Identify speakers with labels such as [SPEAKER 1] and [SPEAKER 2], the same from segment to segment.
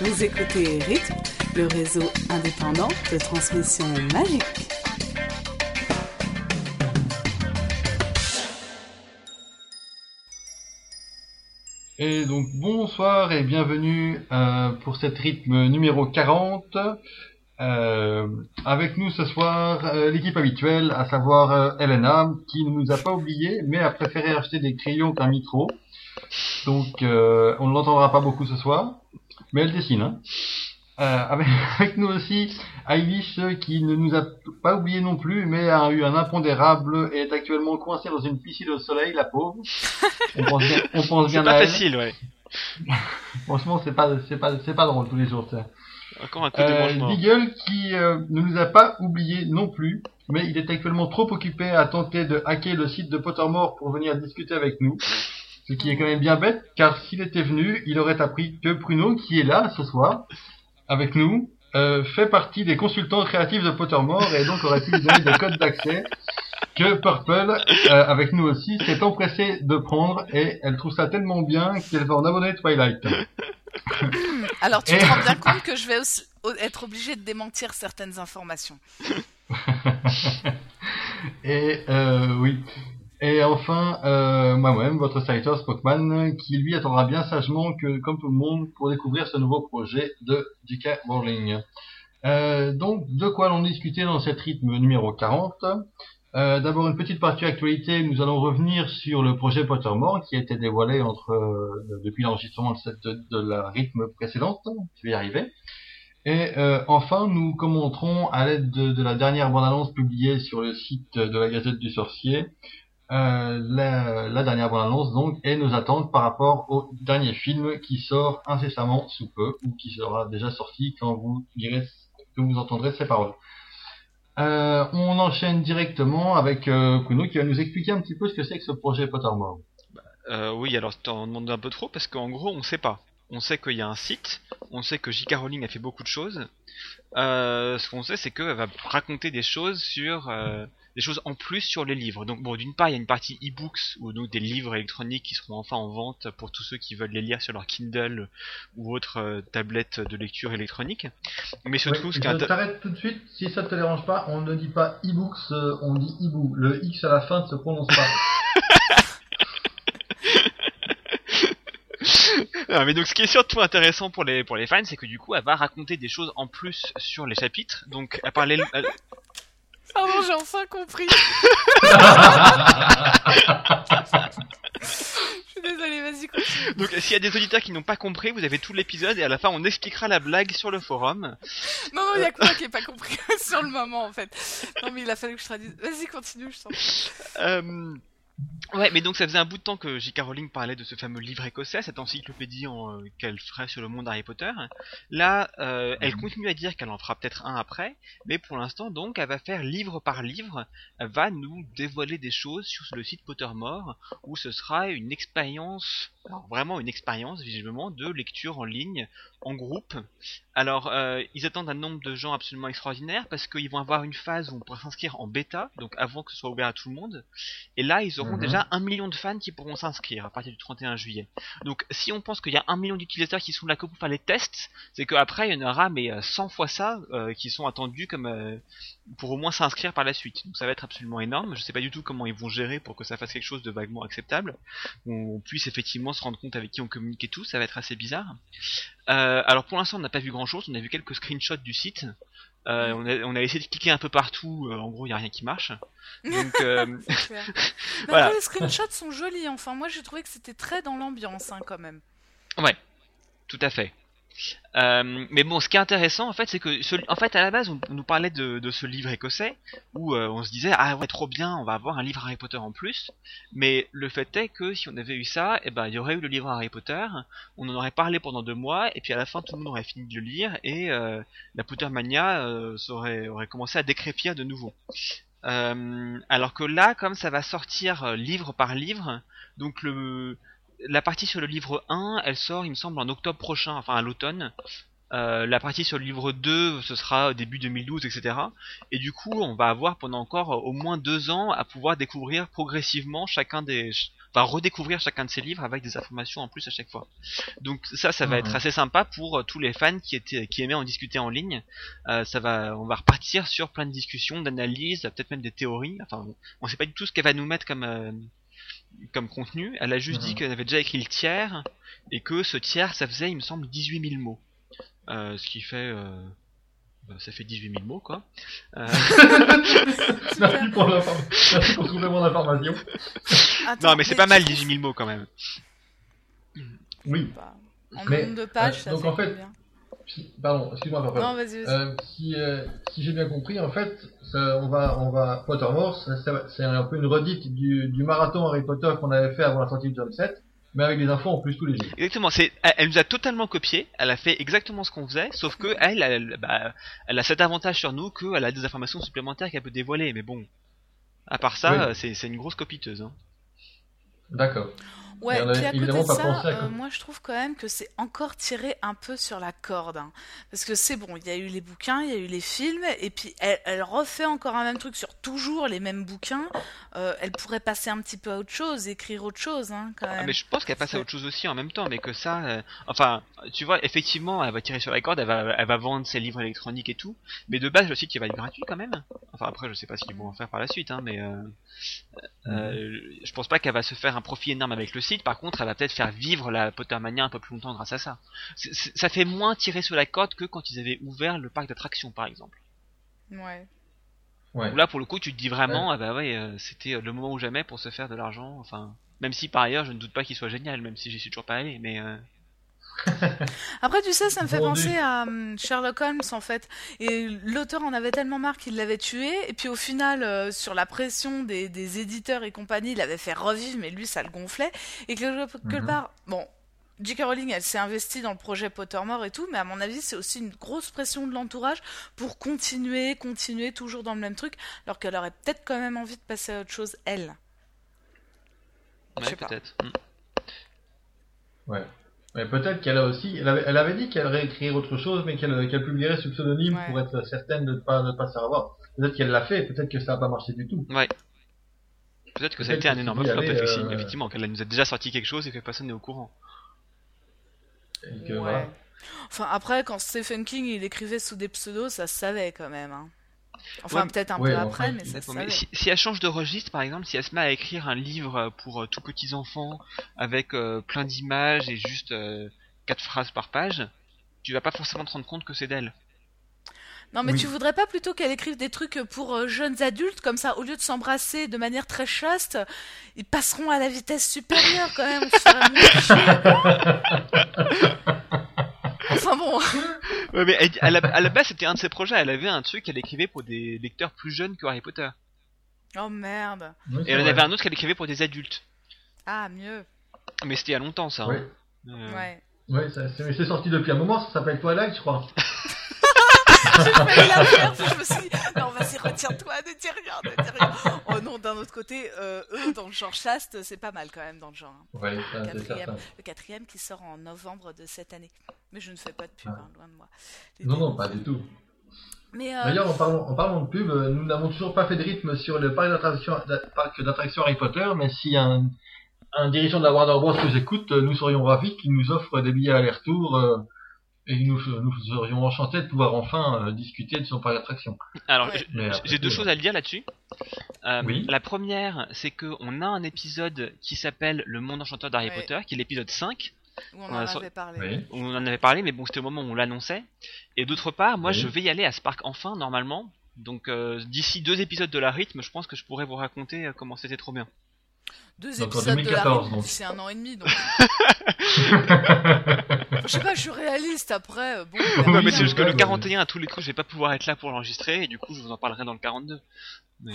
[SPEAKER 1] Vous écoutez Rythme, le réseau indépendant de transmission magique.
[SPEAKER 2] Et donc bonsoir et bienvenue euh, pour cette rythme numéro 40. Euh, avec nous ce soir euh, l'équipe habituelle, à savoir euh, Elena, qui ne nous a pas oublié, mais a préféré acheter des crayons qu'un micro. Donc euh, on ne l'entendra pas beaucoup ce soir, mais elle dessine. hein. Euh, avec, avec nous aussi Irish qui ne nous a pas oublié non plus, mais a eu un impondérable et est actuellement coincée dans une piscine au soleil, la pauvre. On pense bien, on pense
[SPEAKER 3] C'est
[SPEAKER 2] bien
[SPEAKER 3] pas
[SPEAKER 2] à elle.
[SPEAKER 3] facile, ouais.
[SPEAKER 2] Franchement, c'est pas, c'est pas, c'est pas drôle tous les jours. ça.
[SPEAKER 3] Encore un coup de
[SPEAKER 2] Euh,
[SPEAKER 3] mangement.
[SPEAKER 2] Deagle qui euh, ne nous a pas oublié non plus, mais il est actuellement trop occupé à tenter de hacker le site de Pottermore pour venir discuter avec nous. Ce qui est quand même bien bête, car s'il était venu, il aurait appris que Pruno, qui est là ce soir, avec nous, euh, fait partie des consultants créatifs de Pottermore et donc aurait pu lui donner des codes d'accès que Purple, euh, avec nous aussi, s'est empressée de prendre et elle trouve ça tellement bien qu'elle va en abonner Twilight.
[SPEAKER 4] Alors tu
[SPEAKER 2] Et-
[SPEAKER 4] te rends bien compte que je vais aussi- o- être obligée de démentir certaines informations.
[SPEAKER 2] Et euh, oui. Et enfin, euh, moi-même, votre Scyther Spockman, qui lui attendra bien sagement que, comme tout le monde, pour découvrir ce nouveau projet de J.K. Rowling. Euh, donc, de quoi allons discuter dans cette rythme numéro 40 Euh, D'abord, une petite partie actualité. Nous allons revenir sur le projet Pottermore, qui a été dévoilé entre, euh, depuis l'enregistrement de, cette- de la rythme précédente. Je vais y arriver. Et euh, enfin, nous commenterons à l'aide de, de la dernière bande-annonce publiée sur le site de la Gazette du Sorcier, euh, la, la dernière bande-annonce donc, et nos attentes par rapport au dernier film qui sort incessamment sous peu, ou qui sera déjà sorti quand vous direz que vous entendrez ces paroles. Euh, on enchaîne directement avec euh, Kuno qui va nous expliquer un petit peu ce que c'est que ce projet Pottermore.
[SPEAKER 3] Euh, oui, alors t'en demandes un peu trop parce qu'en gros, on sait pas. On sait qu'il y a un site, on sait que J.K. Rowling a fait beaucoup de choses. Euh, ce qu'on sait, c'est qu'elle va raconter des choses sur euh, des choses en plus sur les livres. Donc bon, d'une part, il y a une partie e-books ou donc des livres électroniques qui seront enfin en vente pour tous ceux qui veulent les lire sur leur Kindle ou autre euh, tablette de lecture électronique. Mais surtout, ce qui est
[SPEAKER 2] je
[SPEAKER 3] intér-
[SPEAKER 2] t'arrête tout de suite, si ça te dérange pas, on ne dit pas e-books, euh, on dit hibou. Le X à la fin ne se prononce pas.
[SPEAKER 3] Non, Euh, mais donc ce qui est surtout intéressant pour les pour les fans, c'est que du coup, elle va raconter des choses en plus sur les chapitres. Donc à part les elle-
[SPEAKER 4] Pardon, j'ai enfin compris. je suis désolée, vas-y continue.
[SPEAKER 3] donc s'il y a des auditeurs qui n'ont pas compris, vous avez tout l'épisode et à la fin, on expliquera la blague sur le forum.
[SPEAKER 4] Non, non, il y a que moi qui n'ai pas compris sur le moment en fait. Non, mais il a fallu que je traduise. Vas-y, continue, je t'en prie.
[SPEAKER 3] Euh, Ouais, mais donc ça faisait un bout de temps que J.K. Rowling parlait de ce fameux livre écossais, cette encyclopédie en, euh, qu'elle ferait sur le monde Harry Potter. Là, euh, elle continue à dire qu'elle en fera peut-être un après, mais pour l'instant, donc, elle va faire livre par livre, elle va nous dévoiler des choses sur le site Pottermore, où ce sera une expérience, alors vraiment une expérience, visiblement, de lecture en ligne, en groupe. Alors, euh, ils attendent un nombre de gens absolument extraordinaire, parce qu'ils vont avoir une phase où on pourra s'inscrire en bêta, donc avant que ce soit ouvert à tout le monde, et là, ils auront
[SPEAKER 2] Mhm.
[SPEAKER 3] déjà un million de fans qui pourront s'inscrire à partir du 31 juillet. Donc, si on pense qu'il y a un million d'utilisateurs qui sont là que pour faire les tests, c'est qu'après, il y en aura mais euh, 100 fois ça euh, qui sont attendus comme euh, pour au moins s'inscrire par la suite. Donc ça va être absolument énorme. Je sais pas du tout comment ils vont gérer pour que ça fasse quelque chose de vaguement acceptable, où on puisse effectivement se rendre compte avec qui on communique et tout. Ça va être assez bizarre. Euh, alors pour l'instant, on n'a pas vu grand-chose. On a vu quelques screenshots du site. Euh, on, a, on a essayé de cliquer un peu partout. Euh, en gros, il y a rien qui marche. Donc euh,
[SPEAKER 4] C'est clair. Mais
[SPEAKER 3] Voilà.
[SPEAKER 4] après, les screenshots sont jolis. Enfin, moi j'ai trouvé que c'était très dans l'ambiance hein, quand même.
[SPEAKER 3] Tout à fait. Euh, mais bon, ce qui est intéressant, en fait, c'est que, ce- en fait, à la base, on, on nous parlait de, de ce livre écossais où euh, on se disait ah ouais trop bien, on va avoir un livre Harry Potter en plus. Mais le fait est que si on avait eu ça, eh ben il y aurait eu le livre Harry Potter, on en aurait parlé pendant deux mois, et puis à la fin tout le monde aurait fini de le lire et euh, la Pottermania euh, serait- aurait commencé à décrépir de nouveau. Euh, alors que là, comme ça va sortir euh, livre par livre, donc le la partie sur le livre 1, elle sort, il me semble, en octobre prochain, enfin à l'automne. Euh, la partie sur le livre 2, ce sera début 2012, etc. Et du coup, on va avoir pendant encore euh, au moins deux ans à pouvoir découvrir progressivement chacun des, ch- va redécouvrir chacun de ses livres avec des informations en plus à chaque fois. Donc ça, ça va
[SPEAKER 2] Mhm.
[SPEAKER 3] être assez sympa pour euh, tous les fans qui étaient, qui aimaient en discuter en ligne. Euh, ça va, on va repartir sur plein de discussions, d'analyses, peut-être même des théories. Enfin, on- on sait pas du tout ce qu'elle va nous mettre comme euh, comme contenu. Elle a juste
[SPEAKER 2] Mhm.
[SPEAKER 3] dit qu'elle avait déjà écrit le tiers et que ce tiers, ça faisait, il me semble, 18 000 mots. Euh, ce qui fait, euh, bah, ça fait 18 000 mots quoi. Euh,
[SPEAKER 2] Merci pour l'information. Merci pour le complément d'information.
[SPEAKER 4] Attends,
[SPEAKER 3] non, mais c'est pas mal
[SPEAKER 4] tu
[SPEAKER 3] 18 000 mots quand même.
[SPEAKER 2] Oui.
[SPEAKER 4] trouves pas. En
[SPEAKER 2] Mais,
[SPEAKER 4] nombre de pages,
[SPEAKER 2] euh,
[SPEAKER 4] ça
[SPEAKER 2] donc
[SPEAKER 4] fait
[SPEAKER 2] en fait,
[SPEAKER 4] combien
[SPEAKER 2] Si- Pardon, excuse-moi, papa.
[SPEAKER 4] Non, vas-y, vas-y.
[SPEAKER 2] Euh, si euh, si j'ai bien compris, en fait, ça- on va, on va, Pottermore, ça- ça- c'est un peu une redite du, du marathon Harry Potter qu'on avait fait avant la sortie du tome 7, mais avec des infos en plus tous les jours.
[SPEAKER 3] Exactement, c'est, elle, elle nous a totalement copié, elle a fait exactement ce qu'on faisait, sauf
[SPEAKER 2] Mhm.
[SPEAKER 3] que elle, elle, bah, elle a cet avantage sur nous qu'elle a des informations supplémentaires qu'elle peut dévoiler, mais bon, à part ça,
[SPEAKER 2] Oui.
[SPEAKER 3] euh, c'est, c'est une grosse copiteuse. Hein.
[SPEAKER 2] D'accord.
[SPEAKER 4] Ouais,
[SPEAKER 2] Et on avait
[SPEAKER 4] puis à côté
[SPEAKER 2] évidemment
[SPEAKER 4] de
[SPEAKER 2] pas
[SPEAKER 4] ça,
[SPEAKER 2] pensé à
[SPEAKER 4] euh,
[SPEAKER 2] quoi-
[SPEAKER 4] moi je trouve quand même que c'est encore tiré un peu sur la corde. hein. Parce que c'est bon, il y a eu les bouquins, il y a eu les films, et puis elle, elle refait encore un même truc sur toujours les mêmes bouquins. Euh, elle pourrait passer un petit peu à autre chose, écrire autre chose, hein, quand
[SPEAKER 3] Ah,
[SPEAKER 4] même.
[SPEAKER 3] mais je pense qu'elle passe à
[SPEAKER 4] C'est-
[SPEAKER 3] autre chose aussi en même temps, mais que ça, euh, enfin, tu vois, effectivement, elle va tirer sur la corde, elle va, elle va vendre ses livres électroniques et tout, mais de base, le site il va être gratuit quand même. Enfin, après, je sais pas ce qu'ils vont en faire par la suite, hein, mais euh, euh, je pense pas qu'elle va se faire un profit énorme avec le site. Par contre, elle va peut-être faire vivre la Pottermania un peu plus longtemps grâce à ça. C'est- c'est- ça fait moins tirer sur la corde que quand ils avaient ouvert le parc d'attractions, par exemple.
[SPEAKER 4] Ouais.
[SPEAKER 2] Ouais.
[SPEAKER 3] Où là, pour le coup, tu te dis vraiment, ah bah ouais, euh, c'était euh, le moment ou jamais pour se faire de l'argent. Enfin, même si par ailleurs, je ne doute pas qu'il soit génial, même si j'y suis toujours pas allé, mais. euh,
[SPEAKER 4] Après, tu sais, ça me fait
[SPEAKER 2] Vendu.
[SPEAKER 4] penser à hum, Sherlock Holmes, en fait. Et l'auteur en avait tellement marre qu'il l'avait tué, et puis au final, euh, sur la pression des, des éditeurs et compagnie, il l'avait fait revivre, mais lui, ça le gonflait. Et que- quelque
[SPEAKER 2] Mhm.
[SPEAKER 4] part, bon, J.K. Rowling, elle s'est investie dans le projet Pottermore et tout, mais à mon avis, c'est aussi une grosse pression de l'entourage pour continuer, continuer toujours dans le même truc, alors qu'elle aurait peut-être quand même envie de passer à autre chose, elle. Je
[SPEAKER 3] Ouais,
[SPEAKER 4] sais pas.
[SPEAKER 3] peut-être. Mm.
[SPEAKER 2] Ouais. Mais peut-être qu'elle a aussi, elle avait, elle avait dit qu'elle réécrirait autre chose, mais qu'elle qu'elle publierait sous pseudonyme
[SPEAKER 4] Ouais.
[SPEAKER 2] pour être certaine de ne pas, de ne pas se faire avoir. Peut-être qu'elle l'a fait, peut-être que ça n'a pas marché du tout.
[SPEAKER 3] Peut-être que ça
[SPEAKER 2] Peut-être
[SPEAKER 3] a été un
[SPEAKER 2] que
[SPEAKER 3] énorme
[SPEAKER 2] s'il y
[SPEAKER 3] flop,
[SPEAKER 2] avait,
[SPEAKER 3] effectivement,
[SPEAKER 2] euh,
[SPEAKER 3] effectivement, qu'elle nous a déjà sorti quelque chose et que personne n'est au courant.
[SPEAKER 2] Et que,
[SPEAKER 4] Ouais.
[SPEAKER 2] euh, voilà.
[SPEAKER 4] Enfin, après, quand Stephen King, il écrivait sous des pseudos, ça se savait quand même. hein. Enfin,
[SPEAKER 3] Ouais,
[SPEAKER 4] peut-être un
[SPEAKER 2] ouais,
[SPEAKER 4] peu
[SPEAKER 2] enfin,
[SPEAKER 4] après, mais
[SPEAKER 2] il-
[SPEAKER 4] ça se
[SPEAKER 3] Bon, mais
[SPEAKER 4] savait.
[SPEAKER 3] si, si elle change de registre, par exemple, si elle se met à écrire un livre euh, pour euh, tout petits enfants avec euh, plein d'images et juste euh, quatre phrases par page, tu vas pas forcément te rendre compte que c'est d'elle.
[SPEAKER 4] Non, mais
[SPEAKER 2] Oui.
[SPEAKER 4] tu voudrais pas plutôt qu'elle écrive des trucs pour euh, jeunes adultes, comme ça, au lieu de s'embrasser de manière très chaste, ils passeront à la vitesse supérieure quand même. on se ferait moins chier. enfin bon,
[SPEAKER 3] Ouais, mais elle- à, la, à la base, c'était un de ses projets. Elle avait un truc qu'elle écrivait pour des lecteurs plus jeunes que Harry Potter.
[SPEAKER 4] oh merde.
[SPEAKER 2] Oui,
[SPEAKER 3] Et
[SPEAKER 2] c'est
[SPEAKER 3] elle en
[SPEAKER 2] vrai.
[SPEAKER 3] avait un autre qu'elle écrivait pour des adultes.
[SPEAKER 4] Ah, mieux.
[SPEAKER 3] Mais c'était il y a longtemps, ça. hein.
[SPEAKER 2] Ouais.
[SPEAKER 3] Euh,
[SPEAKER 4] Ouais.
[SPEAKER 2] Ouais, ça- c'est mais c'est sorti depuis un moment, ça s'appelle Twilight, je crois.
[SPEAKER 4] J'ai failli la faire, puis je me suis dit, Ah, non, vas-y, retire-toi, ne dis rien, ne dis rien. Oh non, d'un autre côté, euh, eux, dans le genre chaste, c'est pas mal quand même, dans le genre. hein.
[SPEAKER 2] Ouais, ça, c'est
[SPEAKER 4] Quatrième.
[SPEAKER 2] certain.
[SPEAKER 4] le quatrième qui sort en novembre de cette année. Mais je ne fais pas de pub,
[SPEAKER 2] Ah.
[SPEAKER 4] hein, loin de moi.
[SPEAKER 2] Non, non, pas du tout.
[SPEAKER 4] Mais euh,
[SPEAKER 2] D'ailleurs, en parlant, en parlant de pub, euh, nous n'avons toujours pas fait de rythme sur le parc d'attraction d'a- parc d'attraction Harry Potter, mais si un, un dirigeant de la Warner Bros nous écoute, euh, nous serions ravis qu'il nous offre des billets aller-retour euh, et nous, nous serions enchantés de pouvoir enfin euh, discuter de son parc d'attraction.
[SPEAKER 3] Alors,
[SPEAKER 4] Ouais.
[SPEAKER 3] je-
[SPEAKER 2] Mais après
[SPEAKER 3] J'ai deux
[SPEAKER 2] tout,
[SPEAKER 3] choses à le dire là-dessus. Euh,
[SPEAKER 2] Oui.
[SPEAKER 3] La première, c'est qu'on a un épisode qui s'appelle Le monde enchanteur d'Harry
[SPEAKER 4] Ouais.
[SPEAKER 3] Potter, qui est l'épisode 5,
[SPEAKER 4] où on
[SPEAKER 3] on a
[SPEAKER 4] en
[SPEAKER 3] sor-
[SPEAKER 4] avait parlé.
[SPEAKER 2] Oui.
[SPEAKER 3] où on en avait parlé, mais bon, c'était au moment où on l'annonçait. Et d'autre part, moi,
[SPEAKER 2] Oui.
[SPEAKER 3] je vais y aller à ce parc enfin, normalement. Donc, euh, d'ici deux épisodes de la rythme, je pense que je pourrais vous raconter euh, comment c'était trop bien.
[SPEAKER 4] Deux
[SPEAKER 2] Donc en
[SPEAKER 4] épisodes
[SPEAKER 2] 2014,
[SPEAKER 4] de la
[SPEAKER 2] donc.
[SPEAKER 4] c'est un an et demi. Donc... je sais pas, je suis réaliste après. euh, Bon, on verra
[SPEAKER 3] Ouais, mais
[SPEAKER 4] bien.
[SPEAKER 3] c'est juste que
[SPEAKER 2] ouais,
[SPEAKER 3] le
[SPEAKER 2] ouais.
[SPEAKER 3] 41, à tous les coups, je vais pas pouvoir être là pour l'enregistrer, et du coup, je vous en parlerai dans le 42. Mais...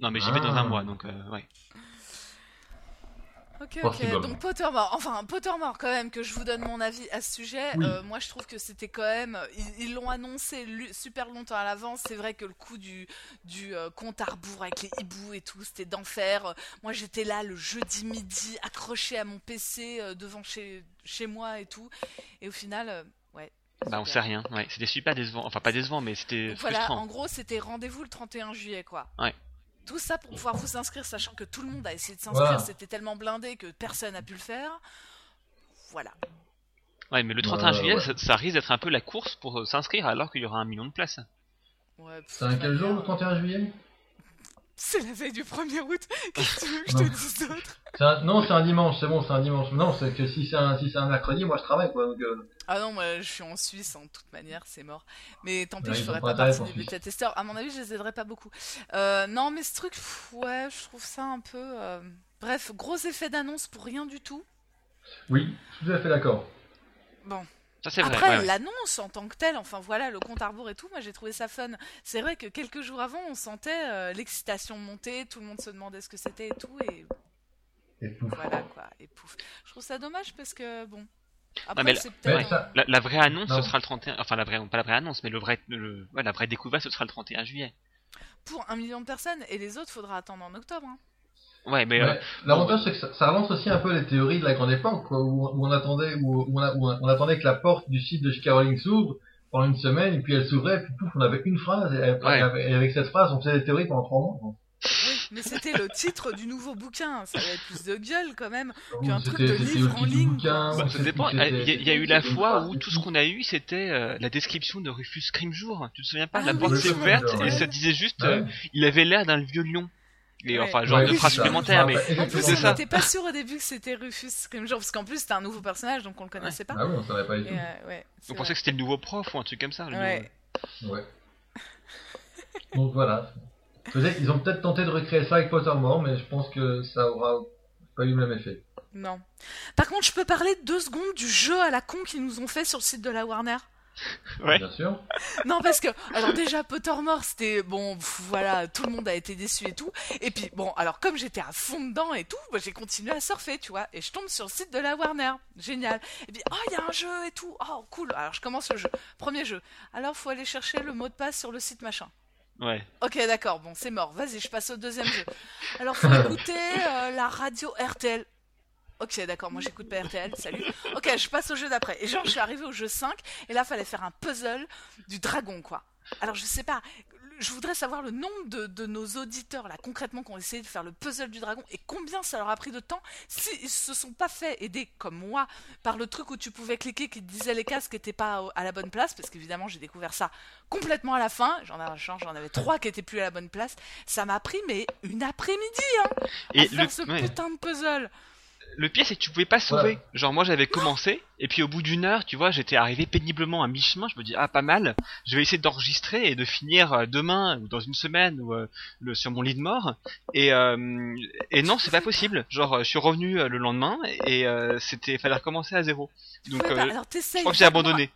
[SPEAKER 3] Non, mais j'y vais dans
[SPEAKER 2] Ah.
[SPEAKER 3] un mois, donc euh, ouais.
[SPEAKER 4] Ok, ok.
[SPEAKER 2] Possible.
[SPEAKER 4] Donc Pottermore, enfin Pottermore quand même, que je vous donne mon avis à ce sujet.
[SPEAKER 2] Oui.
[SPEAKER 4] Euh, moi, je trouve que c'était quand même, ils- ils l'ont annoncé lu- super longtemps à l'avance. C'est vrai que le coup du du euh, compte à rebours avec les hiboux et tout, c'était d'enfer. Euh, Moi, j'étais là le jeudi midi, accroché à mon PC euh, devant chez chez moi et tout. Et au final, euh, ouais.
[SPEAKER 3] Bah, on sait
[SPEAKER 4] super.
[SPEAKER 3] rien. Ouais, c'était super décevant. Enfin, pas décevant, mais c'était
[SPEAKER 4] Donc voilà,
[SPEAKER 3] frustrant.
[SPEAKER 4] en gros, c'était rendez-vous le 31 juillet, quoi.
[SPEAKER 3] Ouais.
[SPEAKER 4] Tout ça pour pouvoir vous inscrire, sachant que tout le monde a essayé de s'inscrire,
[SPEAKER 2] Voilà.
[SPEAKER 4] c'était tellement blindé que personne n'a pu le faire. Voilà.
[SPEAKER 3] Ouais, mais le 31
[SPEAKER 2] Euh,
[SPEAKER 3] juillet,
[SPEAKER 2] ouais.
[SPEAKER 3] ça, ça risque d'être un peu la course pour euh, s'inscrire alors qu'il y aura un million de places.
[SPEAKER 4] Ouais, pff,
[SPEAKER 2] C'est un quel
[SPEAKER 4] manière,
[SPEAKER 2] jour le
[SPEAKER 4] euh,
[SPEAKER 2] 31 juillet
[SPEAKER 4] C'est la veille du 1er août. Qu'est-ce que tu veux que je te
[SPEAKER 2] Non.
[SPEAKER 4] dise d'autre
[SPEAKER 2] C'est un- Non, c'est un dimanche, c'est bon, c'est un dimanche. Non, c'est que si c'est un, si c'est un mercredi, moi je travaille quoi. Donc, euh,
[SPEAKER 4] Ah non, moi je suis en Suisse, en toute manière, c'est mort. Mais tant pis,
[SPEAKER 2] Ouais,
[SPEAKER 4] je
[SPEAKER 2] ils
[SPEAKER 4] ferai
[SPEAKER 2] ont pas
[SPEAKER 4] pas
[SPEAKER 2] intérêt
[SPEAKER 4] partie
[SPEAKER 2] pour
[SPEAKER 4] des
[SPEAKER 2] Suisse.
[SPEAKER 4] bêta-testeurs. À mon avis, je les aiderai pas beaucoup. Euh, non, mais ce truc, pff, ouais, je trouve ça un peu. euh, Bref, gros effet d'annonce pour rien du tout.
[SPEAKER 2] Oui, tout à fait d'accord.
[SPEAKER 4] Bon.
[SPEAKER 3] Ça, c'est vrai.
[SPEAKER 4] Après,
[SPEAKER 3] ouais, ouais.
[SPEAKER 4] l'annonce en tant que telle, enfin voilà, le compte à rebours et tout, moi j'ai trouvé ça fun. C'est vrai que quelques jours avant, on sentait euh, l'excitation monter, tout le monde se demandait ce que c'était et tout, et
[SPEAKER 2] Et pouf.
[SPEAKER 4] voilà quoi, et pouf. Je trouve ça dommage parce que bon.
[SPEAKER 3] Ah,
[SPEAKER 4] Après,
[SPEAKER 3] mais la-
[SPEAKER 4] c'est
[SPEAKER 2] Mais
[SPEAKER 4] peut-être.
[SPEAKER 2] ça,
[SPEAKER 3] La, la vraie annonce,
[SPEAKER 2] Non.
[SPEAKER 3] ce sera le 31. Enfin, la vraie, pas la vraie annonce, mais le vrai, le- ouais, la vraie découverte, ce sera le 31 juillet.
[SPEAKER 4] pour un million de personnes et les autres faudra attendre en octobre. hein.
[SPEAKER 3] Ouais, mais. euh,
[SPEAKER 2] ouais, l'avantage c'est que ça, ça relance aussi un peu les théories de la grande époque, quoi, où, où on attendait, où, où on, a- où on attendait que la porte du site de J.K. Rowling s'ouvre pendant une semaine, et puis elle s'ouvrait, et puis pouf, on avait une phrase, et, avec-
[SPEAKER 3] Ouais.
[SPEAKER 2] et avec cette phrase, on faisait des théories pendant trois mois. quoi.
[SPEAKER 4] Oui, mais c'était le titre du nouveau bouquin, ça avait plus de gueule quand même. Puis
[SPEAKER 2] Ou
[SPEAKER 4] un truc
[SPEAKER 2] c'était-
[SPEAKER 4] de
[SPEAKER 2] c'était
[SPEAKER 4] livre
[SPEAKER 2] au
[SPEAKER 4] en
[SPEAKER 2] petit
[SPEAKER 4] ligne,
[SPEAKER 2] bouquin,
[SPEAKER 3] Bah,
[SPEAKER 4] quoi.
[SPEAKER 2] ou
[SPEAKER 3] ça
[SPEAKER 2] c'était-
[SPEAKER 3] dépend.
[SPEAKER 2] c'était-
[SPEAKER 3] Il y, a- il y a eu
[SPEAKER 2] c'était
[SPEAKER 3] la
[SPEAKER 2] une
[SPEAKER 3] fois
[SPEAKER 2] phrase,
[SPEAKER 3] où
[SPEAKER 2] et
[SPEAKER 3] tout ce qu'on a eu, c'était euh, la description de Rufus Scrimgeour. Tu te souviens pas
[SPEAKER 4] Ah
[SPEAKER 3] La
[SPEAKER 4] oui,
[SPEAKER 3] porte
[SPEAKER 4] oui,
[SPEAKER 3] s'est
[SPEAKER 4] oui,
[SPEAKER 3] ouverte
[SPEAKER 4] oui.
[SPEAKER 3] et ça disait juste,
[SPEAKER 2] Ouais.
[SPEAKER 3] euh, il avait l'air d'un vieux lion. Et
[SPEAKER 4] Ouais.
[SPEAKER 3] enfin, euh, genre
[SPEAKER 2] Ouais,
[SPEAKER 3] de
[SPEAKER 2] oui,
[SPEAKER 3] phrase
[SPEAKER 2] c'est ça, Ah, bah,
[SPEAKER 3] supplémentaire,
[SPEAKER 2] je me
[SPEAKER 3] mais
[SPEAKER 2] rappelle
[SPEAKER 4] En plus,
[SPEAKER 3] c'est
[SPEAKER 2] exactement.
[SPEAKER 4] on
[SPEAKER 3] ça.
[SPEAKER 4] n'était pas sûr au début que c'était Rufus Scrimgeour, parce qu'en plus c'était un nouveau personnage donc on le connaissait pas.
[SPEAKER 2] Ah oui, on savait pas du
[SPEAKER 4] Et,
[SPEAKER 2] tout.
[SPEAKER 4] euh, ouais, c'est
[SPEAKER 3] on pensait
[SPEAKER 4] vrai.
[SPEAKER 3] que c'était le nouveau prof ou un truc comme ça. le nouveau-
[SPEAKER 4] Ouais.
[SPEAKER 2] Ouais. Donc voilà. Peut-être- Ils ont peut-être tenté de recréer ça avec Pottermore, mais je pense que ça aura pas eu le même effet.
[SPEAKER 4] Non. Par contre, je peux parler deux secondes du jeu à la con qu'ils nous ont fait sur le site de la Warner.
[SPEAKER 3] Ouais.
[SPEAKER 2] Bien sûr.
[SPEAKER 4] Non, parce que, alors déjà, Pottermore, c'était bon, pff, voilà, tout le monde a été déçu et tout. Et puis, bon, alors comme j'étais à fond dedans et tout, bah, j'ai continué à surfer, tu vois. Et je tombe sur le site de la Warner. Génial. Et puis, oh, il y a un jeu et tout. Oh, cool. Alors, je commence le jeu. Premier jeu. Alors, faut aller chercher le mot de passe sur le site machin.
[SPEAKER 3] Ouais.
[SPEAKER 4] Ok, d'accord, bon, c'est mort. Vas-y, je passe au deuxième jeu. Alors, faut écouter euh, la radio RTL. Ok, d'accord, moi j'écoute pas RTL, salut. Ok, je passe au jeu d'après. Et genre, je suis arrivée au jeu 5, et là, fallait faire un puzzle du dragon, quoi. Alors, je sais pas, je voudrais savoir le nombre de, de nos auditeurs, là, concrètement, qui ont essayé de faire le puzzle du dragon, et combien ça leur a pris de temps s'ils se sont pas fait aider, comme moi, par le truc où tu pouvais cliquer qui te disait les cases qui n'étaient pas à la bonne place, parce qu'évidemment, j'ai découvert ça complètement à la fin. J'en avais, genre, j'en avais trois qui étaient plus à la bonne place. Ça m'a pris, mais une après-midi à
[SPEAKER 3] Et
[SPEAKER 4] faire
[SPEAKER 3] le,
[SPEAKER 4] ce
[SPEAKER 3] ouais.
[SPEAKER 4] putain de puzzle.
[SPEAKER 3] le pire, c'est que tu pouvais pas sauver. Genre, moi, j'avais commencé, et puis au bout d'une heure, tu vois, j'étais arrivé péniblement à mi-chemin. Je me dis, ah, pas mal. Je vais essayer d'enregistrer et de finir euh, demain ou dans une semaine ou euh, le, sur mon lit de mort. Et, euh, et non, c'est pas possible. Genre, euh, je suis revenu euh, le lendemain et euh, c'était, fallait recommencer à zéro. Donc,
[SPEAKER 4] Ouais, bah,
[SPEAKER 3] euh,
[SPEAKER 4] alors
[SPEAKER 3] je
[SPEAKER 4] t'essayes.
[SPEAKER 3] crois que j'ai
[SPEAKER 4] vaguement-
[SPEAKER 3] abandonné.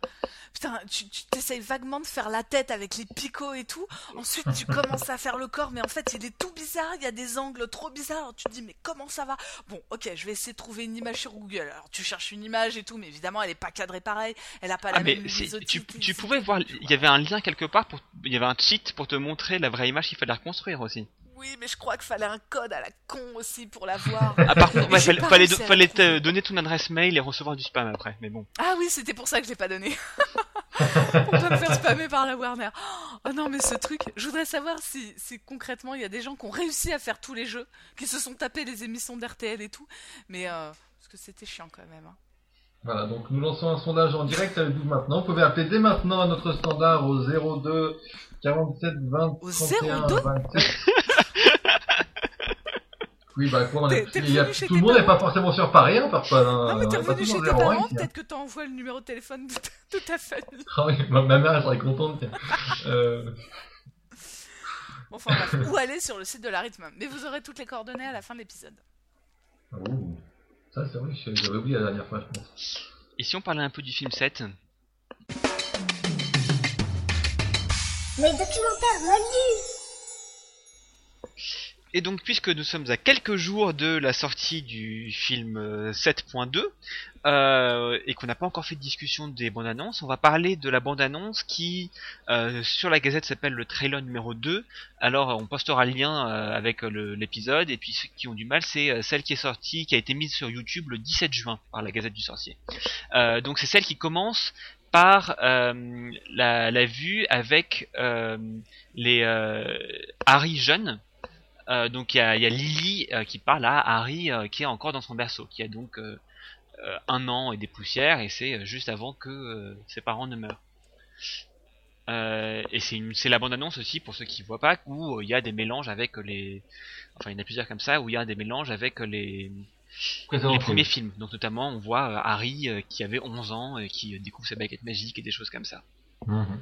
[SPEAKER 4] Putain, tu tu t'essayes vaguement de faire la tête avec les picots et tout. Ensuite, tu commences à faire le corps, mais en fait, il est tout bizarre. Il y a des angles trop bizarres. Alors, tu te dis, mais comment ça va Bon, ok, je vais essayer de trouver une image sur Google. Alors, tu cherches une image et tout, mais évidemment, elle est pas cadrée pareil. Elle a pas
[SPEAKER 3] Ah,
[SPEAKER 4] la
[SPEAKER 3] mais
[SPEAKER 4] même
[SPEAKER 3] c'est- tu,
[SPEAKER 4] luminosité,
[SPEAKER 3] tu
[SPEAKER 4] c'est-
[SPEAKER 3] pouvais voir, il y avait un lien quelque part, pour, il y avait un cheat pour te montrer la vraie image qu'il fallait reconstruire aussi.
[SPEAKER 4] Oui, mais je crois qu'il fallait un code à la con aussi pour la voir.
[SPEAKER 3] Ah, par contre,
[SPEAKER 4] Mais
[SPEAKER 3] ouais,
[SPEAKER 4] j'ai
[SPEAKER 3] fallait,
[SPEAKER 4] pas
[SPEAKER 3] fallait,
[SPEAKER 4] réussi à la
[SPEAKER 3] fallait,
[SPEAKER 4] trouver.
[SPEAKER 3] euh, donner ton adresse mail et recevoir du spam après, mais bon.
[SPEAKER 4] Ah oui, c'était pour ça que je l'ai pas donné. pour pas me faire spammer par la Warner. Oh non, mais ce truc, je voudrais savoir si, si concrètement il y a des gens qui ont réussi à faire tous les jeux, qui se sont tapés les émissions d'RTL et tout, mais euh, parce que c'était chiant quand même. hein.
[SPEAKER 2] Voilà, donc nous lançons un sondage en direct avec vous maintenant. Vous pouvez appeler dès maintenant à notre standard au 02 47 20
[SPEAKER 4] Au
[SPEAKER 2] 31
[SPEAKER 4] 02?
[SPEAKER 2] 27. Oui, bah quoi, on
[SPEAKER 4] T'es-
[SPEAKER 2] est,
[SPEAKER 4] t'es
[SPEAKER 2] il y a-
[SPEAKER 4] revenu chez
[SPEAKER 2] tout le
[SPEAKER 4] tes
[SPEAKER 2] monde n'est pas
[SPEAKER 4] parents
[SPEAKER 2] forcément sur Paris, hein, par
[SPEAKER 4] non, mais t'es revenu chez tes parents, peut-être que t'as envoyé le numéro de téléphone de ta, de ta famille.
[SPEAKER 2] Ah ma, ma mère, elle serait contente. Euh,
[SPEAKER 4] Bon, Enfin bref, ou aller sur le site de la rythme. Mais vous aurez toutes les coordonnées à la fin de l'épisode.
[SPEAKER 2] ouh, oh, ça, c'est vrai, que j'avais oublié la dernière fois, je pense.
[SPEAKER 3] Et si on parlait un peu du film 7
[SPEAKER 5] Le documentaire relié
[SPEAKER 3] Et donc, puisque nous sommes à quelques jours de la sortie du film euh, 7.2, euh, et qu'on n'a pas encore fait de discussion des bandes annonces, on va parler de la bande annonce qui, euh, sur la gazette, s'appelle le trailer numéro 2. Alors, euh, on postera le lien euh, avec euh, le- l'épisode, et puis ceux qui ont du mal, c'est euh, celle qui est sortie, qui a été mise sur YouTube le 17 juin par la gazette du sorcier. Euh, donc, c'est celle qui commence par euh, la, la vue avec euh, les euh, Harry jeune Euh, donc il y a, il y a Lily euh, qui parle à Harry euh, qui est encore dans son berceau, qui a donc euh, euh, un an et des poussières, et c'est euh, juste avant que euh, ses parents ne meurent. Euh, et c'est une- c'est la bande-annonce aussi pour ceux qui voient pas où euh, il y a des mélanges avec les, enfin il y en a plusieurs comme ça où il y a des mélanges avec les,
[SPEAKER 2] Présent
[SPEAKER 3] les
[SPEAKER 2] film.
[SPEAKER 3] premiers films. Donc notamment on voit euh, Harry euh, qui avait 11 ans et qui euh, découvre sa baguette magique et des choses comme ça.
[SPEAKER 2] Mhm.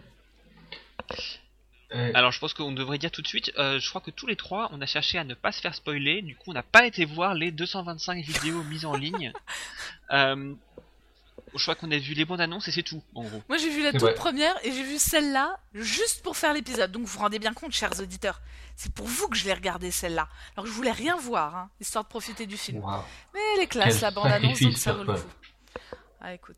[SPEAKER 2] Et-
[SPEAKER 3] Alors je pense qu'on devrait dire tout de suite, euh, je crois que tous les trois, on a cherché à ne pas se faire spoiler, du coup on n'a pas été voir les 225 vidéos mises en ligne. Euh, je crois qu'on a vu les bandes annonces et c'est tout, en gros.
[SPEAKER 4] Moi j'ai vu la
[SPEAKER 2] C'est
[SPEAKER 4] toute
[SPEAKER 2] vrai.
[SPEAKER 4] première et j'ai vu celle-là juste pour faire l'épisode. Donc vous vous rendez bien compte, chers auditeurs, c'est pour vous que je l'ai regardée celle-là. Alors je voulais rien voir, hein, histoire de profiter du film.
[SPEAKER 2] Waouh.
[SPEAKER 4] Mais elle est classe,
[SPEAKER 2] Quel
[SPEAKER 4] la bande-annonce, donc
[SPEAKER 2] sacrifice,
[SPEAKER 4] ça vaut le
[SPEAKER 2] Purple.
[SPEAKER 4] coup. Ah écoute,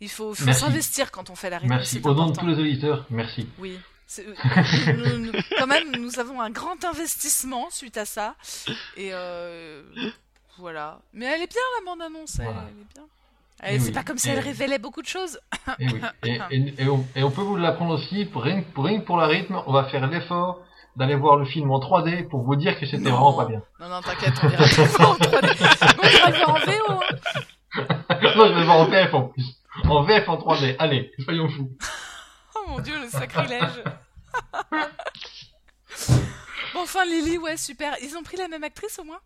[SPEAKER 4] il faut, faut
[SPEAKER 2] Merci.
[SPEAKER 4] s'investir quand on fait la rythme,
[SPEAKER 2] Merci.
[SPEAKER 4] c'est
[SPEAKER 2] Au nom de
[SPEAKER 4] important.
[SPEAKER 2] tous les auditeurs, merci.
[SPEAKER 4] Oui. C'est- euh, nous- nous- quand même, nous avons un grand investissement suite à ça. Et euh, voilà. Mais elle est bien, la bande-annonce. Elle,
[SPEAKER 2] Voilà.
[SPEAKER 4] elle est bien.
[SPEAKER 2] Eh
[SPEAKER 4] Eh, c'est
[SPEAKER 2] oui.
[SPEAKER 4] pas comme si elle
[SPEAKER 2] Eh.
[SPEAKER 4] révélait beaucoup de choses.
[SPEAKER 2] Et, oui. et,
[SPEAKER 3] Ah,
[SPEAKER 2] et- et on, et on peut vous l'apprendre aussi, pour rien, que- pour rien que pour la rythme, on va faire l'effort d'aller voir le film en 3D pour vous dire que c'était vraiment
[SPEAKER 4] Non.
[SPEAKER 2] pas bien.
[SPEAKER 4] Non, non, t'inquiète, on ira le voir en 3D. On ira le voir en VO. hein.
[SPEAKER 2] non, je vais le voir en VF en plus. En VF en 3D, allez, soyons fous.
[SPEAKER 4] Oh mon dieu, le sacrilège. Bon, enfin, Lily, ouais, super. Ils ont pris la même actrice au moins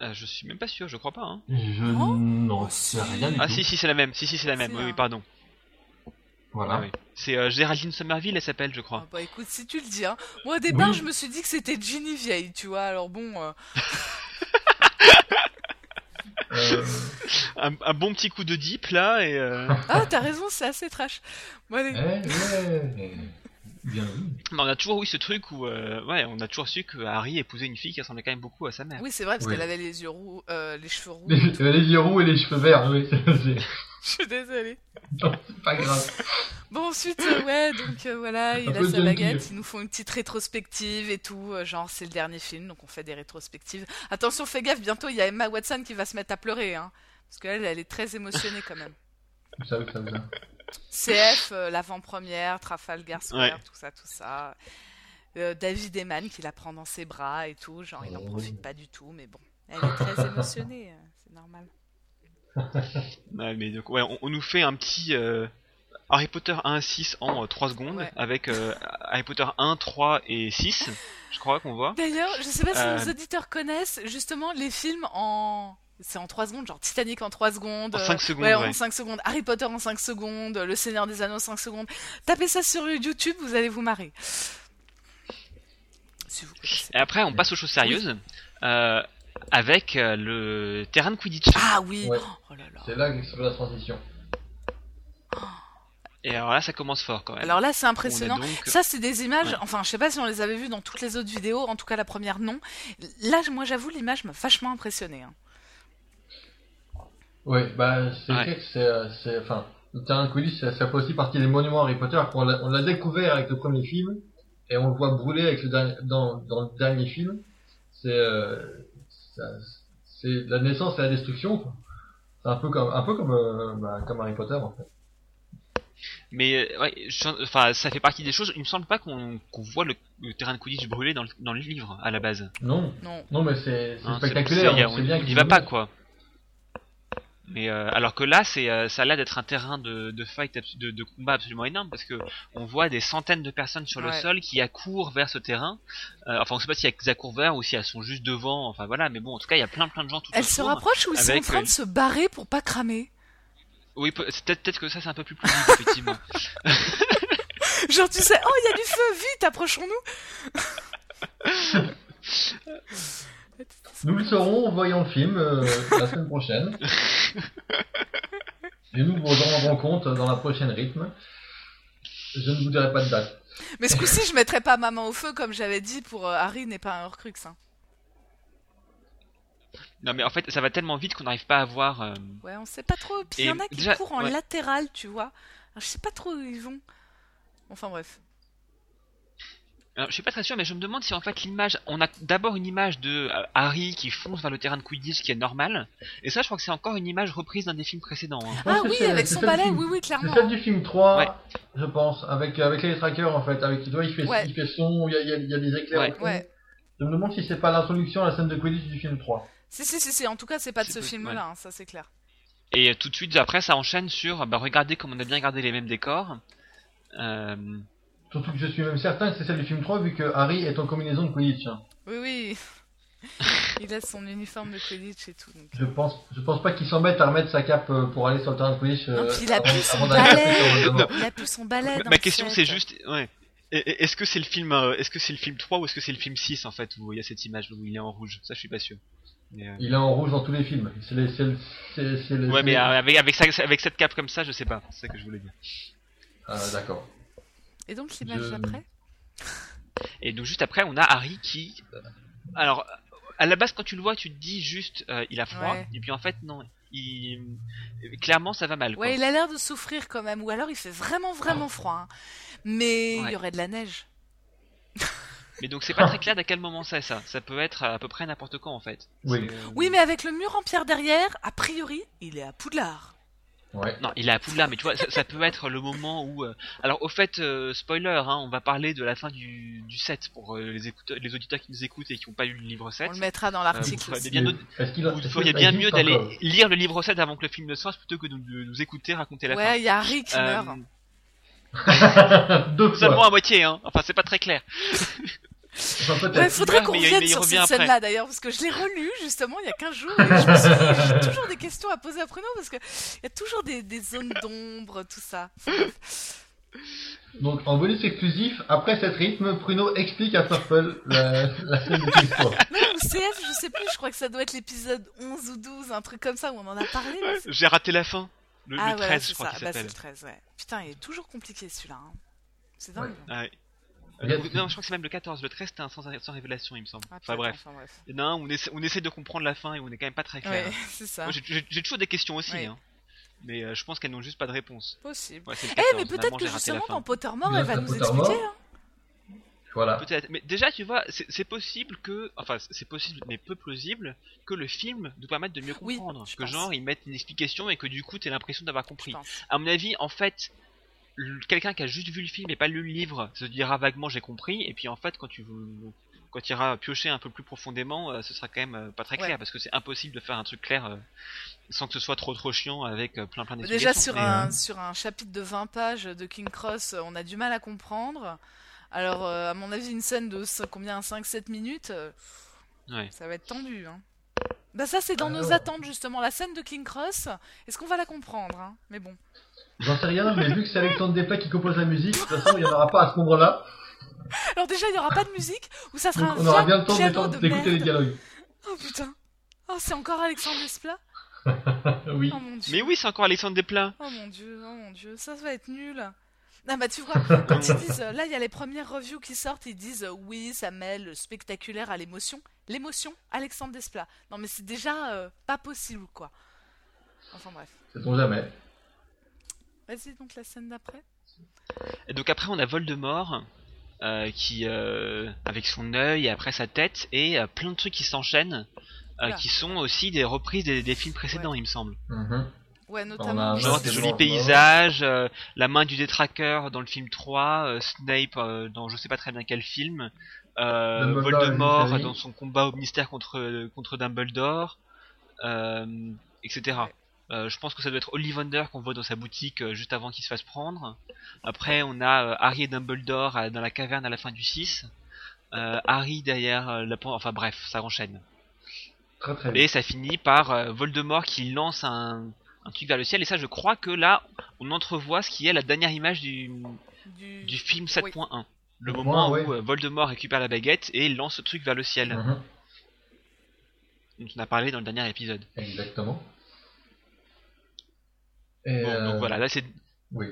[SPEAKER 3] Euh, je suis même pas sûr, je crois pas. Hein.
[SPEAKER 2] Je
[SPEAKER 4] Non.
[SPEAKER 2] n'en
[SPEAKER 4] Oh,
[SPEAKER 2] sais
[SPEAKER 4] si.
[SPEAKER 2] rien du
[SPEAKER 3] Ah
[SPEAKER 2] tout.
[SPEAKER 3] si si c'est la même, si si c'est la même,
[SPEAKER 4] C'est
[SPEAKER 3] oui,
[SPEAKER 4] la-
[SPEAKER 3] oui pardon.
[SPEAKER 2] Voilà.
[SPEAKER 3] Ah oui. C'est euh, Géraldine Somerville, elle s'appelle, je
[SPEAKER 4] Ah
[SPEAKER 3] crois.
[SPEAKER 4] Bah écoute, si tu le dis. Hein. Moi, au départ,
[SPEAKER 2] Oui.
[SPEAKER 4] je me suis dit que c'était Ginny vieille, tu vois. Alors bon. euh,
[SPEAKER 2] Euh,
[SPEAKER 3] Un, un bon petit coup de dip là et. euh,
[SPEAKER 4] Ah, t'as raison, c'est assez trash. Bon, allez.
[SPEAKER 2] eh, eh, bien vu.
[SPEAKER 3] mais on a toujours eu ce truc où, euh, ouais, on a toujours su que Harry épousait une fille qui ressemblait quand même beaucoup à sa mère.
[SPEAKER 4] Oui, c'est vrai, parce
[SPEAKER 2] Oui.
[SPEAKER 4] qu'elle avait les yeux roux, euh, les cheveux roux.
[SPEAKER 2] Les, euh, les yeux roux et les cheveux verts, oui, c'est c'est
[SPEAKER 4] Je suis désolée.
[SPEAKER 2] pas grave.
[SPEAKER 4] Bon, ensuite, euh, ouais, donc euh, voilà, il a
[SPEAKER 2] peu
[SPEAKER 4] sa
[SPEAKER 2] junkie.
[SPEAKER 4] baguette, ils nous font une petite rétrospective et tout. euh, genre, c'est le dernier film, donc on fait des rétrospectives. Attention, fais gaffe, bientôt il y a Emma Watson qui va se mettre à pleurer, hein. Parce qu'elle, elle est très émotionnée quand même.
[SPEAKER 2] Je savais que ça faisait.
[SPEAKER 4] CF, euh, l'avant-première, Trafalgar Square,
[SPEAKER 3] Ouais.
[SPEAKER 4] tout ça, tout ça. Euh, David Eman qui la prend dans ses bras et tout. Genre, il n'en
[SPEAKER 2] Oh.
[SPEAKER 4] profite pas du tout, mais bon. Elle est très émotionnée, euh, c'est normal.
[SPEAKER 3] Ouais, mais donc, ouais, on, on nous fait un petit euh, Harry Potter 1 6 en 3 secondes
[SPEAKER 4] Ouais.
[SPEAKER 3] avec euh, Harry Potter 1, 3 et 6, je crois qu'on voit.
[SPEAKER 4] D'ailleurs, je sais pas si
[SPEAKER 3] Euh,
[SPEAKER 4] nos auditeurs connaissent justement les films en. C'est en 3 secondes, genre Titanic en 3 secondes.
[SPEAKER 3] En
[SPEAKER 4] euh,
[SPEAKER 3] 5 secondes,
[SPEAKER 4] ouais,
[SPEAKER 3] ouais.
[SPEAKER 4] en 5 secondes. Harry Potter en 5 secondes. Le Seigneur des Anneaux en 5 secondes. Tapez ça sur YouTube, vous allez vous marrer. Si vous connaissez.
[SPEAKER 3] Et après, on passe aux choses sérieuses euh, avec euh, le terrain de Quidditch.
[SPEAKER 4] Ah oui
[SPEAKER 2] Ouais.
[SPEAKER 4] Oh là là.
[SPEAKER 2] C'est là que se fait la transition.
[SPEAKER 3] Et alors là, ça commence fort quand même.
[SPEAKER 4] Alors là, c'est
[SPEAKER 3] On est
[SPEAKER 4] impressionnant.
[SPEAKER 3] donc- euh,
[SPEAKER 4] Ça, c'est des images.
[SPEAKER 3] Ouais.
[SPEAKER 4] Enfin, je sais pas si on les avait vues dans toutes les autres vidéos. En tout cas, la première, non. Là, moi, j'avoue, l'image m'a vachement hein. impressionné.
[SPEAKER 2] Oui, bah, c'est
[SPEAKER 3] Ouais.
[SPEAKER 2] vrai que c'est, euh, c'est, enfin, le terrain de Quidditch, ça, ça fait aussi partie des monuments Harry Potter. qu'on l'a- On l'a découvert avec le premier film, et on le voit brûler avec le dernier, dans, dans le dernier film. C'est, euh, ça- c'est la naissance et la destruction. quoi. C'est un peu comme, un peu comme, euh, bah, comme Harry Potter, en fait.
[SPEAKER 3] Mais euh, ouais, je- enfin, ça fait partie des choses. Il me semble pas qu'on qu'on voit le, le terrain de Quidditch brûler dans le, dans le livre à la base.
[SPEAKER 2] Non.
[SPEAKER 4] Non.
[SPEAKER 2] Non, mais c'est, c'est
[SPEAKER 3] Hein, c'est-
[SPEAKER 2] spectaculaire.
[SPEAKER 3] c'est- y a-
[SPEAKER 2] on
[SPEAKER 3] on,
[SPEAKER 2] sait bien
[SPEAKER 3] on y
[SPEAKER 2] qu'il
[SPEAKER 3] va
[SPEAKER 2] brûle.
[SPEAKER 3] pas quoi. Mais euh, alors que là, c'est euh, ça a l'air d'être un terrain de, de fight, abs- de, de combat absolument énorme parce que on voit des centaines de personnes sur le
[SPEAKER 4] Ouais.
[SPEAKER 3] sol qui accourent vers ce terrain. Euh, enfin, on sait pas si elles accourent vers ou si elles sont juste devant. Enfin voilà, mais bon, en tout cas, il y a plein plein de gens tout
[SPEAKER 4] Elle se
[SPEAKER 3] autour.
[SPEAKER 4] rapproche ou ils sont en
[SPEAKER 3] Avec euh,
[SPEAKER 4] train
[SPEAKER 3] une-
[SPEAKER 4] de se barrer pour pas cramer
[SPEAKER 3] Oui, peut- c'est peut-être peut-être que ça c'est un peu plus plus vite, effectivement.
[SPEAKER 4] Genre, tu sais, oh, il y a du feu, vite, approchons-nous.
[SPEAKER 2] Nous le saurons en voyant le film euh, la semaine prochaine. Et nous vous en rendrons compte dans la prochaine rythme. Je ne vous dirai pas de date.
[SPEAKER 4] Mais ce coup-ci, je mettrai pas maman au feu, comme j'avais dit pour euh, Harry n'est pas un Horcrux. Hein.
[SPEAKER 3] non, mais en fait, ça va tellement vite qu'on n'arrive pas à voir. euh,
[SPEAKER 4] Ouais, on sait pas trop. Puis il y
[SPEAKER 3] Et
[SPEAKER 4] en a qui
[SPEAKER 3] déjà-
[SPEAKER 4] courent en
[SPEAKER 3] ouais.
[SPEAKER 4] Ah, latéral, tu vois. Alors, je sais pas trop où ils vont. Enfin, bref.
[SPEAKER 3] Alors, je suis pas très sûr, mais je me demande si en fait l'image, on a d'abord une image de euh, Harry qui fonce vers le terrain de Quidditch qui est normal, et ça je crois que c'est encore une image reprise d'un des films précédents. hein.
[SPEAKER 4] Ah
[SPEAKER 2] c'est
[SPEAKER 4] oui,
[SPEAKER 2] celle-
[SPEAKER 4] avec
[SPEAKER 2] c'est
[SPEAKER 4] son
[SPEAKER 2] celle du
[SPEAKER 4] balai,
[SPEAKER 2] film.
[SPEAKER 4] oui, oui,
[SPEAKER 2] C'est
[SPEAKER 4] clairement.
[SPEAKER 2] celle du film 3,
[SPEAKER 3] Ouais.
[SPEAKER 2] je pense, avec, euh, avec les trackers en fait, avec toi il fait,
[SPEAKER 4] Ouais.
[SPEAKER 2] il fait son, il y a, il y a- il y a des éclairs.
[SPEAKER 3] Ouais.
[SPEAKER 2] au fond.
[SPEAKER 4] Ouais.
[SPEAKER 2] Je me demande si c'est pas l'introduction à la scène de Quidditch du film 3.
[SPEAKER 4] Si, si, si, si, en tout cas, c'est pas de
[SPEAKER 3] C'est
[SPEAKER 4] ce
[SPEAKER 3] possible,
[SPEAKER 4] film-là, hein, ça c'est clair.
[SPEAKER 3] Et euh, tout de suite après, ça enchaîne sur, bah regardez comme on a bien gardé les mêmes décors. Euh,
[SPEAKER 2] Surtout que je suis même certain que c'est celle du film 3 vu que Harry est en combinaison de Quidditch. hein.
[SPEAKER 4] Oui, oui. Il a son uniforme de Quidditch et tout. donc.
[SPEAKER 2] Je pense, je pense pas qu'il s'embête à remettre sa cape euh, pour aller sur le terrain de Quidditch. euh,
[SPEAKER 4] Non, puis il a
[SPEAKER 2] avant-
[SPEAKER 4] plus son
[SPEAKER 2] avant d'aller
[SPEAKER 4] balai.
[SPEAKER 2] faire le-
[SPEAKER 4] Il a plus son balai.
[SPEAKER 3] ma-
[SPEAKER 4] dans
[SPEAKER 3] ma
[SPEAKER 4] le
[SPEAKER 3] question
[SPEAKER 4] set.
[SPEAKER 3] c'est juste, ouais. Et- et- Est-ce que c'est le film, euh, est-ce que c'est le film 3 ou est-ce que c'est le film 6 en fait où il y a cette image où il est en rouge Ça je suis pas sûr. Mais, euh,
[SPEAKER 2] Il est en rouge dans tous les films. C'est les, c'est le- c'est- c'est le-
[SPEAKER 3] Ouais, mais
[SPEAKER 2] c'est-
[SPEAKER 3] euh, avec avec, ça- avec cette cape comme ça, je sais pas. C'est ça que je voulais dire.
[SPEAKER 2] Ah, d'accord.
[SPEAKER 4] Et donc l'image
[SPEAKER 2] Je-
[SPEAKER 4] d'après
[SPEAKER 3] Et donc juste après, on a Harry qui... euh, Alors, à la base, quand tu le vois, tu te dis juste, euh, il a froid.
[SPEAKER 4] Ouais.
[SPEAKER 3] Et puis en fait, non. Il... euh, Clairement, ça va mal. Quoi.
[SPEAKER 4] Ouais, il a l'air de souffrir quand même. Ou alors il fait vraiment, vraiment froid. hein. Mais il
[SPEAKER 3] Ah. Ouais. Mm.
[SPEAKER 4] y aurait de la neige.
[SPEAKER 3] Mais donc, c'est pas très clair d'à quel moment c'est ça. Ça peut être à peu près n'importe quand, en fait.
[SPEAKER 2] Oui.
[SPEAKER 3] C'est, euh,
[SPEAKER 4] Oui, mais avec le mur en pierre derrière, a priori, il est à Poudlard.
[SPEAKER 2] Ouais.
[SPEAKER 3] Non, il est à Poudlard, mais tu vois, ça, ça peut être le moment où... euh, Alors, au fait, euh, spoiler, hein, on va parler de la fin du, du set pour euh, les, écouteurs, les auditeurs qui nous écoutent et qui n'ont pas lu le livre 7.
[SPEAKER 4] On le mettra dans
[SPEAKER 3] Euh,
[SPEAKER 4] l'article
[SPEAKER 3] vous
[SPEAKER 4] aussi.
[SPEAKER 3] bien
[SPEAKER 2] Mais
[SPEAKER 3] d'autres-
[SPEAKER 2] Est-ce qu'il
[SPEAKER 3] Où Il faudrait bien mieux d'aller lire le livre 7 avant que le film ne sorte plutôt que de, de nous écouter raconter la
[SPEAKER 4] Ouais, il y a Harry qui
[SPEAKER 3] fin. Euh,
[SPEAKER 4] meurt.
[SPEAKER 2] Deux fois.
[SPEAKER 3] seulement à moitié, hein. Enfin, c'est pas très clair.
[SPEAKER 2] Enfin, peut-être.
[SPEAKER 4] Ouais, faudrait
[SPEAKER 3] meurt,
[SPEAKER 4] qu'on
[SPEAKER 3] mais il- mais
[SPEAKER 4] revienne
[SPEAKER 3] il
[SPEAKER 4] sur
[SPEAKER 3] revient
[SPEAKER 4] cette
[SPEAKER 3] après.
[SPEAKER 4] scène-là d'ailleurs, parce que je l'ai relu justement il y a 15 jours. Et je me suis dit, j'ai toujours des questions à poser à Bruno parce qu'il y a toujours des, des zones d'ombre, tout ça.
[SPEAKER 2] Donc, en bonus exclusif, après cet rythme, Pruno explique à Purple la, la scène de film 3.
[SPEAKER 4] Même au CF, je sais plus, je crois que ça doit être l'épisode 11 ou 12, un truc comme ça où on en a parlé. mais c'est-
[SPEAKER 3] J'ai raté la fin. Le,
[SPEAKER 4] ah
[SPEAKER 3] le 13,
[SPEAKER 4] voilà,
[SPEAKER 3] je
[SPEAKER 4] c'est
[SPEAKER 3] crois
[SPEAKER 4] ça,
[SPEAKER 3] qu'il
[SPEAKER 4] Bah, c'est
[SPEAKER 3] s'appelle.
[SPEAKER 4] le 13, ouais. Putain, il est toujours compliqué celui-là. hein. C'est dingue.
[SPEAKER 2] Ouais.
[SPEAKER 3] Ouais.
[SPEAKER 2] Regarde,
[SPEAKER 3] Euh, non, je crois que c'est même le 14. Le 13, c'était un sans, sans révélation, il me semble.
[SPEAKER 4] Ah,
[SPEAKER 3] enfin,
[SPEAKER 4] putain,
[SPEAKER 3] bref.
[SPEAKER 4] enfin, bref.
[SPEAKER 3] Il y en a un où on essaie, on essaie de comprendre la fin et on est quand même pas très clair.
[SPEAKER 4] Ouais, c'est ça.
[SPEAKER 3] Moi, j'ai- j'ai j'ai toujours des questions aussi,
[SPEAKER 4] Ouais.
[SPEAKER 3] hein. Mais euh, je pense qu'elles n'ont juste pas de réponse.
[SPEAKER 4] Possible.
[SPEAKER 3] Ouais, c'est le
[SPEAKER 4] Eh,
[SPEAKER 3] 14,
[SPEAKER 4] mais
[SPEAKER 3] maman,
[SPEAKER 4] peut-être
[SPEAKER 3] j'ai
[SPEAKER 4] que
[SPEAKER 3] raté la
[SPEAKER 4] justement
[SPEAKER 3] fin.
[SPEAKER 4] dans Pottermore,
[SPEAKER 2] Bien
[SPEAKER 4] elle va
[SPEAKER 2] sûr,
[SPEAKER 4] nous
[SPEAKER 2] Pottermore.
[SPEAKER 4] expliquer. hein.
[SPEAKER 2] Voilà.
[SPEAKER 3] Peut-être, mais déjà, tu vois, c'est c'est possible que, enfin, c'est possible, mais peu plausible, que le film nous permette de mieux
[SPEAKER 4] Oui,
[SPEAKER 3] comprendre.
[SPEAKER 4] je
[SPEAKER 3] que
[SPEAKER 4] pense.
[SPEAKER 3] genre, ils mettent une explication et que du coup, t'aies l'impression d'avoir
[SPEAKER 4] Je
[SPEAKER 3] compris.
[SPEAKER 4] pense.
[SPEAKER 3] À mon avis, en fait, le- quelqu'un qui a juste vu le film et pas lu le livre se dira vaguement j'ai compris, et puis en fait, quand tu veux- quand tu iras piocher un peu plus profondément, euh, ce sera quand même euh, pas très
[SPEAKER 4] Ouais.
[SPEAKER 3] clair parce que c'est impossible de faire un truc clair euh, sans que ce soit trop trop chiant avec euh, plein plein d'explications.
[SPEAKER 4] Déjà sur
[SPEAKER 3] Mais,
[SPEAKER 4] un, sur un chapitre de 20 pages de King Cross, on a du mal à comprendre. Alors, euh, à mon avis, une scène de cin- combien 5-7 minutes, euh,
[SPEAKER 3] Ouais.
[SPEAKER 4] ça va être tendu. hein. Bah ça, c'est dans nos
[SPEAKER 2] Alors.
[SPEAKER 4] attentes, justement. La scène de King Cross, est-ce qu'on va la comprendre hein Mais bon.
[SPEAKER 2] J'en sais rien, mais vu que c'est Alexandre Desplat qui compose la musique, de toute façon, il n'y en aura pas à ce moment-là.
[SPEAKER 4] Alors déjà, il n'y aura pas de musique, ou ça sera
[SPEAKER 2] Donc,
[SPEAKER 4] un
[SPEAKER 2] on aura
[SPEAKER 4] vieux
[SPEAKER 2] bien le temps
[SPEAKER 4] piano
[SPEAKER 2] d'étendre-
[SPEAKER 4] Ah, de
[SPEAKER 2] d'écouter les
[SPEAKER 4] merde.
[SPEAKER 2] dialogues.
[SPEAKER 4] oh putain Oh, c'est encore Alexandre Desplat
[SPEAKER 2] Oui.
[SPEAKER 4] Oh mon dieu
[SPEAKER 3] mais oui, c'est encore Alexandre Desplat.
[SPEAKER 4] Oh mon dieu, oh mon dieu, ça, ça va être nul. Ah bah tu vois, quand ils disent, euh, là il y a les premières reviews qui sortent, ils disent euh, oui, ça mêle le spectaculaire à l'émotion. L'émotion, Alexandre Desplat. Non mais c'est déjà euh, pas possible quoi. Enfin bref.
[SPEAKER 2] Sait-on jamais.
[SPEAKER 4] Vas-y donc la scène d'après.
[SPEAKER 3] Et donc après, on a Voldemort euh, qui, euh, avec son œil et après sa tête et euh, plein de trucs qui s'enchaînent, euh,
[SPEAKER 4] Oula.
[SPEAKER 3] qui sont aussi des reprises des, des films précédents, il me semble.
[SPEAKER 2] Mhm.
[SPEAKER 4] Ouais,
[SPEAKER 2] a
[SPEAKER 4] notamment.
[SPEAKER 2] un
[SPEAKER 4] je
[SPEAKER 3] Genre
[SPEAKER 4] sais
[SPEAKER 3] des
[SPEAKER 2] c'est
[SPEAKER 3] jolis
[SPEAKER 2] bon.
[SPEAKER 3] paysages, euh, la main du détraqueur dans le film 3, euh, Snape euh, dans je sais pas très bien quel film, euh,
[SPEAKER 2] Dumbledore et
[SPEAKER 3] Voldemort
[SPEAKER 2] Harry.
[SPEAKER 3] dans son combat au mystère contre, euh, contre Dumbledore, euh, etc.
[SPEAKER 4] Ouais.
[SPEAKER 3] Euh, je pense que ça doit être Ollivander qu'on voit dans sa boutique euh, juste avant qu'il se fasse prendre. Après, on a euh, Harry et Dumbledore euh, dans la caverne à la fin du 6. Euh, Harry derrière euh, la pan- Enfin bref, ça enchaîne.
[SPEAKER 2] Très très bien.
[SPEAKER 3] Et ça finit par euh, Voldemort qui lance un, un truc vers le ciel. Et ça, je crois que là, on entrevoit ce qui est la dernière image du,
[SPEAKER 4] du-
[SPEAKER 3] du film 7.1. Le
[SPEAKER 2] Oui.
[SPEAKER 3] moment
[SPEAKER 2] Ouais,
[SPEAKER 3] où euh, Voldemort récupère la baguette et lance ce truc vers le ciel.
[SPEAKER 2] Mhm.
[SPEAKER 3] Dont on a parlé dans le dernier épisode.
[SPEAKER 2] Exactement. Et
[SPEAKER 3] Bon,
[SPEAKER 2] euh,
[SPEAKER 3] donc voilà, là c'est.
[SPEAKER 2] Oui.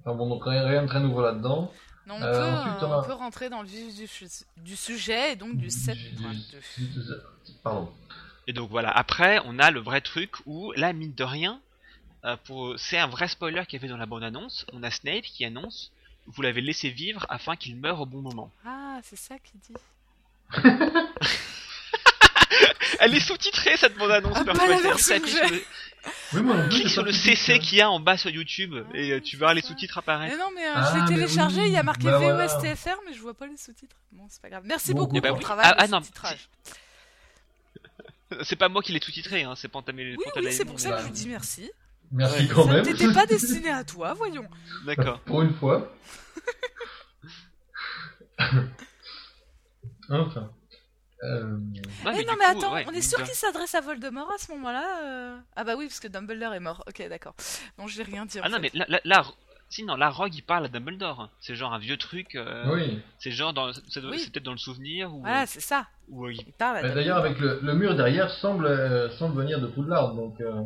[SPEAKER 2] Enfin bon, donc rien, rien de très nouveau là-dedans.
[SPEAKER 4] Non, on,
[SPEAKER 2] Euh,
[SPEAKER 4] peut,
[SPEAKER 2] ensuite,
[SPEAKER 4] euh,
[SPEAKER 2] on a-
[SPEAKER 4] on peut rentrer dans le vif du, su- du sujet et donc du 7.2.
[SPEAKER 2] Pardon.
[SPEAKER 3] Et donc voilà, après, on a le vrai truc où, là, mine de rien, euh, pour... c'est un vrai spoiler qu'il y avait dans la bande-annonce. On a Snape qui annonce vous l'avez laissé vivre afin qu'il meure au bon moment.
[SPEAKER 4] Ah, c'est ça qu'il dit.
[SPEAKER 3] Elle est sous-titrée cette bande-annonce
[SPEAKER 4] Ah,
[SPEAKER 3] par
[SPEAKER 4] pas
[SPEAKER 3] contre.
[SPEAKER 4] la version
[SPEAKER 3] Ça,
[SPEAKER 4] que
[SPEAKER 3] clique
[SPEAKER 4] j'ai.
[SPEAKER 3] sur le-
[SPEAKER 2] Oui, moi non plus,
[SPEAKER 3] Clique
[SPEAKER 2] j'ai
[SPEAKER 3] sur
[SPEAKER 2] pas
[SPEAKER 3] le
[SPEAKER 2] fait
[SPEAKER 3] CC
[SPEAKER 2] ça.
[SPEAKER 3] qu'il y a en bas sur YouTube
[SPEAKER 4] Ah,
[SPEAKER 3] et euh, tu verras les sous-titres apparaître.
[SPEAKER 4] Mais non, mais euh,
[SPEAKER 2] Ah,
[SPEAKER 4] je l'ai
[SPEAKER 2] mais
[SPEAKER 4] téléchargé,
[SPEAKER 2] oui.
[SPEAKER 4] il y a marqué
[SPEAKER 2] Bah voilà.
[SPEAKER 4] VOSTFR, mais je vois pas les sous-titres. Bon, c'est pas grave. Merci
[SPEAKER 2] Bon,
[SPEAKER 4] beaucoup
[SPEAKER 2] bon,
[SPEAKER 4] pour
[SPEAKER 2] bah
[SPEAKER 4] le
[SPEAKER 2] oui.
[SPEAKER 4] travail
[SPEAKER 3] Ah,
[SPEAKER 4] de
[SPEAKER 3] ah, non,
[SPEAKER 4] sous-titrage.
[SPEAKER 3] C'est pas moi qui l'ai sous-titré, hein, c'est Pantamé.
[SPEAKER 4] Ah Oui, oui, c'est pour ça que je vous dis merci.
[SPEAKER 2] Merci
[SPEAKER 3] Ouais.
[SPEAKER 2] quand
[SPEAKER 4] ça
[SPEAKER 2] même.
[SPEAKER 4] n'était pas destiné à toi, voyons.
[SPEAKER 3] D'accord.
[SPEAKER 2] Pour une fois. enfin. Euh,
[SPEAKER 3] Ouais,
[SPEAKER 4] Eh non,
[SPEAKER 3] Ah, du
[SPEAKER 4] mais
[SPEAKER 3] coup, hein.
[SPEAKER 4] attends,
[SPEAKER 3] ouais, euh,
[SPEAKER 4] on est sûr
[SPEAKER 3] bizarre.
[SPEAKER 4] qu'il s'adresse à Voldemort à ce moment-là euh Ah bah oui, parce que Dumbledore est mort. Ok, d'accord. Non, j'ai rien dit. en
[SPEAKER 3] Ah non,
[SPEAKER 4] fait.
[SPEAKER 3] mais là, là, là, si, non, là, Rogue il parle à Dumbledore. C'est genre un vieux truc. euh,
[SPEAKER 2] Ah oui.
[SPEAKER 3] C'est genre dans. ça doit-
[SPEAKER 4] Oui.
[SPEAKER 3] C'est peut-être dans le souvenir ou.
[SPEAKER 4] Voilà, c'est ça.
[SPEAKER 3] ou, euh, il-
[SPEAKER 4] Il parle à
[SPEAKER 2] Bah, D'ailleurs, avec le, le mur derrière, semble, euh, semble venir de Poudlard, donc... euh,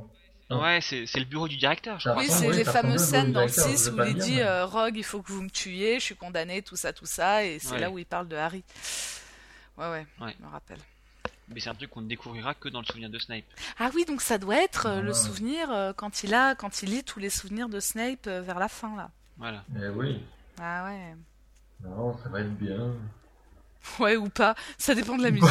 [SPEAKER 2] Ah.
[SPEAKER 3] Ouais, c'est c'est le bureau du directeur, je
[SPEAKER 2] Ça
[SPEAKER 3] crois.
[SPEAKER 4] Oui,
[SPEAKER 2] ressemble,
[SPEAKER 4] c'est
[SPEAKER 2] oui,
[SPEAKER 4] les
[SPEAKER 2] ça ressemble
[SPEAKER 4] fameuses
[SPEAKER 2] au
[SPEAKER 4] scènes dans le
[SPEAKER 2] directeur,
[SPEAKER 4] 6
[SPEAKER 2] je
[SPEAKER 4] où
[SPEAKER 2] vais pas
[SPEAKER 4] il
[SPEAKER 2] le
[SPEAKER 4] dit
[SPEAKER 2] dire, mais-
[SPEAKER 4] euh, Rogue, il faut que vous me tuiez, je suis condamné, tout ça, tout ça, et c'est
[SPEAKER 3] Ouais.
[SPEAKER 4] là où il parle de Harry. Ouais, ouais,
[SPEAKER 3] Ouais.
[SPEAKER 4] je me rappelle.
[SPEAKER 3] Mais c'est un truc qu'on ne découvrira que dans le souvenir de Snape.
[SPEAKER 4] Ah oui, donc ça doit être euh, le
[SPEAKER 2] Ah.
[SPEAKER 4] souvenir euh, quand il a, quand il lit tous les souvenirs de Snape euh, vers la fin, là.
[SPEAKER 3] Voilà.
[SPEAKER 2] Eh oui.
[SPEAKER 4] Ah ouais.
[SPEAKER 2] Non, ça va être bien.
[SPEAKER 4] Ouais ou pas, ça dépend de la
[SPEAKER 2] Ou
[SPEAKER 4] musique.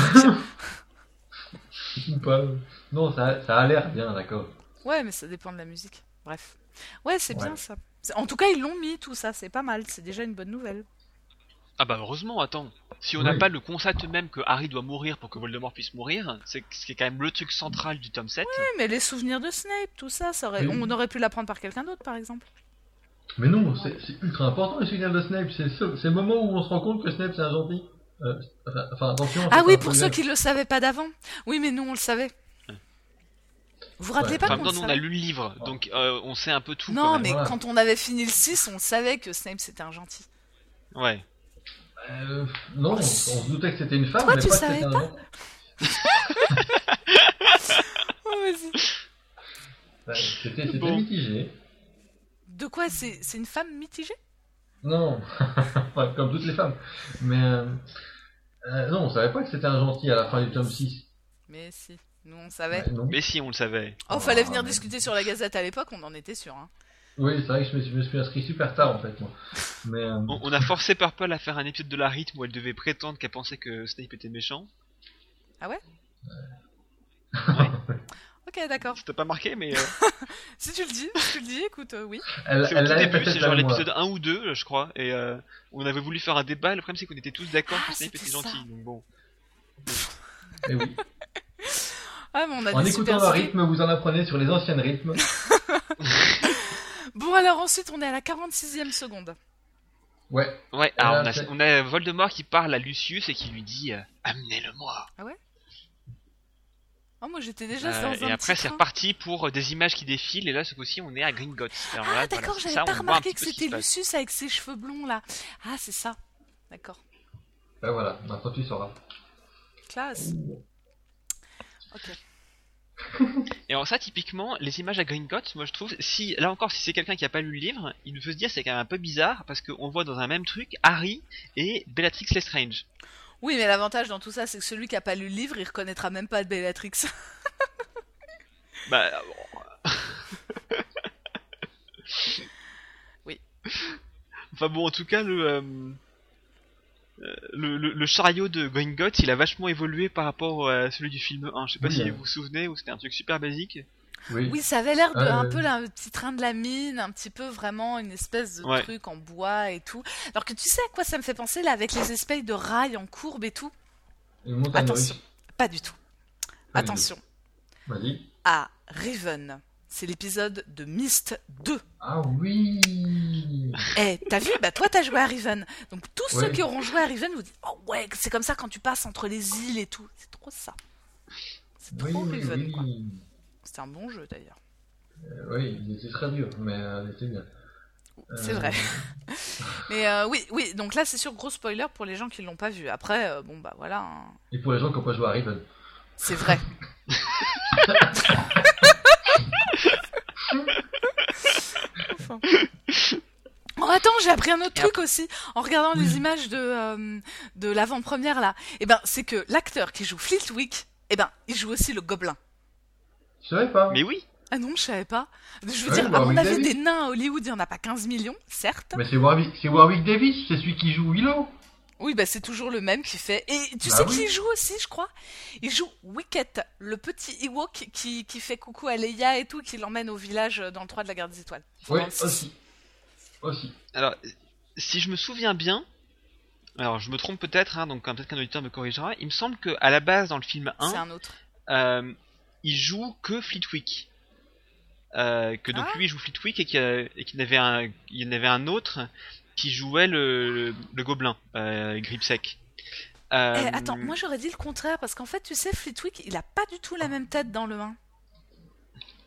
[SPEAKER 2] Ou pas. Non, ça, ça a l'air bien, d'accord.
[SPEAKER 4] Ouais, mais ça dépend de la musique. Bref. Ouais, c'est
[SPEAKER 2] Ouais.
[SPEAKER 4] bien ça. C'est- En tout cas, ils l'ont mis tout ça, c'est pas mal, c'est déjà une bonne nouvelle.
[SPEAKER 3] Ah bah heureusement, attends. Si on n'a
[SPEAKER 2] Oui.
[SPEAKER 3] pas le concept même que Harry doit mourir pour que Voldemort puisse mourir, c'est ce qui est quand même le truc central du tome 7.
[SPEAKER 4] Ouais, mais les souvenirs de Snape, tout ça, ça aurait-
[SPEAKER 2] Oui.
[SPEAKER 4] on aurait pu l'apprendre par quelqu'un d'autre, par exemple.
[SPEAKER 2] Mais non, c'est c'est ultra important le signal de Snape. C'est ce- c'est le moment où on se rend compte que Snape c'est un gentil. Euh, enfin, enfin, attention.
[SPEAKER 4] Ah
[SPEAKER 2] c'est
[SPEAKER 4] oui,
[SPEAKER 2] pas
[SPEAKER 4] pour
[SPEAKER 2] un
[SPEAKER 4] ceux
[SPEAKER 2] problème.
[SPEAKER 4] qui le savaient pas d'avant. Oui, mais nous, on le savait. Vous vous
[SPEAKER 2] Ouais.
[SPEAKER 4] rappelez pas
[SPEAKER 3] Enfin,
[SPEAKER 4] qu'on
[SPEAKER 3] maintenant, nous,
[SPEAKER 4] le
[SPEAKER 3] on a
[SPEAKER 4] savait
[SPEAKER 3] lu le livre, donc euh, on sait un peu tout.
[SPEAKER 4] Non,
[SPEAKER 3] quand même.
[SPEAKER 4] mais
[SPEAKER 2] Voilà.
[SPEAKER 4] quand on avait fini le 6, on savait que Snape, c'était un gentil.
[SPEAKER 3] Ouais.
[SPEAKER 2] Euh, non, on, on se doutait que c'était une femme,
[SPEAKER 4] Pourquoi
[SPEAKER 2] mais
[SPEAKER 4] tu
[SPEAKER 2] pas que
[SPEAKER 4] savais
[SPEAKER 2] c'était un
[SPEAKER 4] pas
[SPEAKER 2] gentil.
[SPEAKER 4] Oh, vas-y.
[SPEAKER 2] Ouais, Bah, C'était c'était
[SPEAKER 3] Bon.
[SPEAKER 2] mitigé.
[SPEAKER 4] De quoi C'est c'est une femme mitigée
[SPEAKER 2] Non, Enfin, comme toutes les femmes. Mais euh, euh, non, on savait pas que c'était un gentil à la fin du tome 6.
[SPEAKER 4] Mais si, nous, on savait.
[SPEAKER 2] non.
[SPEAKER 3] Mais si, on le savait.
[SPEAKER 4] Oh, fallait
[SPEAKER 2] Ah,
[SPEAKER 4] venir
[SPEAKER 2] mais-
[SPEAKER 4] discuter sur la Gazette à l'époque, on en était sûr. Hein.
[SPEAKER 2] Oui, c'est vrai que je me, suis, je me suis inscrit super tard en fait. Moi. Mais euh,
[SPEAKER 3] On, on a forcé Purple à faire un épisode de la rythme où elle devait prétendre qu'elle pensait que Snape était méchant.
[SPEAKER 4] Ok, d'accord.
[SPEAKER 3] Ça t'a pas marqué, mais euh,
[SPEAKER 4] Si tu le dis, si tu le dis, écoute, euh, oui.
[SPEAKER 2] elle
[SPEAKER 3] c'est au
[SPEAKER 2] elle
[SPEAKER 3] tout
[SPEAKER 2] l'avait
[SPEAKER 3] début,
[SPEAKER 2] peut-être
[SPEAKER 3] c'est genre
[SPEAKER 2] avec moi.
[SPEAKER 3] l'épisode 1 ou 2, je crois. Et euh, on avait voulu faire un débat, le problème c'est qu'on était tous d'accord
[SPEAKER 4] Ah,
[SPEAKER 3] que Snape était
[SPEAKER 4] c'était ça.
[SPEAKER 3] gentil. Donc bon.
[SPEAKER 2] Eh oui.
[SPEAKER 4] Ah, mais on a
[SPEAKER 2] En
[SPEAKER 4] des
[SPEAKER 2] écoutant
[SPEAKER 4] super
[SPEAKER 2] le
[SPEAKER 4] idées.
[SPEAKER 2] rythme, vous en apprenez sur les anciennes rythmes.
[SPEAKER 4] Bon, alors ensuite, on est à la 46e seconde.
[SPEAKER 2] Ouais.
[SPEAKER 3] Ouais,
[SPEAKER 2] Ah,
[SPEAKER 3] alors on a,
[SPEAKER 2] c'est-
[SPEAKER 3] on a Voldemort qui parle à Lucius et qui lui dit euh, Amenez-le-moi.
[SPEAKER 4] Oh, moi, j'étais déjà
[SPEAKER 3] Euh,
[SPEAKER 4] dans un
[SPEAKER 3] et après,
[SPEAKER 4] petit
[SPEAKER 3] c'est
[SPEAKER 4] train.
[SPEAKER 3] reparti pour euh, des images qui défilent. Et là, ce coup-ci, on est à Gringotts. Alors là,
[SPEAKER 4] Ah,
[SPEAKER 3] voilà,
[SPEAKER 4] d'accord,
[SPEAKER 3] c'est
[SPEAKER 4] j'avais
[SPEAKER 3] ça,
[SPEAKER 4] pas
[SPEAKER 3] on voit un
[SPEAKER 4] remarqué
[SPEAKER 3] petit
[SPEAKER 4] que
[SPEAKER 3] peu ce qui
[SPEAKER 4] c'était
[SPEAKER 3] se passe.
[SPEAKER 4] Lucius avec ses cheveux blonds là. Ah, c'est ça. D'accord.
[SPEAKER 2] Ben voilà, maintenant tu sauras.
[SPEAKER 4] Classe. Ok.
[SPEAKER 3] Et alors ça, typiquement, les images à Gringotts, moi je trouve, si là encore, si c'est quelqu'un qui a pas lu le livre, il veut se dire c'est quand même un peu bizarre parce qu'on voit dans un même truc Harry et Bellatrix Lestrange.
[SPEAKER 4] Oui, mais l'avantage dans tout ça, c'est que celui qui a pas lu le livre, il reconnaîtra même pas Bellatrix.
[SPEAKER 3] Bah euh, bon.
[SPEAKER 4] Oui.
[SPEAKER 3] Enfin bon, en tout cas, le euh, euh, le, le- le chariot de Gringotts, il a vachement évolué par rapport à celui du film 1. Je sais pas
[SPEAKER 2] Oui,
[SPEAKER 3] si
[SPEAKER 2] hein.
[SPEAKER 3] vous vous souvenez ou c'était un truc super basique.
[SPEAKER 2] Oui.
[SPEAKER 4] Oui, ça avait l'air de
[SPEAKER 2] Ah,
[SPEAKER 4] un
[SPEAKER 2] ouais.
[SPEAKER 4] peu là, un petit train de la mine, un petit peu vraiment une espèce de
[SPEAKER 3] Ouais.
[SPEAKER 4] truc en bois et tout. Alors que tu sais à quoi ça me fait penser là, avec les espèces de rails en courbe et tout
[SPEAKER 2] Une montagne
[SPEAKER 4] Attention.
[SPEAKER 2] russe.
[SPEAKER 4] Pas du tout.
[SPEAKER 2] Pas du
[SPEAKER 4] Attention.
[SPEAKER 2] Vas-y.
[SPEAKER 4] À Riven. C'est l'épisode de Myst 2.
[SPEAKER 2] Ah oui
[SPEAKER 4] Eh, t'as vu Bah toi, t'as joué à Riven. Donc tous ceux
[SPEAKER 2] Ouais.
[SPEAKER 4] qui auront joué à Riven vous disent « Oh ouais, c'est comme ça quand tu passes entre les îles et tout. » C'est trop ça. C'est
[SPEAKER 2] Oui,
[SPEAKER 4] trop
[SPEAKER 2] oui,
[SPEAKER 4] Riven,
[SPEAKER 2] oui.
[SPEAKER 4] quoi. C'est un bon jeu, d'ailleurs.
[SPEAKER 2] Euh, oui, il était très dur, mais euh, il était bien.
[SPEAKER 4] C'est
[SPEAKER 2] Euh,
[SPEAKER 4] vrai. Mais euh, oui, oui, donc là, c'est sûr, gros spoiler pour les gens qui l'ont pas vu. Après, euh, bon, bah voilà, hein.
[SPEAKER 2] Et pour les gens qui n'ont pas joué à Riven.
[SPEAKER 4] c'est vrai. Enfin. Oh, attends, j'ai appris un autre truc aussi en regardant les images de, euh, de l'avant-première là. Eh ben, c'est que l'acteur qui joue Flitwick, eh ben, il joue aussi le gobelin.
[SPEAKER 2] Je savais pas.
[SPEAKER 3] Mais oui,
[SPEAKER 4] Ah non, je savais pas. Je veux
[SPEAKER 2] Ouais,
[SPEAKER 4] dire, à
[SPEAKER 2] Warwick
[SPEAKER 4] mon avis,
[SPEAKER 2] Davis.
[SPEAKER 4] des nains à Hollywood, il n'y en a pas 15 millions, certes.
[SPEAKER 2] Mais c'est Warwick, c'est Warwick Davis, c'est celui qui joue Willow.
[SPEAKER 4] Oui, bah c'est toujours le même qui fait. Et tu
[SPEAKER 2] Bah
[SPEAKER 4] sais
[SPEAKER 2] oui.
[SPEAKER 4] qui joue aussi, je crois Il joue Wicket, le petit Ewok qui, qui fait coucou à Leia et tout, qui l'emmène au village euh, dans le 3 de la Garde des Étoiles. Enfin,
[SPEAKER 2] Oui,
[SPEAKER 4] dans le six.
[SPEAKER 2] aussi. Aussi.
[SPEAKER 3] Alors, si je me souviens bien, alors je me trompe peut-être, hein, donc hein, peut-être qu'un auditeur me corrigera. Il me semble que à la base, dans le film 1,
[SPEAKER 4] C'est un autre.
[SPEAKER 3] euh, il joue que Fleetwick. Euh, que donc
[SPEAKER 4] Ah.
[SPEAKER 3] lui il joue Fleetwick et qu'il y a- et qu'il y en avait un, il y en avait un autre qui jouait le, le, le gobelin, euh, Gripsec. Euh,
[SPEAKER 4] Eh, attends, moi j'aurais dit le contraire, parce qu'en fait, tu sais, Fleetwick, il a pas du tout la même tête dans le 1.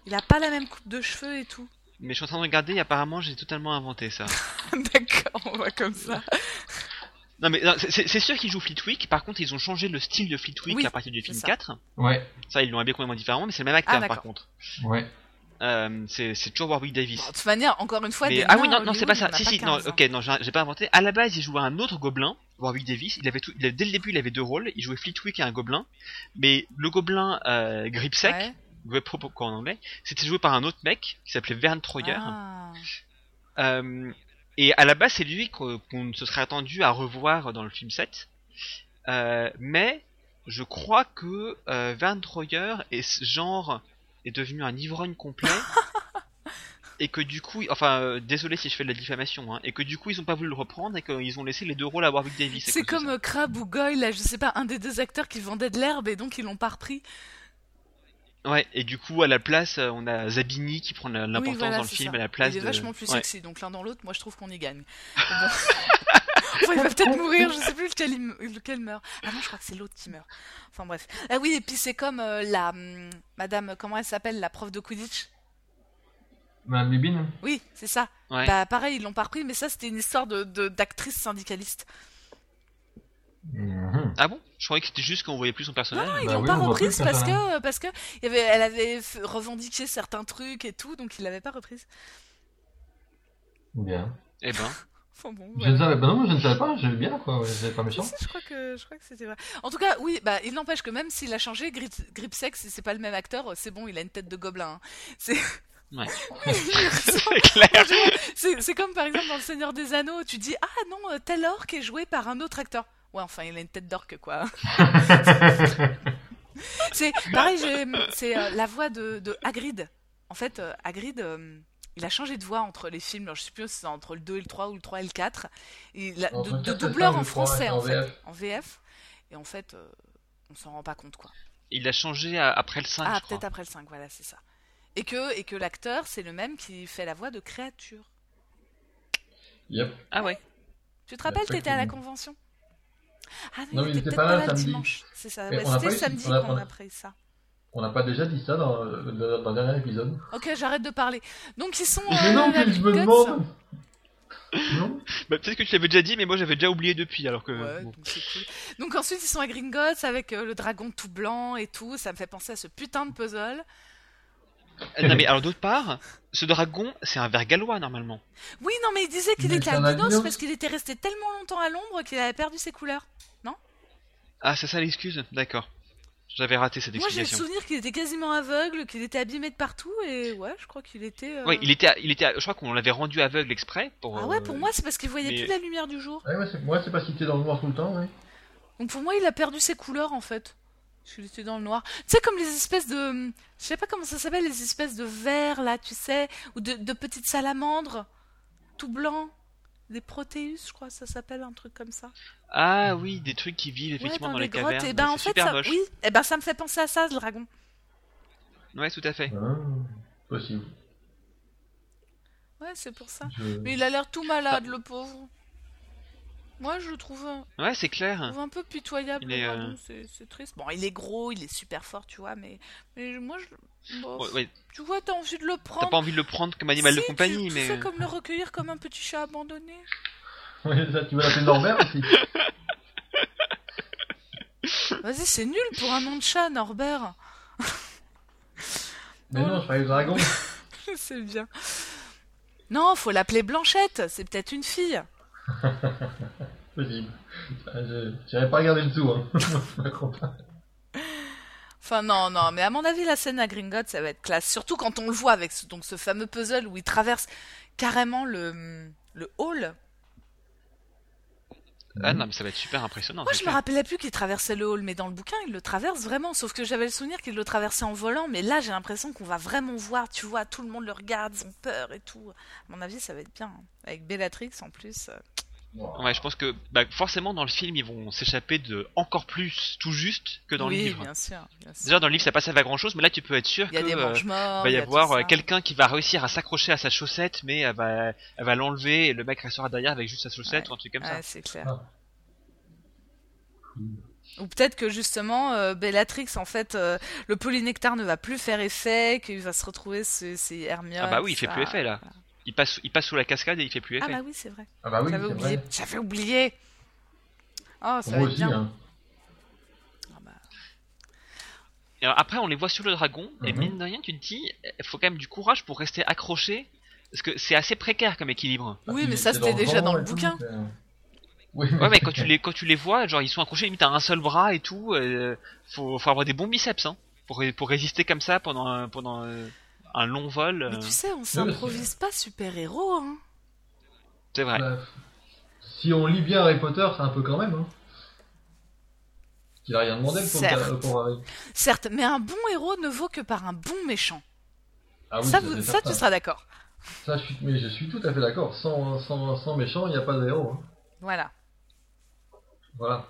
[SPEAKER 4] Il a pas la même coupe de cheveux et tout.
[SPEAKER 3] Mais je suis en train de regarder et apparemment j'ai totalement inventé ça.
[SPEAKER 4] D'accord, on va comme ça.
[SPEAKER 3] non mais non, c'est- c'est c'est sûr qu'ils jouent Fleetwick, par contre ils ont changé le style de Fleetwick
[SPEAKER 4] Oui,
[SPEAKER 3] à partir du film
[SPEAKER 4] c'est ça. Ah,
[SPEAKER 3] 4.
[SPEAKER 2] Ouais,
[SPEAKER 3] Ça ils l'ont habillé complètement différemment mais c'est le même acteur par
[SPEAKER 4] d'accord.
[SPEAKER 3] contre.
[SPEAKER 2] ouais.
[SPEAKER 3] Euh, c'est c'est toujours Warwick Davis.
[SPEAKER 4] Bon, de toute manière, encore une Bah, fois,
[SPEAKER 3] Mais-
[SPEAKER 4] des
[SPEAKER 3] ah oui,
[SPEAKER 4] nains
[SPEAKER 3] non, non c'est
[SPEAKER 4] Hollywood,
[SPEAKER 3] pas
[SPEAKER 4] il y en
[SPEAKER 3] ça.
[SPEAKER 4] a
[SPEAKER 3] Si, si,
[SPEAKER 4] 15,
[SPEAKER 3] non,
[SPEAKER 4] hein.
[SPEAKER 3] ok, non, j'ai j'ai pas inventé. À la base, il jouait un autre gobelin, Warwick Davis. Il avait tout, il avait- dès le début, il avait deux rôles. Il jouait Fleetwick et un gobelin. Mais le gobelin euh, Gripsec,
[SPEAKER 4] Ouais.
[SPEAKER 3] en anglais, c'était joué par un autre mec qui s'appelait Vern Troyer.
[SPEAKER 4] Ah.
[SPEAKER 3] Euh, et à la base, c'est lui qu'on qu'on se serait attendu à revoir dans le film 7. Euh, mais je crois que euh, Van Troyer est ce genre est devenu un ivrogne complet. et que du coup, enfin, euh, désolé si je fais de la diffamation, hein, et que du coup, ils ont pas voulu le reprendre et qu'ils ont laissé les deux rôles à Warwick Davis. à
[SPEAKER 4] C'est
[SPEAKER 3] cause de
[SPEAKER 4] comme
[SPEAKER 3] ça.
[SPEAKER 4] euh, Crabbe ou Goyle, là, je sais pas, un des deux acteurs qui vendait de l'herbe et donc ils l'ont pas repris.
[SPEAKER 3] Ouais. Et du coup, à la place, euh, on a Zabini qui prend la- l'importance
[SPEAKER 4] Oui, voilà,
[SPEAKER 3] dans le
[SPEAKER 4] c'est
[SPEAKER 3] film
[SPEAKER 4] ça.
[SPEAKER 3] à la place
[SPEAKER 4] Il est
[SPEAKER 3] de.
[SPEAKER 4] vachement plus
[SPEAKER 3] Ouais.
[SPEAKER 4] sexy, donc l'un dans l'autre, moi je trouve qu'on y gagne. Mais bon. Enfin, il va peut-être mourir, je sais plus lequel, il me- lequel meurt. Ah non, je crois que c'est l'autre qui meurt. Enfin bref. Ah oui, et puis c'est comme euh, la hum, madame, comment elle s'appelle, la prof de Quidditch.
[SPEAKER 2] Madame Bibine
[SPEAKER 4] Oui, c'est ça.
[SPEAKER 3] Ouais.
[SPEAKER 4] Bah pareil, ils l'ont pas repris, mais ça c'était une histoire de de- d'actrice syndicaliste.
[SPEAKER 2] Mhm.
[SPEAKER 3] Ah bon Je croyais que c'était juste qu'on voyait plus son personnage.
[SPEAKER 4] Ah, Ils
[SPEAKER 2] Bah
[SPEAKER 4] l'ont
[SPEAKER 2] oui,
[SPEAKER 4] pas
[SPEAKER 2] on voit
[SPEAKER 4] reprise
[SPEAKER 2] plus
[SPEAKER 4] parce
[SPEAKER 2] personne.
[SPEAKER 4] que parce que il y avait, elle avait f- revendiqué certains trucs et tout, donc ils l'avaient pas reprise.
[SPEAKER 2] Bien.
[SPEAKER 3] Eh ben.
[SPEAKER 4] Enfin bon.
[SPEAKER 2] Je ne
[SPEAKER 4] voilà.
[SPEAKER 2] savais pas, non, je ne savais pas, j'ai bien, quoi, j'étais pas
[SPEAKER 4] Si,
[SPEAKER 2] méchant.
[SPEAKER 4] si, je crois que je crois que c'était vrai. En tout cas, oui, bah il n'empêche que même s'il a changé, Grip, Gripsex, c'est pas le même acteur. C'est bon, il a une tête de gobelin. hein. C'est
[SPEAKER 3] Ouais.
[SPEAKER 4] c'est
[SPEAKER 3] c'est clair.
[SPEAKER 4] c'est comme par exemple dans Le Seigneur des Anneaux, tu dis ah non euh, tel orc est joué par un autre acteur. Ouais, enfin il a une tête d'orque quoi. c'est pareil, j'ai- c'est euh, la voix de, de Hagrid. En fait, euh, Hagrid. euh, il a changé de voix entre les films, alors, je sais plus si c'est entre le 2 et le 3 ou le 3 et le 4. Il a-
[SPEAKER 2] Entre
[SPEAKER 4] de,
[SPEAKER 2] le
[SPEAKER 4] de
[SPEAKER 2] 4 et le
[SPEAKER 4] doubleur
[SPEAKER 2] 5,
[SPEAKER 4] en
[SPEAKER 2] je crois,
[SPEAKER 4] français
[SPEAKER 2] et en
[SPEAKER 4] en fait,
[SPEAKER 2] VF.
[SPEAKER 4] en VF. Et en fait, euh, on s'en rend pas compte quoi.
[SPEAKER 3] Il a changé à- après le 5.
[SPEAKER 4] Ah,
[SPEAKER 3] je crois.
[SPEAKER 4] peut-être après le 5, voilà, c'est ça. Et que, et que l'acteur, c'est le même qui fait la voix de créature.
[SPEAKER 2] Yep.
[SPEAKER 3] Ah ouais.
[SPEAKER 4] Tu te rappelles, t'étais à la
[SPEAKER 2] Exactement.
[SPEAKER 4] convention Ah
[SPEAKER 2] Non, mais il était
[SPEAKER 4] peut-être
[SPEAKER 2] pas là
[SPEAKER 4] le
[SPEAKER 2] samedi.
[SPEAKER 4] dimanche. C'est ça,
[SPEAKER 2] Mais
[SPEAKER 4] ouais,
[SPEAKER 2] on a pas
[SPEAKER 4] c'était
[SPEAKER 2] eu-
[SPEAKER 4] samedi
[SPEAKER 2] on a-
[SPEAKER 4] qu'on
[SPEAKER 2] on a-
[SPEAKER 4] a pris ça.
[SPEAKER 2] On n'a pas déjà dit ça dans le, dans- dans le dernier épisode
[SPEAKER 4] Ok, j'arrête de parler. Donc ils sont. euh,
[SPEAKER 2] Mais non,
[SPEAKER 4] Ah, la
[SPEAKER 2] que je me
[SPEAKER 4] Guts.
[SPEAKER 2] demande Non
[SPEAKER 3] Bah, peut-être que tu l'avais déjà dit, mais moi j'avais déjà oublié depuis, alors que.
[SPEAKER 4] Ouais,
[SPEAKER 3] bon.
[SPEAKER 4] donc c'est cool. Donc ensuite ils sont à Gringotts avec euh, le dragon tout blanc et tout. Ça me fait penser à ce putain de puzzle.
[SPEAKER 3] Euh, Non, mais alors d'autre part, ce dragon, c'est un ver gallois normalement.
[SPEAKER 4] Oui, non, mais il disait qu'il
[SPEAKER 2] Mais
[SPEAKER 4] était
[SPEAKER 2] c'est un
[SPEAKER 4] albinos
[SPEAKER 2] albinos.
[SPEAKER 4] parce qu'il était resté tellement longtemps à l'ombre qu'il avait perdu ses couleurs.
[SPEAKER 3] Ah, c'est ça l'excuse D'accord. J'avais raté cette
[SPEAKER 4] Moi, j'ai le
[SPEAKER 3] explication.
[SPEAKER 4] souvenir qu'il était quasiment aveugle, qu'il était abîmé de partout, et ouais, je crois qu'il était. euh,
[SPEAKER 3] Ouais, il était, il était, je crois qu'on l'avait rendu aveugle exprès pour.
[SPEAKER 4] Ah ouais,
[SPEAKER 3] euh,
[SPEAKER 4] pour moi, c'est parce qu'il voyait
[SPEAKER 3] mais-
[SPEAKER 4] plus la lumière du jour.
[SPEAKER 2] Ouais, moi, c'est- Moi, c'est parce qu'il était dans le noir tout le temps, ouais.
[SPEAKER 4] Donc pour moi, il a perdu ses couleurs en fait. Parce qu'il était dans le noir. Tu sais, comme les espèces de. Je sais pas comment ça s'appelle, les espèces de vers là, tu sais, ou de, de petites salamandres, tout blanc. Des protéus, je crois, ça s'appelle un truc comme ça.
[SPEAKER 3] Ah oui, des trucs qui vivent
[SPEAKER 4] Ouais,
[SPEAKER 3] effectivement
[SPEAKER 4] dans
[SPEAKER 3] dans
[SPEAKER 4] les
[SPEAKER 3] les
[SPEAKER 4] grottes.
[SPEAKER 3] cavernes.
[SPEAKER 4] Et ben en
[SPEAKER 3] c'est
[SPEAKER 4] fait,
[SPEAKER 3] super
[SPEAKER 4] ça,
[SPEAKER 3] moche.
[SPEAKER 4] oui, et ben ça me fait penser à ça, le dragon.
[SPEAKER 3] Ouais, tout à fait.
[SPEAKER 2] Ah, possible.
[SPEAKER 4] Ouais, c'est pour ça.
[SPEAKER 2] Je-
[SPEAKER 4] Mais il a l'air tout malade, le pauvre. Moi, je le trouve un,
[SPEAKER 3] Ouais, c'est clair.
[SPEAKER 4] trouve un peu pitoyable.
[SPEAKER 3] Ah. Il
[SPEAKER 4] le
[SPEAKER 3] est,
[SPEAKER 4] dragon,
[SPEAKER 3] euh,
[SPEAKER 4] c'est- c'est triste. Bon, il est gros, il est super fort, tu vois, mais, mais moi, je... bon,
[SPEAKER 3] Ouais, ouais,
[SPEAKER 4] tu vois, t'as envie de le
[SPEAKER 3] T'as
[SPEAKER 4] prendre.
[SPEAKER 3] pas envie de le prendre comme animal
[SPEAKER 4] Si,
[SPEAKER 3] de
[SPEAKER 4] tu-
[SPEAKER 3] compagnie,
[SPEAKER 4] tu
[SPEAKER 3] mais. euh.
[SPEAKER 4] fais comme le recueillir comme un petit chat abandonné.
[SPEAKER 2] Ouais, ça, tu veux l'appeler Norbert aussi
[SPEAKER 4] Vas-y, c'est nul pour un nom de chat, Norbert.
[SPEAKER 2] Mais non, je parlais du dragon.
[SPEAKER 4] c'est bien. Non, faut l'appeler Blanchette, c'est peut-être une fille.
[SPEAKER 2] Possible. Ah, je- J'avais pas regardé le tout, hein. Je me comprends.
[SPEAKER 4] Enfin, non, non, mais à mon avis, la scène à Gringotts, ça va être classe. Surtout quand on le voit avec ce, donc, ce fameux puzzle où il traverse carrément le, le hall.
[SPEAKER 3] Ah non, mais ça va être super impressionnant.
[SPEAKER 4] Moi,
[SPEAKER 3] c'est
[SPEAKER 4] je me
[SPEAKER 3] clair.
[SPEAKER 4] rappelais plus qu'il traversait le hall, mais dans le bouquin, il le traverse vraiment. Sauf que j'avais le souvenir qu'il le traversait en volant, mais là, j'ai l'impression qu'on va vraiment voir, tu vois, tout le monde le regarde, ils ont peur et tout. À mon avis, ça va être bien. hein. Avec Bellatrix en plus. euh,
[SPEAKER 3] Ouais, je pense que bah, forcément dans le film ils vont s'échapper de encore plus tout juste que dans
[SPEAKER 4] oui,
[SPEAKER 3] le livre.
[SPEAKER 4] bien sûr. bien sûr.
[SPEAKER 3] Déjà dans le livre ça passe à grand chose, mais là tu peux être sûr
[SPEAKER 4] Il y a
[SPEAKER 3] que
[SPEAKER 4] des
[SPEAKER 3] euh,
[SPEAKER 4] mange-morts.
[SPEAKER 3] va y
[SPEAKER 4] il tout
[SPEAKER 3] avoir euh,
[SPEAKER 4] ça.
[SPEAKER 3] quelqu'un qui va réussir à s'accrocher à sa chaussette, mais elle va, elle va l'enlever et le mec restera derrière avec juste sa chaussette ou un truc comme
[SPEAKER 4] Ouais,
[SPEAKER 3] ça.
[SPEAKER 4] c'est clair.
[SPEAKER 2] Ah.
[SPEAKER 4] Ou peut-être que justement, euh, Bellatrix, en fait, euh, le polynectar ne va plus faire effet, qu'il va se retrouver, c'est Hermione.
[SPEAKER 3] Ah bah oui, il fait
[SPEAKER 4] ça.
[SPEAKER 3] plus effet là. Il passe, il passe sous la cascade et il fait plus
[SPEAKER 4] Ah
[SPEAKER 3] effet.
[SPEAKER 4] bah oui, c'est vrai.
[SPEAKER 2] Ah bah oui,
[SPEAKER 4] J'avais
[SPEAKER 2] c'est
[SPEAKER 4] oublié.
[SPEAKER 2] vrai.
[SPEAKER 4] J'avais oublié. Oh, ça
[SPEAKER 2] Moi
[SPEAKER 4] va être
[SPEAKER 2] aussi,
[SPEAKER 4] bien.
[SPEAKER 2] hein.
[SPEAKER 4] Ah bah,
[SPEAKER 3] Et alors, après on les voit sur le dragon et
[SPEAKER 2] Mhm.
[SPEAKER 3] mine de rien tu te dis, il faut quand même du courage pour rester accroché parce que c'est assez précaire comme équilibre.
[SPEAKER 2] Ah,
[SPEAKER 4] Oui,
[SPEAKER 2] puis
[SPEAKER 4] mais ça,
[SPEAKER 2] c'est
[SPEAKER 4] c'était déjà
[SPEAKER 2] vent
[SPEAKER 4] dans le
[SPEAKER 2] et tout,
[SPEAKER 4] bouquin.
[SPEAKER 2] c'est- Oui,
[SPEAKER 3] Ouais mais quand tu les quand tu les vois, genre ils sont accrochés limite à un seul bras et tout, euh, faut, faut avoir des bons biceps hein pour ré- pour résister comme ça pendant un- pendant euh, un long vol.
[SPEAKER 4] Mais
[SPEAKER 3] euh,
[SPEAKER 4] tu sais, on s'improvise pas super-héros, hein.
[SPEAKER 3] c'est vrai.
[SPEAKER 2] Bah, si on lit bien Harry Potter, c'est un peu quand même. Hein. Il a rien demandé pour,
[SPEAKER 4] Certes.
[SPEAKER 2] pour Harry.
[SPEAKER 4] Certes, mais un bon héros ne vaut que par un bon méchant.
[SPEAKER 2] Ah oui,
[SPEAKER 4] ça,
[SPEAKER 2] c'est
[SPEAKER 4] vous- ça,
[SPEAKER 2] certain.
[SPEAKER 4] tu seras d'accord.
[SPEAKER 2] Ça, je suis, mais je suis tout à fait d'accord. Sans, sans, sans méchant, il n'y a pas de héros. hein.
[SPEAKER 4] Voilà.
[SPEAKER 2] Voilà.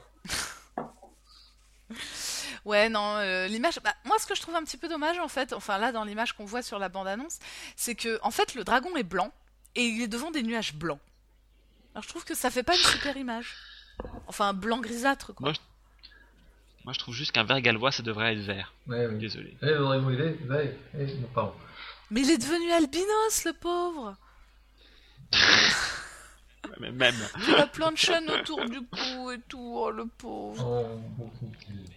[SPEAKER 4] Ouais, non, euh, l'image. bah, moi, ce que je trouve un petit peu dommage, en fait, enfin là, dans l'image qu'on voit sur la bande-annonce, c'est que, en fait, le dragon est blanc et il est devant des nuages blancs. Alors, je trouve que ça fait pas une super image. Enfin, blanc grisâtre, quoi.
[SPEAKER 3] Moi, Moi je trouve juste qu'un vert gallois ça devrait être vert.
[SPEAKER 2] Ouais, ouais.
[SPEAKER 3] Désolé.
[SPEAKER 2] Eh, Dragon, il est. ouais, eh, non, pardon.
[SPEAKER 4] Mais il est devenu albinos, le pauvre
[SPEAKER 3] Mais Même.
[SPEAKER 4] La planche chaîne autour du cou et tout, oh, le pauvre
[SPEAKER 2] Oh,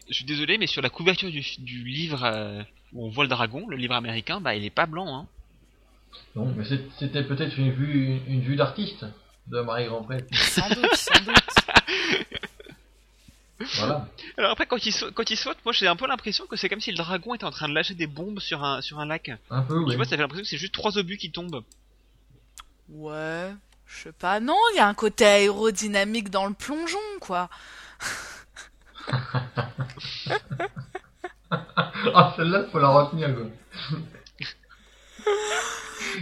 [SPEAKER 3] Je suis désolé, mais sur la couverture du, du livre euh, où on voit le dragon, le livre américain, bah il est pas blanc. Hein.
[SPEAKER 2] Non, mais c'est- c'était peut-être une vue, une vue d'artiste de Marie Grandpré.
[SPEAKER 4] Sans doute, sans doute.
[SPEAKER 2] Voilà.
[SPEAKER 3] Alors après, quand il, sau- quand il saute, moi j'ai un peu l'impression que c'est comme si le dragon était en train de lâcher des bombes sur un, sur un lac.
[SPEAKER 2] Un peu, oui.
[SPEAKER 3] Tu vois, ça fait l'impression que c'est juste trois obus qui tombent.
[SPEAKER 4] Ouais, je sais pas. Non, il y a un côté aérodynamique dans le plongeon, quoi.
[SPEAKER 2] Ah, celle-là, faut la retenir, quoi.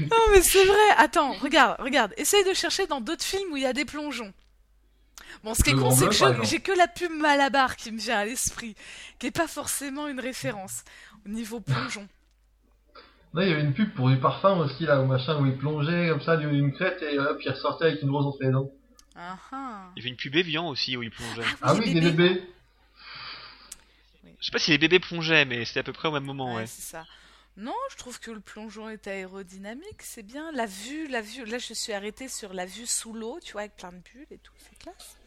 [SPEAKER 4] Non, mais c'est vrai. Attends, regarde, regarde. Essaye de chercher dans d'autres films où il y a des plongeons. Bon, ce qui est
[SPEAKER 2] Le
[SPEAKER 4] con,
[SPEAKER 2] Grand
[SPEAKER 4] c'est
[SPEAKER 2] Bleu,
[SPEAKER 4] que
[SPEAKER 2] par
[SPEAKER 4] je-
[SPEAKER 2] exemple.
[SPEAKER 4] j'ai que la pub Malabar qui me vient à l'esprit, qui est pas forcément une référence au niveau plongeon.
[SPEAKER 2] Là, il y avait une pub pour du parfum aussi, là, au machin, où il plongeait comme ça, d'une crête, et hop, il ressortait avec une rose entre les dents.
[SPEAKER 4] Ah, ah.
[SPEAKER 3] Il y avait une pub Evian aussi où il plongeait.
[SPEAKER 2] Ah
[SPEAKER 4] les
[SPEAKER 2] oui, des bébés.
[SPEAKER 3] Je sais pas si les bébés plongeaient, mais c'était à peu près au même moment,
[SPEAKER 4] Ouais,
[SPEAKER 3] ouais.
[SPEAKER 4] c'est ça. Non, je trouve que le plongeon est aérodynamique, c'est bien. La vue, la vue. Là, je suis arrêtée sur la vue sous l'eau, tu vois, avec plein de bulles et tout, c'est classe.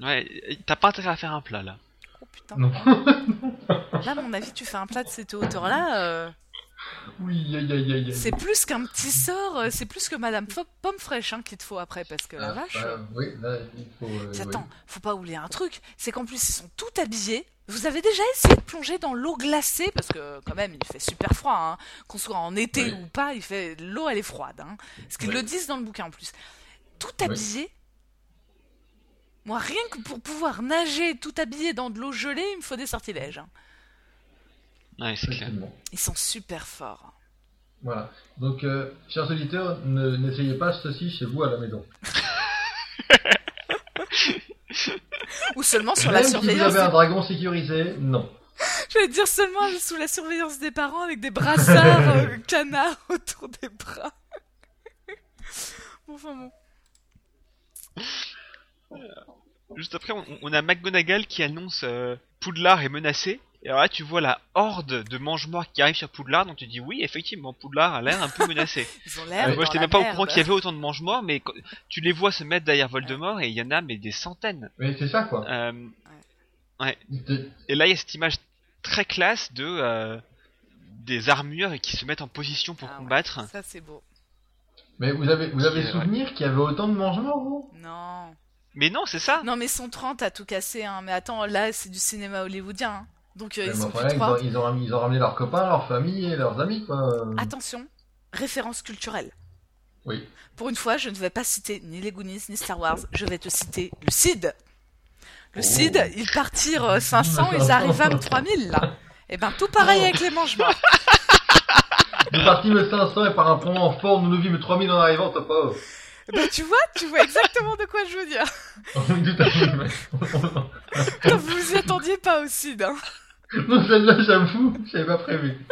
[SPEAKER 3] Ouais, t'as pas intérêt à faire un plat là.
[SPEAKER 4] Oh putain.
[SPEAKER 2] Non.
[SPEAKER 4] Là, à mon avis, tu fais un plat de cette hauteur-là. euh,
[SPEAKER 2] Oui, aïe, aïe, aïe, aïe.
[SPEAKER 4] C'est plus qu'un petit sort, euh, c'est plus que Madame Fo- Pomme Fraîche hein, qu'il te faut après, parce que la
[SPEAKER 2] Ah,
[SPEAKER 4] vache.
[SPEAKER 2] bah,
[SPEAKER 4] euh,
[SPEAKER 2] oui, là, il faut. euh, oui.
[SPEAKER 4] puis Attends, faut pas oublier un truc, c'est qu'en plus ils sont tout habillés. Vous avez déjà essayé de plonger dans l'eau glacée, parce que quand même il fait super froid, hein. qu'on soit en été
[SPEAKER 2] Oui.
[SPEAKER 4] ou pas, il fait l'eau elle est froide. Hein. Ce qu'ils
[SPEAKER 2] Oui.
[SPEAKER 4] le disent dans le bouquin en plus. Tout habillé. Moi, rien que pour pouvoir nager tout habillé dans de l'eau gelée, il me faut des sortilèges. hein.
[SPEAKER 3] Ouais, c'est clair.
[SPEAKER 2] Effectivement.
[SPEAKER 4] Ils sont super forts. hein.
[SPEAKER 2] Voilà. Donc, euh, chers auditeurs, ne- n'essayez pas ceci chez vous à la maison.
[SPEAKER 4] Ou seulement sur
[SPEAKER 2] Même
[SPEAKER 4] la
[SPEAKER 2] si vous
[SPEAKER 4] surveillance
[SPEAKER 2] avez
[SPEAKER 4] des
[SPEAKER 2] un dragon sécurisé, non.
[SPEAKER 4] J'allais dire seulement sous la surveillance des parents avec des brassards euh, canards autour des bras. bon, enfin bon.
[SPEAKER 3] Juste après, on, on a McGonagall qui annonce euh, Poudlard est menacé. Et alors là, tu vois la horde de mange-morts qui arrive sur Poudlard, donc tu dis oui, effectivement, Poudlard a l'air un peu menacé.
[SPEAKER 4] Ils ont
[SPEAKER 3] Euh,
[SPEAKER 4] l'air.
[SPEAKER 3] moi,
[SPEAKER 4] Ah, dans
[SPEAKER 3] j'étais
[SPEAKER 4] la
[SPEAKER 3] même pas au
[SPEAKER 4] merde.
[SPEAKER 3] courant qu'il y avait autant de mange-morts, mais quand- tu les vois se mettre derrière Voldemort et il y en a mais des centaines.
[SPEAKER 2] Mais c'est ça, quoi.
[SPEAKER 3] Euh,
[SPEAKER 2] De-
[SPEAKER 3] et là, il y a cette image très classe de euh, des armures qui se mettent en position pour
[SPEAKER 4] Ah ouais.
[SPEAKER 3] combattre.
[SPEAKER 4] Ça, c'est beau.
[SPEAKER 2] Mais vous avez, vous avez
[SPEAKER 3] C'est vrai.
[SPEAKER 2] souvenir qu'il y avait autant de mangements, vous
[SPEAKER 4] Non.
[SPEAKER 3] Mais non, c'est ça.
[SPEAKER 4] Non, mais ils sont 30 à tout casser. Hein. Mais attends, là, c'est du cinéma hollywoodien. hein. Donc euh,
[SPEAKER 2] Mais
[SPEAKER 4] ils sont
[SPEAKER 2] enfin,
[SPEAKER 4] plus
[SPEAKER 2] ils,
[SPEAKER 4] trois.
[SPEAKER 2] ont, ils ont ramené, ils ont ramené leurs copains, leurs familles et leurs amis, quoi. Euh,
[SPEAKER 4] Attention, référence culturelle.
[SPEAKER 2] Oui.
[SPEAKER 4] Pour une fois, je ne vais pas citer ni les Goonies ni Star Wars, je vais te citer le Cid. Le
[SPEAKER 2] Oh.
[SPEAKER 4] Cid, ils partirent euh, 500, ils arrivent à 3000 là. Et ben tout pareil avec les manges morts.
[SPEAKER 2] Nous partîmes le 500 et par un point en forme, nous nous vîmes 3000 en arrivant, t'as pas. euh,
[SPEAKER 4] Ben tu vois, tu vois exactement de quoi je veux dire.
[SPEAKER 2] Tout à fait, mec.
[SPEAKER 4] Putain, Vous vous y attendiez pas au Cid. Hein.
[SPEAKER 2] Non, celle-là, j'avoue, j'avais pas prévu.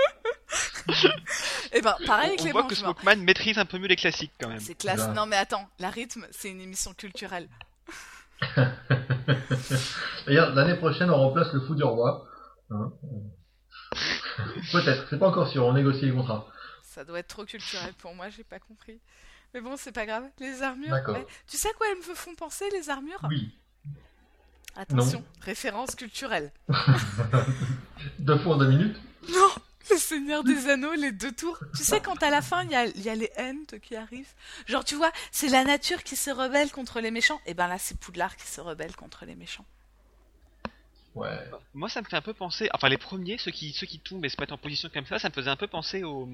[SPEAKER 4] Et ben pareil avec
[SPEAKER 3] on
[SPEAKER 4] les
[SPEAKER 3] voit que
[SPEAKER 4] manges morts.
[SPEAKER 3] Smokeman maîtrise un peu mieux les classiques quand même.
[SPEAKER 4] C'est classe.
[SPEAKER 2] Là.
[SPEAKER 4] Non mais attends, la rythme, c'est une émission culturelle.
[SPEAKER 2] D'ailleurs, l'année prochaine, on remplace le fou du roi. Hein, euh. Peut-être, c'est pas encore sûr, on négocie les contrats.
[SPEAKER 4] Ça doit être trop culturel pour moi, j'ai pas compris. Mais bon, c'est pas grave. Les armures.
[SPEAKER 2] D'accord.
[SPEAKER 4] ouais. Tu sais à quoi elles me font penser, les armures
[SPEAKER 2] Oui.
[SPEAKER 4] Attention, référence culturelle.
[SPEAKER 2] Deux fois en deux minutes.
[SPEAKER 4] Non Le Seigneur des Anneaux, les deux tours. Tu sais, quand à la fin, il y a, il y a les Ents qui arrivent. Genre, tu vois, c'est la nature qui se rebelle contre les méchants. Et ben là, c'est Poudlard qui se rebelle contre les méchants.
[SPEAKER 2] Ouais.
[SPEAKER 3] Moi, ça me fait un peu penser. Enfin, les premiers, ceux qui, ceux qui tombent et se mettent en position comme ça, ça me faisait un peu penser aux,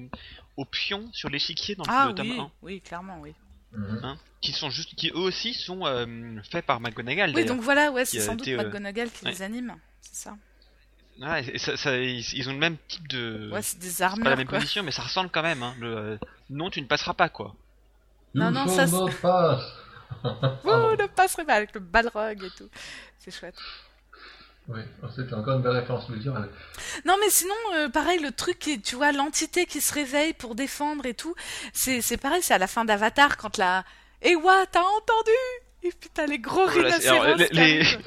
[SPEAKER 3] aux pions sur l'échiquier dans le,
[SPEAKER 4] Ah
[SPEAKER 3] le tome
[SPEAKER 4] oui,
[SPEAKER 3] 1.
[SPEAKER 4] oui, clairement, oui.
[SPEAKER 2] Mhm.
[SPEAKER 3] Qui, sont juste, qui eux aussi sont euh, faits par McGonagall.
[SPEAKER 4] Oui,
[SPEAKER 3] d'ailleurs.
[SPEAKER 4] donc voilà, ouais,
[SPEAKER 3] Qui
[SPEAKER 4] c'est
[SPEAKER 3] a
[SPEAKER 4] sans doute
[SPEAKER 3] été, euh,
[SPEAKER 4] McGonagall qui
[SPEAKER 3] ouais.
[SPEAKER 4] les anime. C'est ça.
[SPEAKER 3] Ouais, et ça- ça- ils, ils ont le même type de.
[SPEAKER 4] Ouais, c'est des
[SPEAKER 3] Euh, c'est pas la
[SPEAKER 4] armures,
[SPEAKER 3] même
[SPEAKER 4] quoi.
[SPEAKER 3] position, mais ça ressemble quand même. Hein. Le, euh, non, tu ne passeras pas, quoi.
[SPEAKER 4] Non,
[SPEAKER 2] Nous
[SPEAKER 4] non,
[SPEAKER 2] sommes
[SPEAKER 4] ça, c'est-
[SPEAKER 2] notre face.
[SPEAKER 4] Ouh, Oh, ne passerait pas avec le balrog et tout. C'est chouette.
[SPEAKER 2] Oui, c'était encore une belle référence culturelle.
[SPEAKER 4] Non, mais sinon, euh, pareil, le truc, qui, tu vois, l'entité qui se réveille pour défendre et tout, c'est c'est pareil, c'est à la fin d'Avatar quand la. Eh ouah, t'as entendu Et putain, les gros
[SPEAKER 3] Voilà, c'est- Oh, alors,
[SPEAKER 4] rhinocéros.
[SPEAKER 3] les- les-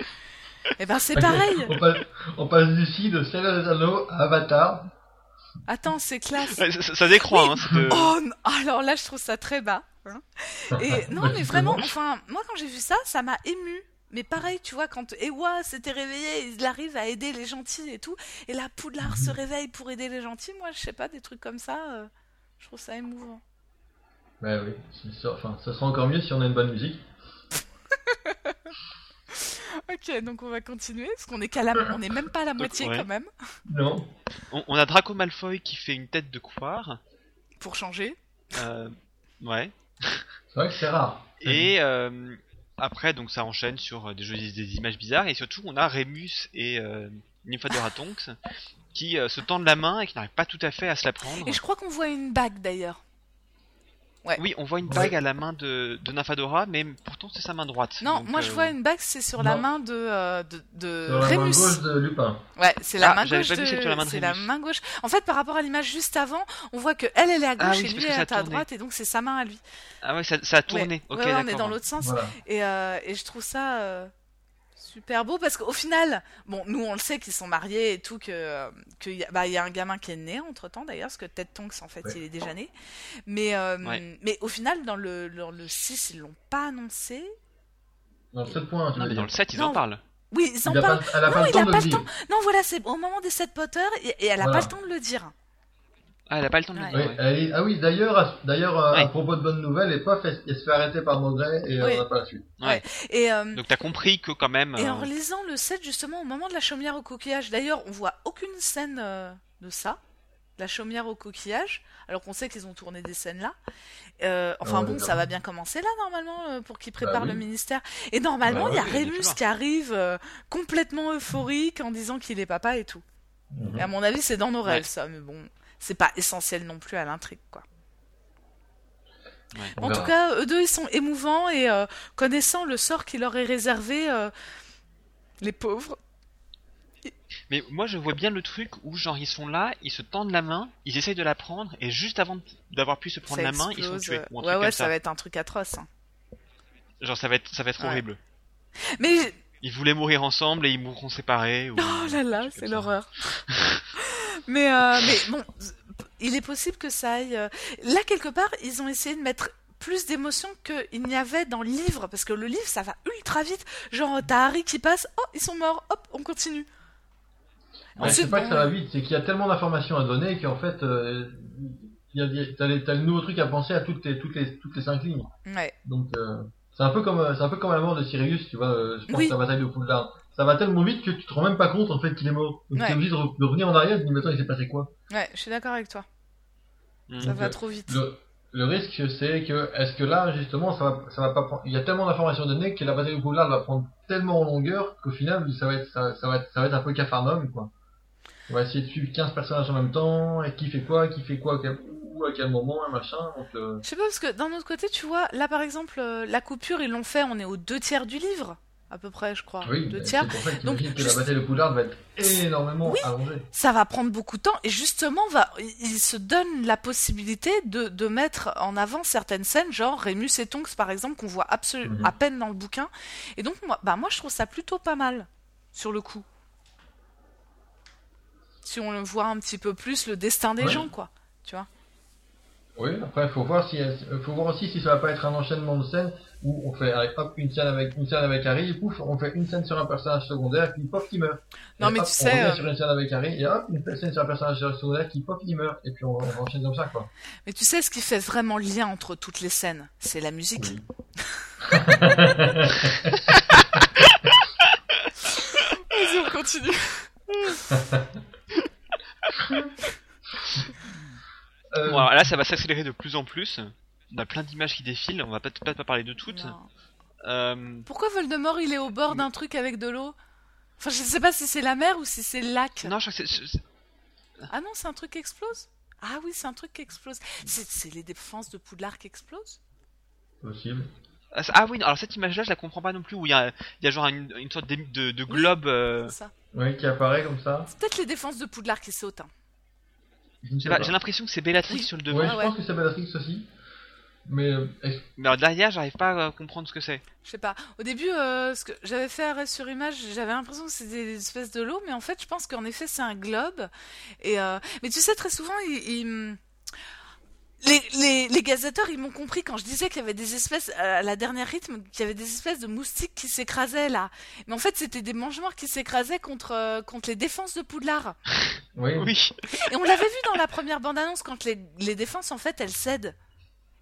[SPEAKER 4] Et ben, c'est pareil.
[SPEAKER 2] on, passe, on passe du Cid, de Seigneur des Anneaux, à Avatar.
[SPEAKER 4] Attends, c'est classe.
[SPEAKER 3] Ouais, ça, ça- ça décroît, hein. c'est de-
[SPEAKER 4] Oh, non, alors là, je trouve ça très bas. hein. Et
[SPEAKER 2] Ah,
[SPEAKER 4] non,
[SPEAKER 2] bah,
[SPEAKER 4] mais vraiment, enfin, moi, quand j'ai vu ça, ça m'a ému. Mais pareil, tu vois, quand Ewa s'était réveillé, il arrive à aider les gentils et tout, et la Poudlard
[SPEAKER 2] Mhm.
[SPEAKER 4] se réveille pour aider les gentils, moi, je sais pas, des trucs comme ça, euh, je trouve ça émouvant.
[SPEAKER 2] Ouais, Ben oui. c'est sûr. Enfin, ce sera encore mieux si on a une bonne musique.
[SPEAKER 4] Ah, Ok, donc on va continuer, parce qu'on est qu'à la... on est même pas à la moitié
[SPEAKER 3] ouais.
[SPEAKER 4] quand même,
[SPEAKER 2] Non.
[SPEAKER 3] on, on a Draco Malfoy qui fait une tête de couard.
[SPEAKER 4] pour changer.
[SPEAKER 3] Euh, ouais.
[SPEAKER 2] C'est vrai que c'est rare.
[SPEAKER 3] Et euh, après, donc ça enchaîne sur euh, des, jeux, des images bizarres. Et surtout, on a Remus et euh, Nymphadoratonx qui euh, se tendent la main et qui n'arrivent pas tout à fait à se la prendre.
[SPEAKER 4] Et je crois qu'on voit une bague d'ailleurs.
[SPEAKER 3] Oui, on voit une bague à la main de, de Nymphadora, mais pourtant c'est sa main droite.
[SPEAKER 4] Non,
[SPEAKER 3] Donc,
[SPEAKER 4] moi je
[SPEAKER 3] euh,
[SPEAKER 4] vois une bague, c'est sur la
[SPEAKER 2] non.
[SPEAKER 4] main de, euh, de, de
[SPEAKER 2] Sur la main
[SPEAKER 4] Rémus.
[SPEAKER 2] gauche de Lupin.
[SPEAKER 4] Ouais, c'est la
[SPEAKER 3] Ah,
[SPEAKER 4] main
[SPEAKER 3] j'avais
[SPEAKER 4] gauche.
[SPEAKER 3] pas vu celle sur la main de
[SPEAKER 4] c'est la
[SPEAKER 3] Rémus.
[SPEAKER 4] main gauche. En fait, par rapport à l'image juste avant, on voit que elle, elle est à gauche
[SPEAKER 3] Ah oui,
[SPEAKER 4] et
[SPEAKER 3] c'est
[SPEAKER 4] lui,
[SPEAKER 3] parce que
[SPEAKER 4] elle
[SPEAKER 3] ça
[SPEAKER 4] est à
[SPEAKER 3] tournait.
[SPEAKER 4] droite, et donc c'est sa main à lui.
[SPEAKER 3] Ah ouais, ça, ça a tourné.
[SPEAKER 4] Ouais,
[SPEAKER 3] ok,
[SPEAKER 4] ouais, ouais, on est
[SPEAKER 3] d'accord.
[SPEAKER 4] dans l'autre sens.
[SPEAKER 2] Voilà.
[SPEAKER 4] Et, euh, et je trouve ça euh, super beau parce qu'au final, bon, nous on le sait qu'ils sont mariés et tout, que qu'il y, a- bah, il y a un gamin qui est né entre temps d'ailleurs, parce que Ted Tonks en fait
[SPEAKER 2] Ouais.
[SPEAKER 4] il est déjà né. Mais, euh,
[SPEAKER 3] Ouais.
[SPEAKER 4] mais au final, dans le, dans le 6, ils l'ont pas annoncé.
[SPEAKER 2] Dans le 7 points, tu
[SPEAKER 3] Non,
[SPEAKER 2] veux
[SPEAKER 3] mais dans
[SPEAKER 2] dire.
[SPEAKER 3] le 7, ils
[SPEAKER 4] Non.
[SPEAKER 3] en parlent.
[SPEAKER 4] Oui, ils en
[SPEAKER 2] Il a
[SPEAKER 4] parlent.
[SPEAKER 2] pas, elle a
[SPEAKER 4] Non,
[SPEAKER 2] pas le
[SPEAKER 4] il a
[SPEAKER 2] temps de
[SPEAKER 4] pas
[SPEAKER 2] le
[SPEAKER 4] le
[SPEAKER 2] dire.
[SPEAKER 4] Non, voilà, c'est au moment des sept poteurs et, et elle a
[SPEAKER 2] Voilà.
[SPEAKER 4] pas le temps de le dire.
[SPEAKER 3] Ah, elle a pas le temps de le
[SPEAKER 4] Ouais.
[SPEAKER 3] dire.
[SPEAKER 2] Oui,
[SPEAKER 3] ouais.
[SPEAKER 2] elle est- Ah oui, d'ailleurs, à- d'ailleurs à- à
[SPEAKER 3] Ouais.
[SPEAKER 2] propos de bonnes nouvelles, et paf, elle, elle se fait arrêter par Maugret et euh,
[SPEAKER 4] Oui.
[SPEAKER 2] on n'a pas la suite.
[SPEAKER 4] Et, euh,
[SPEAKER 3] Donc t'as compris que quand même.
[SPEAKER 4] et
[SPEAKER 3] euh,
[SPEAKER 4] en relisant le 7, justement, au moment de la chaumière au coquillage, d'ailleurs, on voit aucune scène euh, de ça, de la chaumière au coquillage, alors qu'on sait qu'ils ont tourné des scènes là. Euh, enfin
[SPEAKER 2] Ah,
[SPEAKER 4] bon,
[SPEAKER 2] d'accord.
[SPEAKER 4] ça va bien commencer là, normalement, euh, pour qu'ils
[SPEAKER 2] Bah
[SPEAKER 4] préparent le
[SPEAKER 2] oui.
[SPEAKER 4] ministère. Et normalement,
[SPEAKER 2] Bah
[SPEAKER 4] il y a
[SPEAKER 3] oui, il y a des
[SPEAKER 4] Rémus
[SPEAKER 3] fleurs.
[SPEAKER 4] qui arrive euh, complètement euphorique en disant qu'il est papa et tout.
[SPEAKER 2] Mhm.
[SPEAKER 4] Et à mon avis, c'est dans nos
[SPEAKER 3] Ouais.
[SPEAKER 4] rêves, ça, mais bon, c'est pas essentiel non plus à l'intrigue, quoi.
[SPEAKER 2] On
[SPEAKER 4] En
[SPEAKER 2] verra.
[SPEAKER 4] tout cas, eux deux, ils sont émouvants et euh, connaissant le sort qui leur est réservé, euh, les pauvres.
[SPEAKER 3] Mais moi je vois bien le truc où genre ils sont là, ils se tendent la main, ils essayent de la prendre et juste avant de- d'avoir pu se prendre
[SPEAKER 4] ça
[SPEAKER 3] la main, ils sont
[SPEAKER 4] explose,
[SPEAKER 3] tués.
[SPEAKER 4] euh,
[SPEAKER 3] Ou un
[SPEAKER 4] ouais,
[SPEAKER 3] truc
[SPEAKER 4] ouais,
[SPEAKER 3] comme
[SPEAKER 4] ça
[SPEAKER 3] ça.
[SPEAKER 4] va être un truc atroce. hein.
[SPEAKER 3] Genre ça va être, ça va être
[SPEAKER 4] Ouais.
[SPEAKER 3] horrible.
[SPEAKER 4] Mais
[SPEAKER 3] Ils voulaient mourir ensemble et ils mourront séparés. Ou...
[SPEAKER 4] oh là là, c'est
[SPEAKER 3] comme ça.
[SPEAKER 4] l'horreur. mais, euh, mais bon, il est possible que ça aille. euh, Là, quelque part, ils ont essayé de mettre plus d'émotion qu'il n'y avait dans le livre, parce que le livre, ça va ultra vite. Genre, t'as Harry qui passe, oh, ils sont morts, hop, on continue.
[SPEAKER 2] Ouais,
[SPEAKER 4] Ensuite,
[SPEAKER 2] c'est pas
[SPEAKER 4] bon,
[SPEAKER 2] que ça va vite, c'est qu'il y a tellement d'informations à donner qu'en fait, euh, il y a des- t'as les- t'as le nouveau truc à penser à toutes les, toutes les, toutes les cinq lignes.
[SPEAKER 4] ouais.
[SPEAKER 2] Donc, euh, c'est un peu comme, euh, c'est un peu comme la mort de Sirius, tu vois, euh, je pense
[SPEAKER 4] Oui.
[SPEAKER 2] à la bataille de Poudlard. ça va tellement vite que tu te rends même pas compte en fait qu'il est mort. Donc
[SPEAKER 4] Ouais.
[SPEAKER 2] t'es obligé de, re- de revenir en arrière et de dire mais attends il s'est passé quoi
[SPEAKER 4] Ouais, je suis d'accord avec toi. Ça
[SPEAKER 3] Hmm.
[SPEAKER 2] Donc,
[SPEAKER 4] va
[SPEAKER 2] euh,
[SPEAKER 4] trop vite.
[SPEAKER 2] le, le risque c'est que est-ce que là justement ça va, ça va pas prendre... il y a tellement d'informations données que la bataille de Poudlard va prendre tellement en longueur qu'au final ça va être ça, ça va être, ça va être un peu cafarnaum quoi. On va essayer de suivre 15 personnages en même temps et qui fait quoi, qui fait quoi, à quel, où, à quel moment, un machin. Donc euh,
[SPEAKER 4] Je sais pas, parce que d'un autre côté, tu vois, là par exemple, euh, la coupure, ils l'ont fait, on est aux deux tiers du livre, à peu près, je crois.
[SPEAKER 2] oui,
[SPEAKER 4] deux
[SPEAKER 2] mais
[SPEAKER 4] tiers.
[SPEAKER 2] c'est pour ça que
[SPEAKER 4] Donc,
[SPEAKER 2] t'imagines que
[SPEAKER 4] juste-
[SPEAKER 2] la bataille de Poudlard va être énormément
[SPEAKER 4] Oui.
[SPEAKER 2] allongée.
[SPEAKER 4] Ça va prendre beaucoup de temps, et justement, va, ils- ils se donnent la possibilité de, de mettre en avant certaines scènes, genre Rémus et Tonks, par exemple, qu'on voit absolument
[SPEAKER 2] Mhm.
[SPEAKER 4] à peine dans le bouquin. Et donc, moi, bah, moi, je trouve ça plutôt pas mal, sur le coup. Si on le voit un petit peu plus, le destin des
[SPEAKER 2] Ouais.
[SPEAKER 4] gens, quoi.
[SPEAKER 2] Oui, après, faut voir si, euh, faut voir aussi si ça va pas être un enchaînement de scènes où on fait, allez, hop, une scène avec, une scène avec Harry, et pouf, on fait une scène sur un personnage secondaire, puis pof, il meurt.
[SPEAKER 4] Non,
[SPEAKER 2] Et
[SPEAKER 4] mais
[SPEAKER 2] hop,
[SPEAKER 4] tu
[SPEAKER 2] on
[SPEAKER 4] sais,
[SPEAKER 2] revient
[SPEAKER 4] euh,
[SPEAKER 2] sur une scène avec Harry, et hop, une scène sur un personnage secondaire, qui pof, il meurt. Et puis on, on enchaîne comme ça, quoi.
[SPEAKER 4] Mais tu sais, ce qui fait vraiment lien entre toutes les scènes, c'est la musique.
[SPEAKER 2] Oui.
[SPEAKER 4] Vas-y, on continue.
[SPEAKER 2] Euh,
[SPEAKER 3] Bon, alors là, ça va s'accélérer de plus en plus. On a plein d'images qui défilent, on va peut-être peut-être pas parler de toutes.
[SPEAKER 4] Non.
[SPEAKER 3] Euh,
[SPEAKER 4] Pourquoi Voldemort, il est au bord d'un truc avec de l'eau Enfin, je sais pas si c'est la mer ou si c'est le lac.
[SPEAKER 3] non, je crois que c'est- c'est-
[SPEAKER 4] Ah non, c'est un truc qui explose Ah oui, c'est un truc qui explose. C'est- C'est les défenses de Poudlard qui explosent
[SPEAKER 2] Possible.
[SPEAKER 3] ah, c'est- Ah oui, non, alors cette image-là, je la comprends pas non plus, où il y a, il y a genre une, une sorte d'émi- de, de globe. euh,
[SPEAKER 4] C'est ça.
[SPEAKER 2] Oui, qui apparaît comme ça.
[SPEAKER 4] C'est peut-être les défenses de Poudlard qui sautent. hein.
[SPEAKER 2] Je ne
[SPEAKER 3] je sais
[SPEAKER 2] sais
[SPEAKER 3] pas,
[SPEAKER 2] pas.
[SPEAKER 3] bah, J'ai l'impression que c'est Bellatrix
[SPEAKER 4] Oui.
[SPEAKER 3] sur le
[SPEAKER 2] Ouais,
[SPEAKER 3] devant.
[SPEAKER 2] je
[SPEAKER 4] ouais.
[SPEAKER 2] pense que c'est Bellatrix aussi. Mais, euh, est-ce-
[SPEAKER 3] Mais alors derrière, j'arrive pas à comprendre ce que c'est.
[SPEAKER 4] Je sais pas. Au début, euh, ce que j'avais fait arrêt sur image, j'avais l'impression que c'était des espèces de l'eau, mais en fait, je pense qu'en effet, c'est un globe. Et euh, mais tu sais, très souvent, ils- ils- Les, les, les gazeteurs, ils m'ont compris quand je disais qu'il y avait des espèces, euh, à la dernière rythme, qu'il y avait des espèces de moustiques qui s'écrasaient là. Mais en fait, c'était des mange-morts qui s'écrasaient contre, euh, contre les défenses de Poudlard.
[SPEAKER 2] oui. Mhm.
[SPEAKER 3] Oui.
[SPEAKER 4] Et on l'avait vu dans la première bande-annonce, quand les, les défenses, en fait, elles cèdent.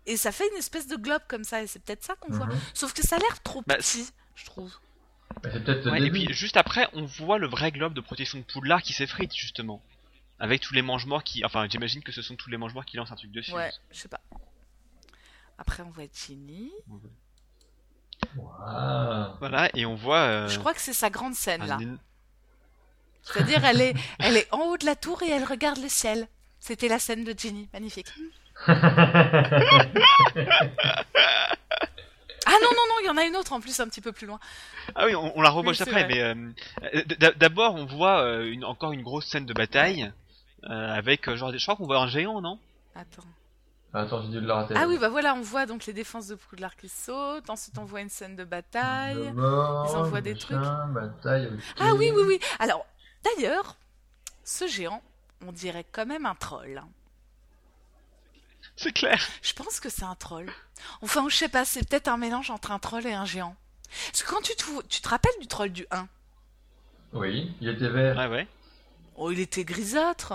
[SPEAKER 4] Et ça fait une espèce de globe comme ça, et c'est peut-être ça qu'on voit.
[SPEAKER 2] Mhm.
[SPEAKER 4] Sauf que ça a l'air trop
[SPEAKER 3] Bah,
[SPEAKER 4] petit, je trouve.
[SPEAKER 2] Mais C'est peut-être le
[SPEAKER 3] Ouais, et
[SPEAKER 2] début.
[SPEAKER 3] puis juste après, on voit le vrai globe de protection de Poudlard qui s'effrite justement. Avec tous les mange-morts qui. Enfin, j'imagine que ce sont tous les mange-morts qui lancent un truc dessus.
[SPEAKER 4] Ouais, je sais pas. Après, on voit Ginny.
[SPEAKER 2] Ouah.
[SPEAKER 3] Voilà, et on voit. euh,
[SPEAKER 4] Je crois que c'est sa grande scène,
[SPEAKER 3] un
[SPEAKER 4] là.
[SPEAKER 3] éno-
[SPEAKER 4] C'est-à-dire, elle est, elle est en haut de la tour et elle regarde le ciel. C'était la scène de Ginny. Magnifique. Ah non, non, non, il y en a une autre en plus, un petit peu plus loin.
[SPEAKER 3] Ah oui, on, on la
[SPEAKER 4] Oui,
[SPEAKER 3] remoche
[SPEAKER 4] c'est
[SPEAKER 3] après,
[SPEAKER 4] vrai.
[SPEAKER 3] mais. euh, euh, d- D'abord, on voit euh, une- encore une grosse scène de bataille. euh, avec euh, genre. des- Je crois qu'on voit un géant, non
[SPEAKER 4] Attends.
[SPEAKER 2] Attends, j'ai dû le rater.
[SPEAKER 4] Ah oui, bah voilà, on voit donc les défenses de Poudlard qui sautent. Ensuite, on voit une scène de bataille.
[SPEAKER 2] Ils
[SPEAKER 4] Ils envoient des trucs.
[SPEAKER 2] Bataille, ok.
[SPEAKER 4] Ah oui, oui, oui. Alors, d'ailleurs, ce géant, on dirait quand même un troll. hein.
[SPEAKER 3] C'est clair
[SPEAKER 4] Je pense que c'est un troll. Enfin, je sais pas, c'est peut-être un mélange entre un troll et un géant. Parce que quand tu te, tu te rappelles du troll du 1,
[SPEAKER 2] Oui, il était vert.
[SPEAKER 3] Ouais, ouais.
[SPEAKER 4] oh, il était grisâtre.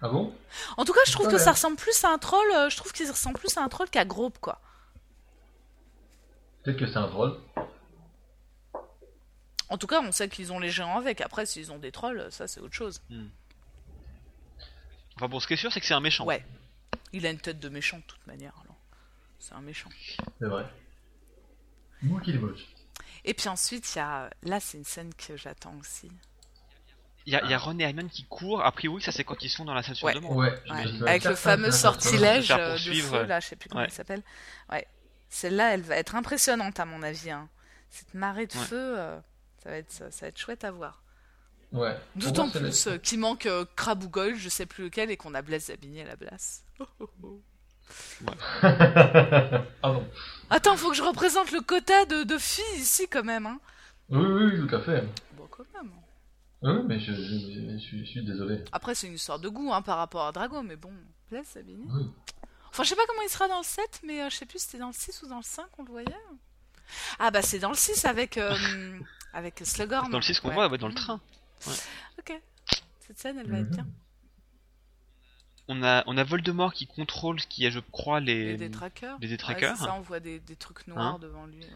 [SPEAKER 2] Ah bon
[SPEAKER 4] En tout cas, je trouve que
[SPEAKER 2] Ouais.
[SPEAKER 4] ça ressemble plus à un troll, euh, je trouve qu'il ressemble plus à un troll qu'à Grope, quoi.
[SPEAKER 2] Peut-être que c'est un troll.
[SPEAKER 4] En tout cas, on sait qu'ils ont les géants avec. Après, s'ils ont des trolls, ça, c'est autre chose.
[SPEAKER 3] Enfin bon, ce qui est sûr, c'est que c'est un méchant.
[SPEAKER 4] Ouais. Il a une tête de méchant, de toute manière, alors. C'est un méchant.
[SPEAKER 2] C'est vrai. Moi qui est moche.
[SPEAKER 4] Et puis ensuite, il y a... Là, c'est une scène que j'attends aussi.
[SPEAKER 3] Il y a, il y a Ron et Hermione qui courent. A priori, ça c'est quand ils sont dans la salle sur
[SPEAKER 4] Ouais.
[SPEAKER 3] demande.
[SPEAKER 2] Ouais.
[SPEAKER 4] Ouais,
[SPEAKER 2] je suis
[SPEAKER 4] avec le
[SPEAKER 2] certain
[SPEAKER 4] fameux
[SPEAKER 2] que c'est un troll.
[SPEAKER 4] sortilège
[SPEAKER 3] se faire
[SPEAKER 4] euh, de
[SPEAKER 3] poursuivre,
[SPEAKER 4] feu,
[SPEAKER 3] ouais.
[SPEAKER 4] là, je sais plus comment
[SPEAKER 3] Ouais.
[SPEAKER 4] il s'appelle. Ouais. Celle-là, elle va être impressionnante à mon avis. hein. Cette marée de
[SPEAKER 3] Ouais.
[SPEAKER 4] feu, euh, ça va être ça va être chouette à voir.
[SPEAKER 2] Ouais. Pour
[SPEAKER 4] D'autant
[SPEAKER 2] moi, c'est
[SPEAKER 4] plus
[SPEAKER 2] le-
[SPEAKER 4] euh, qu'il manque euh, Crabougol, je sais plus lequel, et qu'on a Blaise Zabini à la place.
[SPEAKER 2] ah non.
[SPEAKER 4] Attends, faut que je représente le quota de, de filles ici quand même. Hein.
[SPEAKER 2] Oui, oui, oui, tout à fait.
[SPEAKER 4] Bon, quand même. hein.
[SPEAKER 2] Oui, mais je, je- je- je suis, je suis désolé.
[SPEAKER 4] Après, c'est une histoire de goût hein, par rapport à Drago, mais bon, Blaise Zabini.
[SPEAKER 2] Oui.
[SPEAKER 4] Enfin, je sais pas comment il sera dans le 7, mais euh, je sais plus si c'était dans le 6 ou dans le 5 on le voyait. Ah bah c'est dans le 6 avec, euh, avec Slughorn.
[SPEAKER 3] Dans le 6 qu'on
[SPEAKER 4] Ouais.
[SPEAKER 3] voit, ouais, dans le train.
[SPEAKER 4] Ok. Cette scène, elle va être
[SPEAKER 2] Mhm.
[SPEAKER 4] bien.
[SPEAKER 3] On a, on a Voldemort qui contrôle ce qui est, je crois,
[SPEAKER 4] Et
[SPEAKER 3] les,
[SPEAKER 4] des trackers.
[SPEAKER 3] les
[SPEAKER 4] Ouais,
[SPEAKER 3] détraqueurs.
[SPEAKER 2] Hein.
[SPEAKER 4] c'est ça, on voit des, des trucs noirs devant lui. ouais.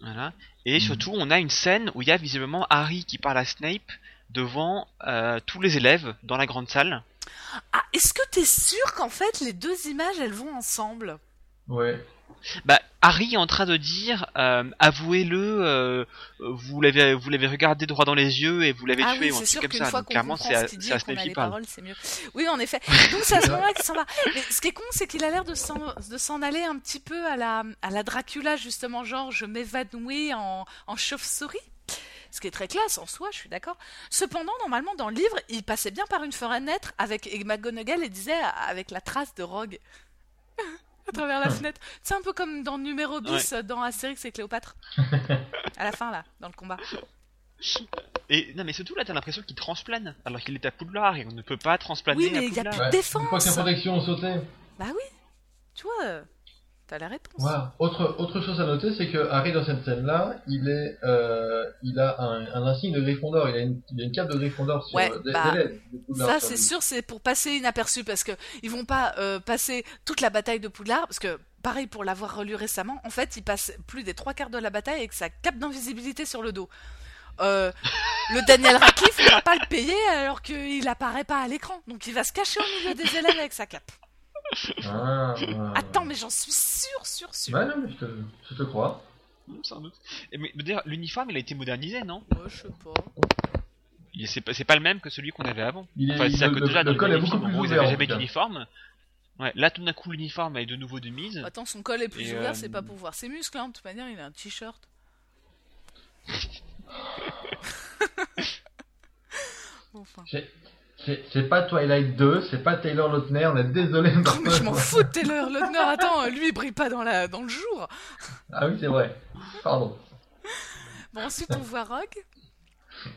[SPEAKER 3] Voilà. Et surtout, on a une scène où il y a visiblement Harry qui parle à Snape devant euh, tous les élèves dans la grande salle.
[SPEAKER 4] Ah, est-ce que t'es sûr qu'en fait les deux images elles vont ensemble
[SPEAKER 2] Ouais.
[SPEAKER 3] Bah, Harry est en train de dire, euh, avouez-le, euh, vous l'avez, vous l'avez regardé droit dans les yeux et vous l'avez
[SPEAKER 4] Ah
[SPEAKER 3] tué,
[SPEAKER 4] oui,
[SPEAKER 3] ou un
[SPEAKER 4] c'est
[SPEAKER 3] truc
[SPEAKER 4] sûr
[SPEAKER 3] comme
[SPEAKER 4] qu'une
[SPEAKER 3] ça.
[SPEAKER 4] fois
[SPEAKER 3] Donc,
[SPEAKER 4] qu'on
[SPEAKER 3] clairement,
[SPEAKER 4] comprend
[SPEAKER 3] c'est à,
[SPEAKER 4] ce qu'il
[SPEAKER 3] c'est
[SPEAKER 4] dit
[SPEAKER 3] à
[SPEAKER 4] et qu'on
[SPEAKER 3] Snape
[SPEAKER 4] a
[SPEAKER 3] qui
[SPEAKER 4] les
[SPEAKER 3] parle.
[SPEAKER 4] paroles, c'est mieux. Oui, en effet. Donc c'est à ce moment-là qu'il s'en va. Mais ce qui est con, c'est qu'il a l'air de s'en, de s'en aller un petit peu à la, à la Dracula, justement, genre je m'évanouis en, en chauve-souris. Ce qui est très classe en soi, je suis d'accord. Cependant, normalement, dans le livre, il passait bien par une fenêtre avec et McGonagall et disait avec la trace de Rogue à travers la fenêtre. C'est un peu comme dans Numéro bis euh, dans Astérix et Cléopâtre. à la fin, là, dans le combat.
[SPEAKER 3] Et non, mais surtout là, t'as l'impression qu'il transplane, alors qu'il est à Poudlard et on ne peut pas transplaner
[SPEAKER 4] Oui, mais
[SPEAKER 3] à
[SPEAKER 4] il y a
[SPEAKER 3] Poudlard.
[SPEAKER 4] plus
[SPEAKER 2] Ouais.
[SPEAKER 4] de
[SPEAKER 2] Une fois que la
[SPEAKER 4] défense.
[SPEAKER 2] protection ont sauté.
[SPEAKER 4] Bah oui, tu vois, euh, t'as la réponse.
[SPEAKER 2] Voilà. Autre, autre chose à noter, c'est que Harry, dans cette scène-là, il, est, euh, il a un, un insigne de Gryffondor. Il a une, il a une cape de Gryffondor sur
[SPEAKER 4] Ouais,
[SPEAKER 2] euh, des-
[SPEAKER 4] bah,
[SPEAKER 2] des lèvres, de Poudlard
[SPEAKER 4] Ça,
[SPEAKER 2] sur
[SPEAKER 4] c'est
[SPEAKER 2] lui.
[SPEAKER 4] sûr, c'est pour passer inaperçu parce que ils vont pas euh, passer toute la bataille de Poudlard parce que. Pareil pour l'avoir relu récemment, en fait, il passe plus des trois quarts de la bataille avec sa cape d'invisibilité sur le dos. Euh, le Daniel Radcliffe, il va pas le payer alors qu'il apparaît pas à l'écran. Donc il va se cacher au milieu des élèves avec sa cape.
[SPEAKER 2] Ah, ah.
[SPEAKER 4] Attends, mais j'en suis sûre, sûre, sûre.
[SPEAKER 2] Ouais, non, mais je te, je te crois.
[SPEAKER 3] Hum, Sans doute. Et mais mais d'ailleurs, l'uniforme, il a été modernisé, non
[SPEAKER 4] Ouais, je sais pas.
[SPEAKER 3] Il- C'est pas, c'est pas le même que celui qu'on avait avant.
[SPEAKER 2] Il est,
[SPEAKER 3] Enfin, c'est à
[SPEAKER 2] le,
[SPEAKER 3] que
[SPEAKER 2] le-
[SPEAKER 3] déjà,
[SPEAKER 2] le
[SPEAKER 3] dans
[SPEAKER 2] col
[SPEAKER 3] les
[SPEAKER 2] est beaucoup
[SPEAKER 3] films, en
[SPEAKER 2] plus
[SPEAKER 3] gros, ils
[SPEAKER 2] ouvert.
[SPEAKER 3] avaient
[SPEAKER 2] en
[SPEAKER 3] jamais
[SPEAKER 2] tout cas.
[SPEAKER 3] d'uniforme. Ouais, là, tout d'un coup, l'uniforme est de nouveau de mise.
[SPEAKER 4] Attends, son col est plus
[SPEAKER 3] Mm. Et,
[SPEAKER 4] ouvert,
[SPEAKER 3] euh,
[SPEAKER 4] c'est pas pour voir ses muscles, hein. de toute manière, il a un t-shirt. Bon, enfin.
[SPEAKER 2] C'est- c'est- C'est pas Twilight 2, c'est pas Taylor Lautner, on est désolé.
[SPEAKER 4] Oh, mais je m'en fous de Taylor Lautner, attends, lui il brille pas dans, la, dans le jour.
[SPEAKER 2] Ah oui, c'est vrai. Pardon.
[SPEAKER 4] Bon, ensuite on voit Rogue.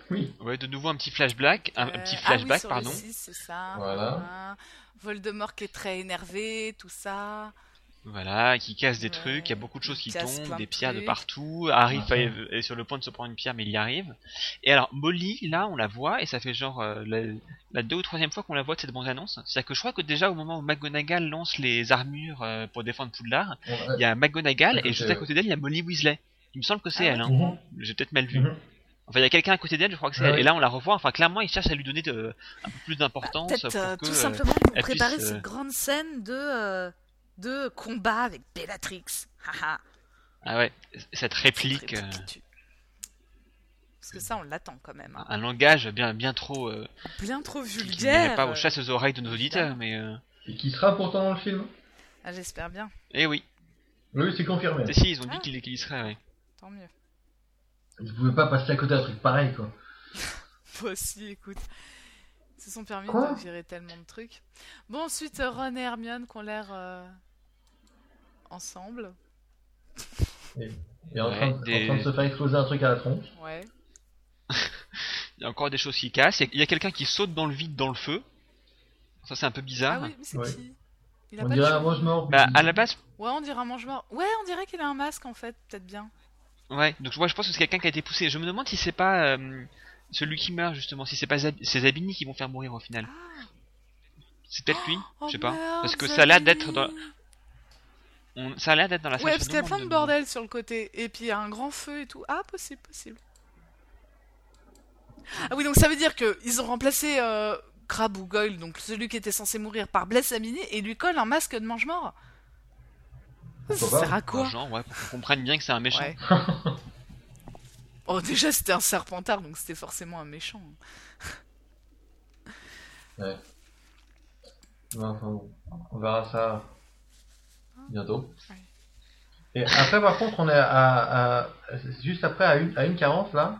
[SPEAKER 2] Oui.
[SPEAKER 3] Ouais, de nouveau un petit flashback, un, un
[SPEAKER 4] Euh,
[SPEAKER 3] petit
[SPEAKER 4] ah oui,
[SPEAKER 3] flashback,
[SPEAKER 4] sur le
[SPEAKER 3] pardon.
[SPEAKER 4] six, c'est ça.
[SPEAKER 2] Voilà.
[SPEAKER 4] Voldemort qui est très énervé, tout ça.
[SPEAKER 3] Voilà, qui casse des
[SPEAKER 4] Ouais,
[SPEAKER 3] trucs, il y a beaucoup de choses qui
[SPEAKER 4] il casse
[SPEAKER 3] tombent,
[SPEAKER 4] plein
[SPEAKER 3] des
[SPEAKER 4] de
[SPEAKER 3] pierres de
[SPEAKER 4] trucs.
[SPEAKER 3] partout. Harry
[SPEAKER 2] Ah.
[SPEAKER 3] fait- est sur le point de se prendre une pierre, mais il y arrive. Et alors, Molly, là, on la voit, et ça fait genre euh, la, la deux ou troisième fois qu'on la voit de cette bande-annonce. C'est-à-dire que je crois que déjà au moment où McGonagall lance les armures euh, pour défendre Poudlard,
[SPEAKER 2] On-
[SPEAKER 3] il y a McGonagall,
[SPEAKER 2] Écoutez,
[SPEAKER 3] et juste à
[SPEAKER 2] euh,
[SPEAKER 3] côté d'elle, il y a Molly Weasley. Il me semble que c'est
[SPEAKER 4] Ah
[SPEAKER 3] elle, hein.
[SPEAKER 2] Mhm.
[SPEAKER 3] j'ai peut-être mal vu.
[SPEAKER 2] Mhm.
[SPEAKER 3] Enfin, il y a quelqu'un à côté d'elle, je crois que c'est
[SPEAKER 2] Ah
[SPEAKER 3] elle.
[SPEAKER 2] oui.
[SPEAKER 3] Et là, on la revoit. Enfin, clairement, il cherche à lui donner de, un peu plus d'importance.
[SPEAKER 4] Peut-être
[SPEAKER 3] pour
[SPEAKER 4] euh,
[SPEAKER 3] que,
[SPEAKER 4] tout
[SPEAKER 3] euh,
[SPEAKER 4] simplement ils ont
[SPEAKER 3] elle
[SPEAKER 4] préparé
[SPEAKER 3] puisse, euh,
[SPEAKER 4] cette grande scène de, euh, de combat avec Bellatrix. Haha.
[SPEAKER 3] Ah ouais, cette réplique, euh,
[SPEAKER 4] Réplique, tu- Parce que ça, on l'attend quand même. hein.
[SPEAKER 3] un langage bien, bien trop. euh,
[SPEAKER 4] Bien trop
[SPEAKER 3] qui- qui
[SPEAKER 4] vulgaire.
[SPEAKER 3] n'irait pas aux chasses aux oreilles de nos auditeurs,
[SPEAKER 4] évidemment.
[SPEAKER 3] mais. Euh...
[SPEAKER 2] Et qui sera pourtant dans le film
[SPEAKER 4] Ah, J'espère bien,
[SPEAKER 3] Eh oui, Eh
[SPEAKER 2] Oui, c'est confirmé.
[SPEAKER 3] si, si, ils ont dit
[SPEAKER 4] Ah.
[SPEAKER 3] qu'il qu'il y serait, ouais.
[SPEAKER 4] tant mieux.
[SPEAKER 2] Vous pouvez pas passer à côté d'un truc pareil, quoi.
[SPEAKER 4] Moi aussi, écoute. Ils se sont permis
[SPEAKER 2] Quoi
[SPEAKER 4] de gérer tellement de trucs. Bon, ensuite, euh, Ron et Hermione qui ont l'air euh, ensemble.
[SPEAKER 2] Et en,
[SPEAKER 3] Ouais,
[SPEAKER 2] train, de-
[SPEAKER 3] des-
[SPEAKER 2] en train de se faire exploser un truc à la tronche.
[SPEAKER 4] Ouais.
[SPEAKER 3] Il y a encore des choses qui cassent. Il y a- il y a quelqu'un qui saute dans le vide, dans le feu. Ça, c'est un peu
[SPEAKER 4] Ah,
[SPEAKER 3] bizarre.
[SPEAKER 4] oui, mais c'est
[SPEAKER 2] Ouais.
[SPEAKER 4] qui Il
[SPEAKER 2] On
[SPEAKER 4] pas de
[SPEAKER 2] dirait un
[SPEAKER 4] cheveux.
[SPEAKER 2] mange mort.
[SPEAKER 3] Bah, à la base,
[SPEAKER 4] Ouais, on dirait un mange-mort. Ouais, on dirait qu'il a un masque en fait, peut-être bien.
[SPEAKER 3] ouais. Donc, moi, je pense que c'est quelqu'un qui a été poussé. Je me demande si c'est pas. euh, Celui qui meurt justement, si c'est pas Zab- c'est Zabini qui vont faire mourir au final.
[SPEAKER 4] Ah,
[SPEAKER 3] C'est peut-être lui,
[SPEAKER 4] oh
[SPEAKER 3] je sais pas.
[SPEAKER 4] merde,
[SPEAKER 3] Parce que ça a l'air d'être dans,
[SPEAKER 4] Zabini.
[SPEAKER 3] On- Ça a l'air d'être dans la salle.
[SPEAKER 4] Ouais, parce
[SPEAKER 3] tout
[SPEAKER 4] qu'il y a
[SPEAKER 3] le
[SPEAKER 4] plein
[SPEAKER 3] monde
[SPEAKER 4] de
[SPEAKER 3] dedans.
[SPEAKER 4] bordel sur le côté. Et puis il y a un grand feu et tout. Ah, possible, possible. Ah oui, donc ça veut dire que ils ont remplacé euh, Crabbe ou Goyle, donc celui qui était censé mourir, par Blaise Amini et lui colle un masque de mange-mort. Ça
[SPEAKER 2] Pourquoi pas
[SPEAKER 4] sert à
[SPEAKER 3] Dans le
[SPEAKER 4] quoi
[SPEAKER 3] genre, ouais, pour qu'on comprenne bien que c'est un méchant.
[SPEAKER 4] Ouais. Oh, déjà, c'était un serpentard, donc c'était forcément un méchant.
[SPEAKER 2] Ouais, enfin bon, on verra ça bientôt.
[SPEAKER 4] Hein Ouais.
[SPEAKER 2] Et après, par contre, on est à, à- juste après à une, à une 40 là.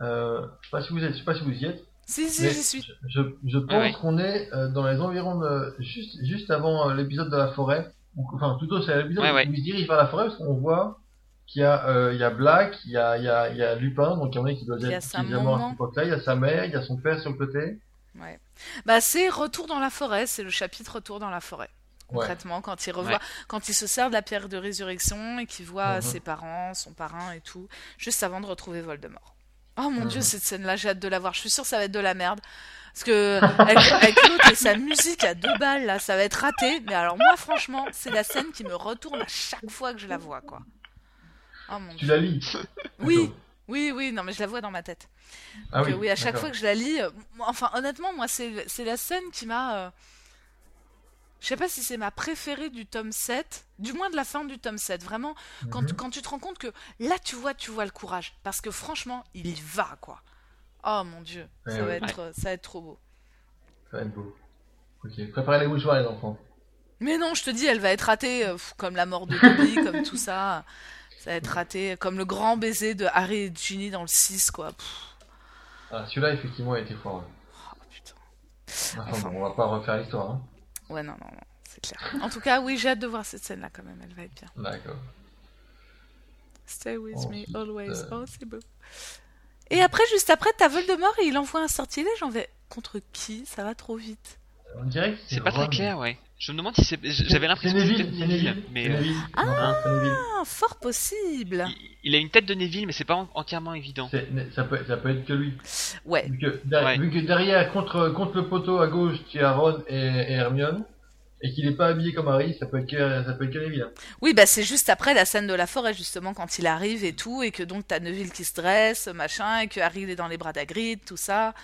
[SPEAKER 2] Euh, je sais pas si vous êtes, je sais pas si vous y êtes.
[SPEAKER 4] Si, si,
[SPEAKER 2] Mais-
[SPEAKER 4] j'y suis.
[SPEAKER 2] Je, je pense
[SPEAKER 3] Ah ouais.
[SPEAKER 2] qu'on est euh, dans les environs de, juste, juste avant euh, l'épisode de la forêt. Ou- Enfin, plutôt c'est l'épisode
[SPEAKER 3] Ouais, ouais.
[SPEAKER 2] où il se dirige vers la forêt parce qu'on voit qu'il y a, euh, il y a Black, il y a, il y a, il y a Lupin, donc il y en a qui doit
[SPEAKER 4] Il y a
[SPEAKER 2] être
[SPEAKER 4] sa
[SPEAKER 2] qui est mort à
[SPEAKER 4] maman.
[SPEAKER 2] cette époque-là. Il y a sa mère, il y a son père sur le côté.
[SPEAKER 4] Ouais. Bah, c'est Retour dans la forêt, c'est le chapitre Retour dans la forêt.
[SPEAKER 2] Ouais.
[SPEAKER 4] Concrètement, quand il revoit, quand il se sert de la pierre de résurrection et qu'il voit
[SPEAKER 2] Mhm.
[SPEAKER 4] ses parents, son parrain et tout, juste avant de retrouver Voldemort. Oh mon
[SPEAKER 2] Mhm.
[SPEAKER 4] dieu, cette scène-là, j'ai hâte de la voir. Je suis sûre que ça va être de la merde. Parce que avec, avec l'autre et sa musique à deux balles, là, ça va être raté. Mais alors, moi, franchement, c'est la scène qui me retourne à chaque fois que je la vois, quoi. Oh mon
[SPEAKER 2] Tu
[SPEAKER 4] dieu.
[SPEAKER 2] la lis
[SPEAKER 4] Oui,
[SPEAKER 2] plutôt.
[SPEAKER 4] oui, oui, non, mais je la vois dans ma tête.
[SPEAKER 2] Ah
[SPEAKER 4] Que
[SPEAKER 2] oui.
[SPEAKER 4] oui, à chaque
[SPEAKER 2] d'accord.
[SPEAKER 4] fois que je la lis, euh, moi- enfin honnêtement, moi c'est c'est la scène qui m'a. euh, Je sais pas si c'est ma préférée du tome 7, du moins de la fin du tome 7. Vraiment, quand,
[SPEAKER 2] Mhm.
[SPEAKER 4] quand tu te rends compte que là tu vois, tu vois le courage. Parce que franchement, il y va quoi. Oh mon dieu,
[SPEAKER 2] Eh
[SPEAKER 4] ça,
[SPEAKER 2] oui.
[SPEAKER 4] va être, ça va être trop beau.
[SPEAKER 2] Ça va être beau. Ok, préparez les mouchoirs, les enfants.
[SPEAKER 4] Mais non, je te dis, elle va être ratée, euh, pff, comme la mort de Toby, comme tout ça. Ça va être raté, comme le grand baiser de Harry et Ginny dans le 6, quoi. Pff,
[SPEAKER 2] Ah, celui-là, effectivement, a été fort. ouais.
[SPEAKER 4] oh, putain.
[SPEAKER 2] Enfin,
[SPEAKER 4] Enfin.
[SPEAKER 2] bon, on va pas refaire l'histoire. Hein.
[SPEAKER 4] Ouais, non, non, non, c'est clair. En tout cas, oui, j'ai hâte de voir cette scène-là quand même, elle va être bien.
[SPEAKER 2] D'accord.
[SPEAKER 4] Stay with me
[SPEAKER 2] Ensuite,
[SPEAKER 4] always.
[SPEAKER 2] euh,
[SPEAKER 4] Oh, c'est beau. Et après, juste après, t'as Voldemort et il envoie un sortilège. J'en vais contre qui Ça va trop vite.
[SPEAKER 2] On dirait que
[SPEAKER 3] C'est pas très
[SPEAKER 2] Ron.
[SPEAKER 3] clair, ouais. Je me demande si c'est. J'avais l'impression
[SPEAKER 2] C'est
[SPEAKER 3] que
[SPEAKER 2] Neville,
[SPEAKER 3] c'était
[SPEAKER 2] c'est
[SPEAKER 3] Neville,
[SPEAKER 2] Neville.
[SPEAKER 3] mais
[SPEAKER 2] c'est
[SPEAKER 3] euh,
[SPEAKER 2] Neville.
[SPEAKER 4] Ah.
[SPEAKER 2] Non, c'est Neville.
[SPEAKER 4] Ah, fort possible.
[SPEAKER 3] il- il a une tête de Neville, mais c'est pas en- entièrement évident.
[SPEAKER 2] C'est- ne- ça, peut, ça peut être que lui.
[SPEAKER 4] Ouais.
[SPEAKER 2] Vu que, der-
[SPEAKER 3] Ouais.
[SPEAKER 2] vu que derrière, contre, contre le poteau à gauche, tu as Ron et, et Hermione, et qu'il n'est pas habillé comme Harry, ça peut être que, ça peut être que Neville. hein.
[SPEAKER 4] Oui, bah c'est juste après la scène de la forêt, justement, quand il arrive et tout, et que donc t'as Neville qui se dresse, machin, et que Harry il est dans les bras d'Agrid, tout ça.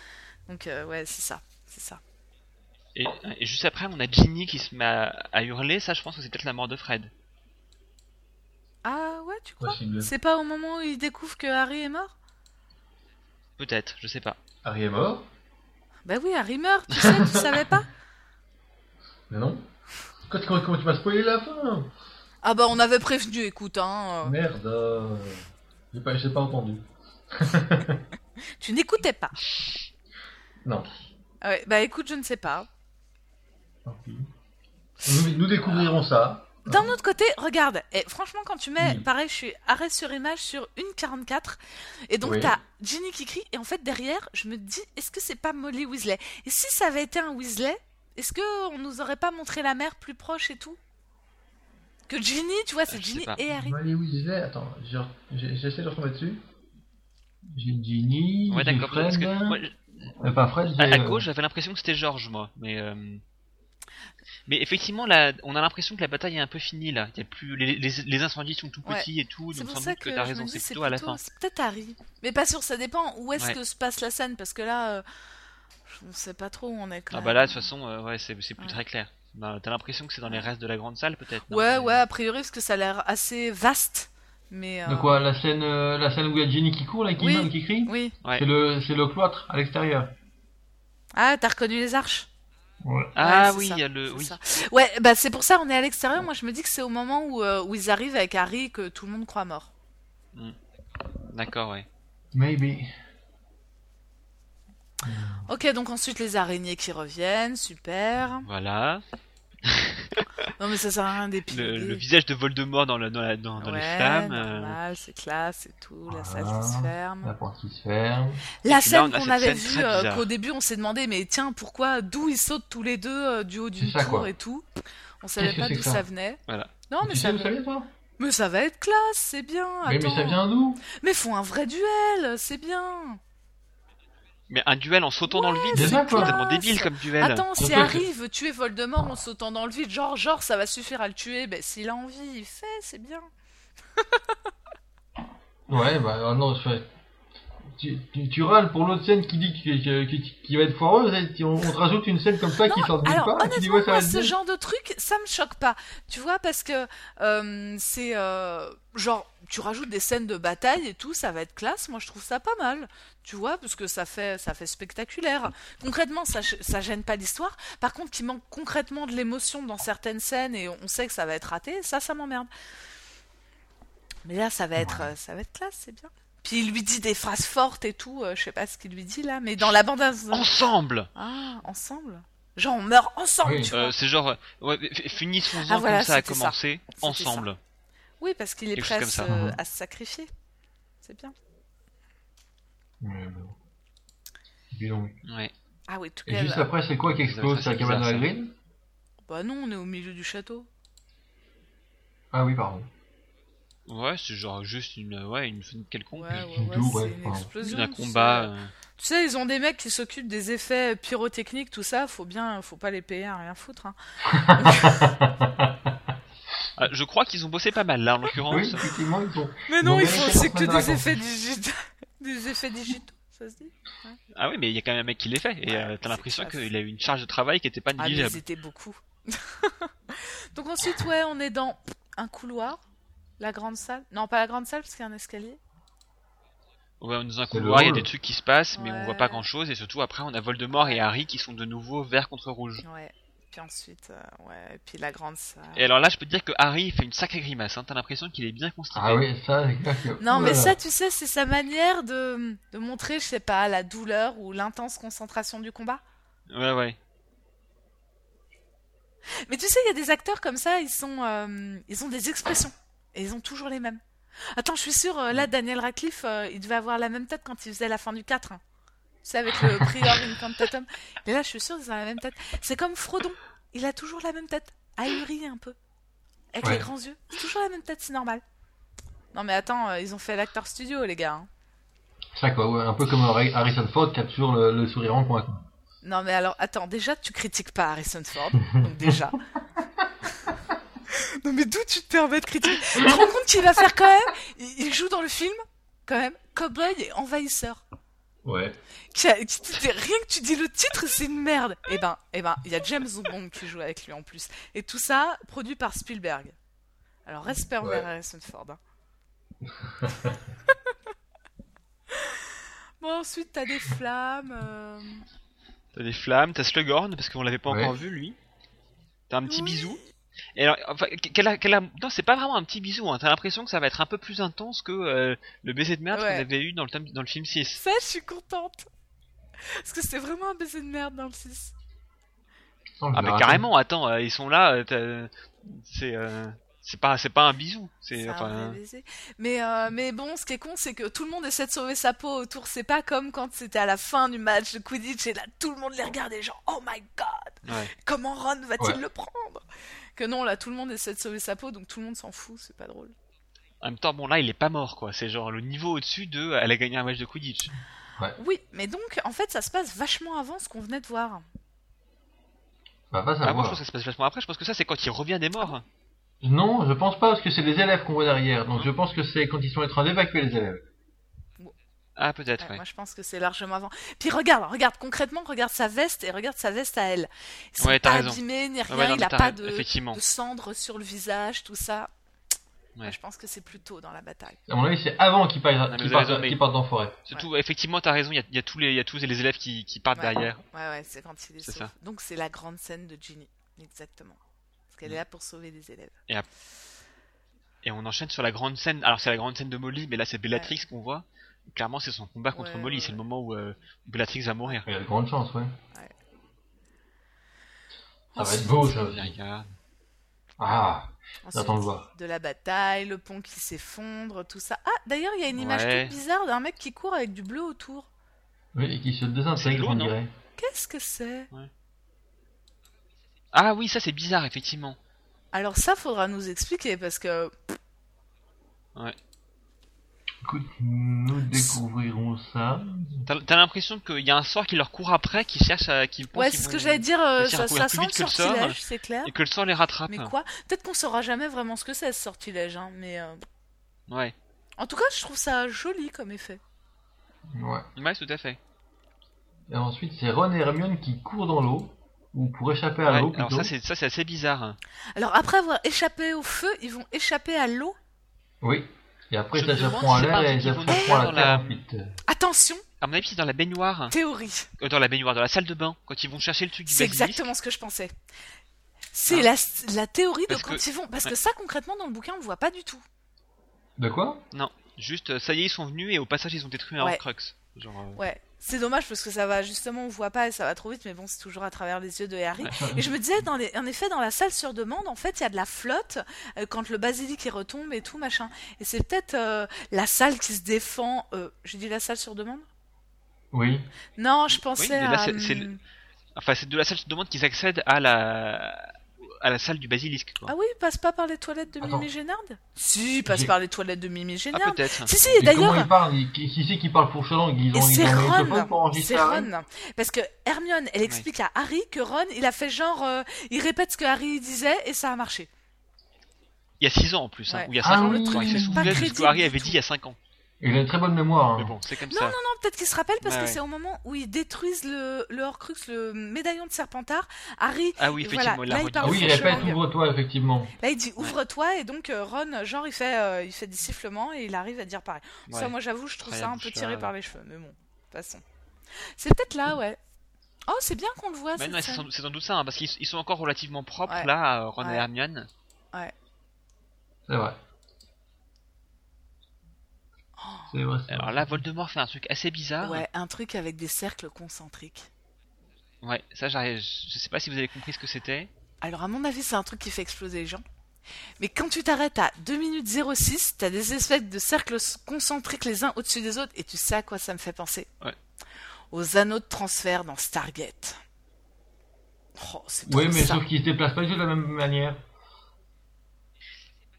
[SPEAKER 4] Donc, euh, ouais, c'est ça. C'est ça.
[SPEAKER 3] Et, et juste après, on a Ginny qui se met à, à hurler. Ça, je pense que c'est peut-être la mort de Fred.
[SPEAKER 4] Ah ouais, tu crois
[SPEAKER 2] Possible.
[SPEAKER 4] C'est pas au moment où il découvre que Harry est mort
[SPEAKER 3] Peut-être, je sais pas.
[SPEAKER 2] Harry est mort
[SPEAKER 4] Bah oui, Harry meurt, tu sais, tu savais pas
[SPEAKER 2] Mais non. Quand, quand- comment tu m'as spoilé la fin
[SPEAKER 4] Ah bah on avait prévenu, écoute,
[SPEAKER 3] Oh.
[SPEAKER 4] hein. euh,
[SPEAKER 2] Merde. euh, J'ai pas, j'ai pas entendu.
[SPEAKER 4] Tu n'écoutais pas.
[SPEAKER 2] Non.
[SPEAKER 4] Ah ouais, bah écoute, je ne sais pas.
[SPEAKER 2] Tant pis. Nous, nous découvrirons ça.
[SPEAKER 4] D'un autre côté, regarde, et franchement, quand tu mets,
[SPEAKER 2] Oui.
[SPEAKER 4] pareil, je suis arrêt sur image sur 1,44, et donc
[SPEAKER 2] Oui.
[SPEAKER 4] t'as Ginny qui crie, et en fait, derrière, je me dis, est-ce que c'est pas Molly Weasley Et si ça avait été un Weasley, est-ce que on nous aurait pas montré la mère plus proche et tout Que Ginny, tu vois, c'est
[SPEAKER 3] Ah, je sais
[SPEAKER 4] Ginny
[SPEAKER 3] pas.
[SPEAKER 4] et Harry.
[SPEAKER 2] Molly Weasley, attends, j'ai- j'ai- j'essaie de retomber dessus. J'ai Ginny,
[SPEAKER 3] Ouais,
[SPEAKER 2] j'ai
[SPEAKER 3] d'accord.
[SPEAKER 2] Fred,
[SPEAKER 3] Parce que moi, je-
[SPEAKER 2] euh, pas Fred, j'ai,
[SPEAKER 3] à, à
[SPEAKER 2] euh,
[SPEAKER 3] gauche, j'avais l'impression que c'était George, moi. Mais euh, mais effectivement, là, on a l'impression que la bataille est un peu finie là. Il Y a plus les, les- les incendies sont tout
[SPEAKER 4] Ouais.
[SPEAKER 3] petits et tout.
[SPEAKER 4] C'est
[SPEAKER 3] Donc
[SPEAKER 4] pour
[SPEAKER 3] sans
[SPEAKER 4] ça
[SPEAKER 3] doute
[SPEAKER 4] que,
[SPEAKER 3] que, t'as
[SPEAKER 4] je
[SPEAKER 3] raison.
[SPEAKER 4] me dis,
[SPEAKER 3] C'est
[SPEAKER 4] c'est
[SPEAKER 3] plutôt à la
[SPEAKER 4] plutôt,
[SPEAKER 3] fin. Ah,
[SPEAKER 4] c'est peut-être Harry. Mais pas sûr, ça dépend où est-ce
[SPEAKER 3] Ouais.
[SPEAKER 4] que se passe la scène, parce que là, euh, on ne sait pas trop où on est. quand
[SPEAKER 3] Ah
[SPEAKER 4] même.
[SPEAKER 3] bah là, de toute façon, euh, ouais, c'est c'est plus
[SPEAKER 4] Ouais.
[SPEAKER 3] très clair. Bah, T'as l'impression que c'est dans les restes de la grande salle, peut-être. non
[SPEAKER 4] Ouais,
[SPEAKER 3] Mais- euh,
[SPEAKER 4] ouais, a priori, parce que ça a l'air assez vaste. Mais.
[SPEAKER 2] De
[SPEAKER 4] euh,
[SPEAKER 2] quoi La scène, euh, la scène où il y a Jenny qui court, là, qui
[SPEAKER 4] Oui.
[SPEAKER 2] meurt, qui crie
[SPEAKER 4] Oui.
[SPEAKER 3] Ouais.
[SPEAKER 2] C'est le, c'est le cloître à l'extérieur.
[SPEAKER 4] Ah, t'as reconnu les arches
[SPEAKER 3] Ah
[SPEAKER 4] Ouais, c'est
[SPEAKER 3] oui,
[SPEAKER 4] ça,
[SPEAKER 3] il y a le.
[SPEAKER 4] c'est
[SPEAKER 3] Euh, Oui.
[SPEAKER 4] ça. Ouais, bah c'est pour ça, on est à l'extérieur. Moi, je me dis que c'est au moment où, euh, où ils arrivent avec Harry que tout le monde croit mort.
[SPEAKER 3] D'accord, ouais.
[SPEAKER 2] Maybe.
[SPEAKER 4] Ok, donc ensuite les araignées qui reviennent, super.
[SPEAKER 3] Voilà.
[SPEAKER 4] Non, mais ça sert à rien
[SPEAKER 3] Le,
[SPEAKER 4] d'épiler.
[SPEAKER 3] le visage de Voldemort dans, le, dans, la, dans, dans les
[SPEAKER 4] Ouais,
[SPEAKER 3] flammes. euh,
[SPEAKER 4] normal, c'est classe et tout, la salle
[SPEAKER 2] Voilà.
[SPEAKER 4] qui se ferme.
[SPEAKER 2] La porte qui se ferme.
[SPEAKER 4] La
[SPEAKER 3] puis là,
[SPEAKER 4] scène
[SPEAKER 3] on a
[SPEAKER 4] qu'on
[SPEAKER 3] cette scène
[SPEAKER 4] avait vue,
[SPEAKER 3] très
[SPEAKER 4] euh,
[SPEAKER 3] bizarre.
[SPEAKER 4] qu'au début on s'est demandé, mais tiens, pourquoi, d'où ils sautent tous les deux euh, du haut d'une
[SPEAKER 2] C'est ça,
[SPEAKER 4] tour
[SPEAKER 2] quoi.
[SPEAKER 4] et tout On savait
[SPEAKER 2] Qu'est-ce que
[SPEAKER 4] pas
[SPEAKER 2] c'est
[SPEAKER 4] d'où
[SPEAKER 2] que ça
[SPEAKER 4] ça venait.
[SPEAKER 3] Voilà.
[SPEAKER 4] Non, Oh, mais
[SPEAKER 2] tu
[SPEAKER 4] ça,
[SPEAKER 2] sais, vous savez, toi
[SPEAKER 4] mais ça va être classe, c'est bien.
[SPEAKER 2] mais, mais
[SPEAKER 4] attends.
[SPEAKER 2] ça vient d'où
[SPEAKER 4] Mais font un vrai duel, c'est bien.
[SPEAKER 3] Mais un duel en sautant dans le vide,
[SPEAKER 2] c'est
[SPEAKER 3] c'est
[SPEAKER 2] classe.
[SPEAKER 3] complètement débile comme duel.
[SPEAKER 4] Attends, si
[SPEAKER 2] Surtout
[SPEAKER 4] Harry veut tuer Voldemort en sautant dans le vide, genre, genre, ça va suffire à le tuer. Ben, s'il a envie, il fait, c'est bien.
[SPEAKER 2] Ouais, bah euh, non, je fais- Tu, tu, tu râles pour l'autre scène qui dit que- que- que- qui, va être foireuse et tu- on, on te rajoute une scène comme ça qui sort de nulle
[SPEAKER 4] Alors,
[SPEAKER 2] part et tu dis
[SPEAKER 4] honnêtement,
[SPEAKER 2] ouais ça va
[SPEAKER 4] moi,
[SPEAKER 2] être
[SPEAKER 4] ce
[SPEAKER 2] bien.
[SPEAKER 4] genre de truc, ça me choque pas. Tu vois, parce que euh, c'est euh, genre, tu rajoutes des scènes de bataille et tout, ça va être classe. Moi, je trouve ça pas mal. Tu vois, parce que ça fait, ça fait spectaculaire. Concrètement, ça, ch- ça gêne pas l'histoire. Par contre, qui manque concrètement de l'émotion dans certaines scènes et on sait que ça va être raté, ça, ça m'emmerde. Mais là, ça va être, euh, ça va être classe, c'est bien. Puis il lui dit des phrases fortes et tout. euh, je sais pas ce qu'il lui dit là, mais dans la bande
[SPEAKER 3] Ensemble
[SPEAKER 4] ah, ensemble Genre, on meurt ensemble,
[SPEAKER 2] Oui.
[SPEAKER 4] tu vois.
[SPEAKER 3] Euh, C'est genre, euh, ouais, f- finissons-en
[SPEAKER 4] Ah, voilà,
[SPEAKER 3] comme ça a
[SPEAKER 4] c'était ça.
[SPEAKER 3] commencé,
[SPEAKER 4] C'était
[SPEAKER 3] ensemble.
[SPEAKER 4] Oui, parce qu'il est
[SPEAKER 3] quelque chose
[SPEAKER 4] prêt à
[SPEAKER 3] comme
[SPEAKER 4] se,
[SPEAKER 3] ça.
[SPEAKER 2] Mhm.
[SPEAKER 4] à se sacrifier. C'est bien.
[SPEAKER 2] Ouais, bah, bon. Dis donc.
[SPEAKER 3] Ouais.
[SPEAKER 4] Ah oui, tout
[SPEAKER 2] Et
[SPEAKER 4] cas.
[SPEAKER 2] juste après, c'est quoi qui explose
[SPEAKER 3] Ça,
[SPEAKER 2] C'est
[SPEAKER 3] c'est
[SPEAKER 2] la cabane à
[SPEAKER 3] bizarre,
[SPEAKER 2] la
[SPEAKER 3] ça.
[SPEAKER 2] grille
[SPEAKER 4] Bah non, on est au milieu du château.
[SPEAKER 2] Ah oui, pardon.
[SPEAKER 3] Ouais, c'est genre juste une, euh, ouais, une fenêtre quelconque.
[SPEAKER 4] Ouais,
[SPEAKER 3] euh,
[SPEAKER 4] ouais, ouais,
[SPEAKER 2] doux,
[SPEAKER 4] c'est
[SPEAKER 2] ouais,
[SPEAKER 4] une
[SPEAKER 2] pardon.
[SPEAKER 4] explosion.
[SPEAKER 3] d'un
[SPEAKER 4] tu
[SPEAKER 3] combat.
[SPEAKER 4] sais.
[SPEAKER 3] euh,
[SPEAKER 4] Tu sais, ils ont des mecs qui s'occupent des effets hein. pyrotechniques, tout ça. Faut bien, faut pas les payer à rien foutre. hein.
[SPEAKER 3] Euh, je crois qu'ils ont bossé pas mal là en l'occurrence.
[SPEAKER 2] Oui, effectivement, ils ont.
[SPEAKER 4] Mais non,
[SPEAKER 2] Non,
[SPEAKER 4] il
[SPEAKER 2] mais
[SPEAKER 4] faut,
[SPEAKER 2] c'est hein.
[SPEAKER 4] c'est
[SPEAKER 2] pour
[SPEAKER 4] que
[SPEAKER 2] prendre
[SPEAKER 4] des
[SPEAKER 2] la
[SPEAKER 4] effets digitaux. Des effets digitaux, ça se dit
[SPEAKER 3] Ah oui, mais il y a quand même un mec qui les fait. Et
[SPEAKER 4] Ouais,
[SPEAKER 3] euh,
[SPEAKER 4] c'est
[SPEAKER 3] t'as l'impression
[SPEAKER 4] classe.
[SPEAKER 3] qu'il a eu une charge de travail qui était pas
[SPEAKER 4] Ah, mais ils
[SPEAKER 3] négligeable.
[SPEAKER 4] étaient beaucoup. Donc ensuite, ouais, on est dans un couloir, la grande salle. Non, pas la grande salle, parce qu'il y a un escalier.
[SPEAKER 3] ouais, on est dans un
[SPEAKER 2] C'est le
[SPEAKER 3] couloir, il y a
[SPEAKER 2] hall.
[SPEAKER 3] des trucs qui se passent, mais on
[SPEAKER 4] Ouais.
[SPEAKER 3] voit pas grand chose. Et surtout après, on a Voldemort et Harry qui sont de nouveau vert contre rouge.
[SPEAKER 4] Ouais. Puis ensuite, euh, ouais, et puis la grande salle.
[SPEAKER 3] Et alors là, je peux te dire que Harry il fait une sacrée grimace. Hein. T'as l'impression qu'il est bien constipé.
[SPEAKER 2] Ah oui, ça, c'est clair que.
[SPEAKER 4] Non, mais
[SPEAKER 2] Oulala.
[SPEAKER 4] ça, tu sais, c'est sa manière de, de montrer, je sais pas, la douleur ou l'intense concentration du combat.
[SPEAKER 3] Ouais, ouais.
[SPEAKER 4] Mais tu sais, il y a des acteurs comme ça, ils sont, euh, ils ont des expressions et ils ont toujours les mêmes. Attends, je suis sûre, euh, là, Daniel Radcliffe, euh, il devait avoir la même tête quand il faisait la fin du 4. hein. Tu sais, avec le Prior Incantatum. Mais là, je suis sûre, ils ont la même tête. C'est comme Frodon, il a toujours la même tête, ahuri un peu, avec
[SPEAKER 2] Ouais.
[SPEAKER 4] les grands yeux. C'est toujours la même tête, c'est normal. Non, mais attends, euh, ils ont fait l'acteur studio, les gars. hein.
[SPEAKER 2] Ça, quoi, ouais, un peu comme Harry- Harrison Ford qui a toujours le, le sourire en coin. quoi.
[SPEAKER 4] Non, mais alors, attends, déjà, tu critiques pas Harrison Ford, donc déjà. non, mais d'où tu te permets de critiquer Tu te rends compte qu'il va faire quand même il, il joue dans le film, quand même, Cowboy et Envahisseur.
[SPEAKER 2] Ouais.
[SPEAKER 4] Qui a- qui- qui- rien que tu dis le titre, c'est une merde. Eh ben, eh ben, il y a James Bond qui joue avec lui en plus. Et tout ça, produit par Spielberg. Alors, respect envers
[SPEAKER 2] Ouais.
[SPEAKER 4] Harrison Ford. hein. bon, ensuite, t'as des flammes. euh,
[SPEAKER 3] T'as des flammes, t'as Slughorn, parce qu'on l'avait pas
[SPEAKER 2] Ouais.
[SPEAKER 3] encore vu lui. T'as un petit
[SPEAKER 4] Oui.
[SPEAKER 3] bisou. Et alors, enfin, qu'elle a- qu'elle a- Non, c'est pas vraiment un petit bisou, hein. t'as l'impression que ça va être un peu plus intense que euh, le baiser de merde
[SPEAKER 4] Ouais.
[SPEAKER 3] qu'on avait eu dans le, thème- dans le film 6.
[SPEAKER 4] Ça, je suis contente. Parce que c'était vraiment un baiser de merde dans le 6.
[SPEAKER 2] Sans
[SPEAKER 3] Ah bah
[SPEAKER 2] génération.
[SPEAKER 3] carrément, attends, euh, ils sont là, euh, t'as- c'est euh, c'est pas c'est pas un bisou, c'est
[SPEAKER 4] C'est un
[SPEAKER 3] enfin
[SPEAKER 4] vrai baiser. Mais, euh, mais bon, ce qui est con, c'est que tout le monde essaie de sauver sa peau autour. C'est pas comme quand c'était à la fin du match de Quidditch et là, tout le monde les regardait genre « Oh my God
[SPEAKER 3] Ouais.
[SPEAKER 4] Comment Ron va-t-il
[SPEAKER 2] Ouais.
[SPEAKER 4] le prendre ?» Que non, là, tout le monde essaie de sauver sa peau, donc tout le monde s'en fout. C'est pas drôle.
[SPEAKER 3] en même temps bon là, il est pas mort quoi, c'est genre le niveau au-dessus de euh, elle a gagné un match de Quidditch.
[SPEAKER 4] Oui, mais donc, en fait, ça se passe vachement avant ce qu'on venait de voir.
[SPEAKER 2] Bah, va
[SPEAKER 3] Ah, moi
[SPEAKER 2] savoir.
[SPEAKER 3] je pense que ça se passe vachement après, je pense que ça c'est quand il revient des
[SPEAKER 4] Ah.
[SPEAKER 3] morts.
[SPEAKER 2] Non, je pense pas, parce que c'est les élèves qu'on voit derrière. Donc je pense que c'est quand ils sont en train d'évacuer les élèves.
[SPEAKER 3] Ah peut-être
[SPEAKER 4] Ouais,
[SPEAKER 3] ouais.
[SPEAKER 4] Moi, je pense que c'est largement avant. Puis regarde, regarde concrètement, regarde sa veste et regarde sa veste à elle. Ils sont
[SPEAKER 3] Ouais, t'as
[SPEAKER 4] pas
[SPEAKER 3] raison.
[SPEAKER 4] abîmés ni rien,
[SPEAKER 3] Ah Ouais, non,
[SPEAKER 4] il
[SPEAKER 3] mais
[SPEAKER 4] a
[SPEAKER 3] t'as
[SPEAKER 4] pas
[SPEAKER 3] raison,
[SPEAKER 4] de,
[SPEAKER 3] effectivement.
[SPEAKER 4] de cendres sur le visage, tout ça.
[SPEAKER 3] Ouais.
[SPEAKER 4] Moi, je pense que c'est plus tôt dans la bataille.
[SPEAKER 2] À mon avis, c'est avant qu'ils partent,
[SPEAKER 3] Ah, mais
[SPEAKER 2] qu'ils
[SPEAKER 3] vous avez
[SPEAKER 2] partent-
[SPEAKER 3] raison, mais-
[SPEAKER 2] qu'ils partent en forêt.
[SPEAKER 3] Surtout effectivement t'as raison, il y a, il y a tous les il y a tous les élèves qui, qui partent
[SPEAKER 4] Ouais.
[SPEAKER 3] derrière.
[SPEAKER 4] Ouais, ouais, c'est quand il est,
[SPEAKER 3] C'est
[SPEAKER 4] sauf.
[SPEAKER 3] ça.
[SPEAKER 4] Donc c'est la grande scène de Ginny, exactement. Parce qu'elle
[SPEAKER 3] Mm.
[SPEAKER 4] est là pour sauver des élèves.
[SPEAKER 3] Et on enchaîne sur la grande scène. Alors c'est la grande scène de Molly, mais là c'est Bellatrix qu'on voit. Clairement c'est son combat contre
[SPEAKER 4] Ouais,
[SPEAKER 3] Molly,
[SPEAKER 4] ouais,
[SPEAKER 3] c'est le
[SPEAKER 4] ouais.
[SPEAKER 3] moment où euh, Bellatrix va mourir.
[SPEAKER 2] Il y a de grandes chances, ouais.
[SPEAKER 4] Ouais.
[SPEAKER 3] Ah,
[SPEAKER 2] Ça va être beau, ça.
[SPEAKER 3] Il regarde.
[SPEAKER 2] Ah,
[SPEAKER 4] Ensuite,
[SPEAKER 2] J'attends de voir.
[SPEAKER 4] de la bataille, le pont qui s'effondre, tout ça. Ah, d'ailleurs, il y a une image
[SPEAKER 3] Ouais.
[SPEAKER 4] toute bizarre d'un mec qui court avec du bleu autour.
[SPEAKER 2] oui, et qu'ils se
[SPEAKER 3] C'est
[SPEAKER 2] désintègrent,
[SPEAKER 3] l'eau,
[SPEAKER 2] on
[SPEAKER 3] non
[SPEAKER 2] dirait.
[SPEAKER 4] Qu'est-ce que c'est
[SPEAKER 3] Ah oui, ça c'est bizarre effectivement.
[SPEAKER 4] Alors ça, faudra nous expliquer parce que
[SPEAKER 2] Écoute, nous découvrirons ça.
[SPEAKER 3] T'as t'as l'impression qu'il y a un sort qui leur court après, qui cherche à. Qui pense
[SPEAKER 4] Ouais,
[SPEAKER 3] qu'ils
[SPEAKER 4] c'est ce
[SPEAKER 3] vont-
[SPEAKER 4] que j'allais dire, euh,
[SPEAKER 3] réussir à
[SPEAKER 4] ça,
[SPEAKER 3] courir
[SPEAKER 4] ça
[SPEAKER 3] plus
[SPEAKER 4] sent le
[SPEAKER 3] vite que le sort.
[SPEAKER 4] sortilège, c'est clair.
[SPEAKER 3] Et que le sort les rattrape.
[SPEAKER 4] Mais quoi Peut-être qu'on saura jamais vraiment ce que c'est ce sortilège, hein, mais euh,
[SPEAKER 3] Ouais.
[SPEAKER 4] en tout cas, je trouve ça joli comme effet.
[SPEAKER 2] Ouais.
[SPEAKER 3] Ouais, tout à fait.
[SPEAKER 2] Et ensuite, c'est Ron et Hermione qui courent dans l'eau, ou pour échapper à
[SPEAKER 3] Ouais,
[SPEAKER 2] l'eau
[SPEAKER 3] alors
[SPEAKER 2] plutôt.
[SPEAKER 3] ça c'est ça c'est assez bizarre. hein.
[SPEAKER 4] Alors après avoir échappé au feu, ils vont échapper à l'eau.
[SPEAKER 2] Oui. Et après,
[SPEAKER 3] Je
[SPEAKER 2] ça
[SPEAKER 3] me demande
[SPEAKER 2] s'apprend à
[SPEAKER 3] si c'est
[SPEAKER 2] l'air
[SPEAKER 3] pas
[SPEAKER 2] et
[SPEAKER 3] un
[SPEAKER 2] ça
[SPEAKER 3] truc qu'ils vont
[SPEAKER 2] s'apprend à la
[SPEAKER 3] faire dans
[SPEAKER 2] terre
[SPEAKER 3] la-
[SPEAKER 2] ensuite.
[SPEAKER 4] Attention,
[SPEAKER 3] À mon avis c'est dans la baignoire.
[SPEAKER 4] théorie.
[SPEAKER 3] Euh, dans la baignoire, dans la salle de bain, quand ils vont chercher le truc du
[SPEAKER 4] C'est
[SPEAKER 3] basilisque.
[SPEAKER 4] exactement ce que je pensais. C'est
[SPEAKER 3] Ah.
[SPEAKER 4] la, la théorie de
[SPEAKER 3] Parce
[SPEAKER 4] quand
[SPEAKER 3] que-
[SPEAKER 4] ils vont, parce
[SPEAKER 3] ouais.
[SPEAKER 4] que ça concrètement dans le bouquin on le voit pas du tout.
[SPEAKER 2] De quoi
[SPEAKER 3] Non, juste euh, ça y est ils sont venus et au passage ils ont détruit un
[SPEAKER 4] Ouais.
[SPEAKER 3] Horcrux. Genre. euh,
[SPEAKER 4] Ouais, c'est dommage parce que ça va justement on voit pas et ça va trop vite, mais bon c'est toujours à travers les yeux de Harry. Et je me disais, dans les- en effet, dans la salle sur demande, en fait, il y a de la flotte euh, quand le basilic il retombe et tout, machin. Et c'est peut-être euh, la salle qui se défend. euh, J'ai dit la salle sur demande
[SPEAKER 2] Oui.
[SPEAKER 4] Non, je
[SPEAKER 3] Oui,
[SPEAKER 4] pensais
[SPEAKER 3] mais là,
[SPEAKER 4] à.
[SPEAKER 3] c'est- c'est le-
[SPEAKER 4] hum,
[SPEAKER 3] Enfin c'est de la salle de demande qu'ils accèdent à la à la salle du basilisque. Quoi.
[SPEAKER 4] Ah oui, il passe pas par les toilettes de
[SPEAKER 2] Attends.
[SPEAKER 4] Mimi Génarde Si, il passe
[SPEAKER 2] J'ai-
[SPEAKER 4] par les toilettes de Mimi
[SPEAKER 3] Ah,
[SPEAKER 4] Génarde.
[SPEAKER 3] peut-être.
[SPEAKER 4] si, si,
[SPEAKER 2] Et
[SPEAKER 4] et
[SPEAKER 2] comment
[SPEAKER 4] d'ailleurs.
[SPEAKER 2] ils parlent Ils- Qui qui c'est qui parle pour Chalang Ils ont
[SPEAKER 4] Et
[SPEAKER 2] ils
[SPEAKER 4] c'est
[SPEAKER 2] ont un microphone pour
[SPEAKER 4] Ron,
[SPEAKER 2] enregistrer hein.
[SPEAKER 4] c'est
[SPEAKER 2] Harry
[SPEAKER 4] Ron, parce que Hermione, elle explique à Harry que Ron, il a fait genre, euh, il répète ce que Harry disait et ça a marché.
[SPEAKER 3] il y a 6 ans en plus, hein,
[SPEAKER 4] Ouais.
[SPEAKER 3] ou il y a
[SPEAKER 2] Ah
[SPEAKER 3] 5 ans.
[SPEAKER 2] oui.
[SPEAKER 3] Quand il fait son
[SPEAKER 4] Pas
[SPEAKER 3] doublage de ce que
[SPEAKER 4] crédible
[SPEAKER 3] Harry
[SPEAKER 4] du
[SPEAKER 3] avait
[SPEAKER 4] tout.
[SPEAKER 3] dit il y a 5 ans.
[SPEAKER 2] Il a une très bonne mémoire.
[SPEAKER 3] Mais
[SPEAKER 2] hein.
[SPEAKER 3] bon, c'est comme
[SPEAKER 4] Non,
[SPEAKER 3] ça.
[SPEAKER 4] Non, peut-être qu'ils se rappellent parce
[SPEAKER 2] Bah
[SPEAKER 3] Ouais,
[SPEAKER 4] que
[SPEAKER 3] ouais.
[SPEAKER 4] c'est au moment où ils détruisent le, le Horcrux, le médaillon de Serpentard. Harry,
[SPEAKER 3] Ah oui,
[SPEAKER 4] Et
[SPEAKER 3] effectivement, il
[SPEAKER 4] voilà,
[SPEAKER 3] l'a
[SPEAKER 4] là, il
[SPEAKER 3] redit.
[SPEAKER 2] Ah
[SPEAKER 4] parle
[SPEAKER 2] oui,
[SPEAKER 4] son
[SPEAKER 2] il répète,
[SPEAKER 4] cheval.
[SPEAKER 2] ouvre-toi, effectivement.
[SPEAKER 4] là, il dit ouvre-toi et donc euh, Ron, genre, il fait, euh, il fait des sifflements et il arrive à dire pareil. Ça,
[SPEAKER 3] Ouais.
[SPEAKER 4] moi, j'avoue, je trouve
[SPEAKER 3] Rien
[SPEAKER 4] ça un
[SPEAKER 3] de
[SPEAKER 4] peu
[SPEAKER 3] chat,
[SPEAKER 4] tiré
[SPEAKER 3] là.
[SPEAKER 4] par les cheveux, mais bon, de toute façon. C'est peut-être là, ouais. Oh, c'est bien qu'on le voit.
[SPEAKER 3] Mais
[SPEAKER 4] cette
[SPEAKER 3] non, c'est
[SPEAKER 4] scène.
[SPEAKER 3] sans, c'est sans doute ça, hein, parce qu'ils ils sont encore relativement propres
[SPEAKER 4] Ouais.
[SPEAKER 3] là, euh, Ron
[SPEAKER 4] Ouais.
[SPEAKER 3] et Hermione.
[SPEAKER 2] C'est vrai. C'est vrai. c'est vrai.
[SPEAKER 3] Alors là, Voldemort fait un truc assez bizarre.
[SPEAKER 4] Ouais, un truc avec des cercles concentriques.
[SPEAKER 3] Ouais, ça, j'arrive- je sais pas si vous avez compris ce que c'était.
[SPEAKER 4] Alors, à mon avis, c'est un truc qui fait exploser les gens. Mais quand tu t'arrêtes à 2 minutes 06, t'as des espèces de cercles s- concentriques les uns au-dessus des autres, et tu sais à quoi ça me fait penser
[SPEAKER 3] Ouais.
[SPEAKER 4] Aux anneaux de transfert dans Stargate. Oh, c'est
[SPEAKER 2] Oui,
[SPEAKER 4] trop
[SPEAKER 2] mais
[SPEAKER 4] ça.
[SPEAKER 2] sauf qu'il se déplace pas du tout de la même manière.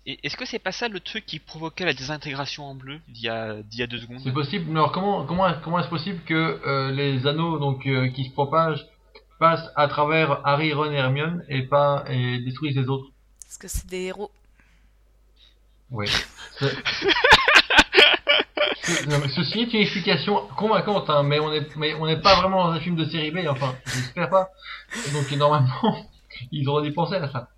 [SPEAKER 3] Et Est-ce que c'est pas ça le truc qui provoquait la désintégration en bleu d'il y a, d'il y a deux secondes
[SPEAKER 2] C'est possible. Mais alors comment comment comment est-ce possible que euh, les anneaux donc euh, qui se propagent passent à travers Harry, Ron et Hermione et pas et détruisent les autres
[SPEAKER 4] Parce que c'est des héros.
[SPEAKER 2] Oui. Ce... Ce- non, mais Ceci est une explication convaincante, hein, mais on est mais on n'est pas vraiment dans un film de série B, enfin, j'espère pas. Donc normalement, ils auraient dû penser à ça.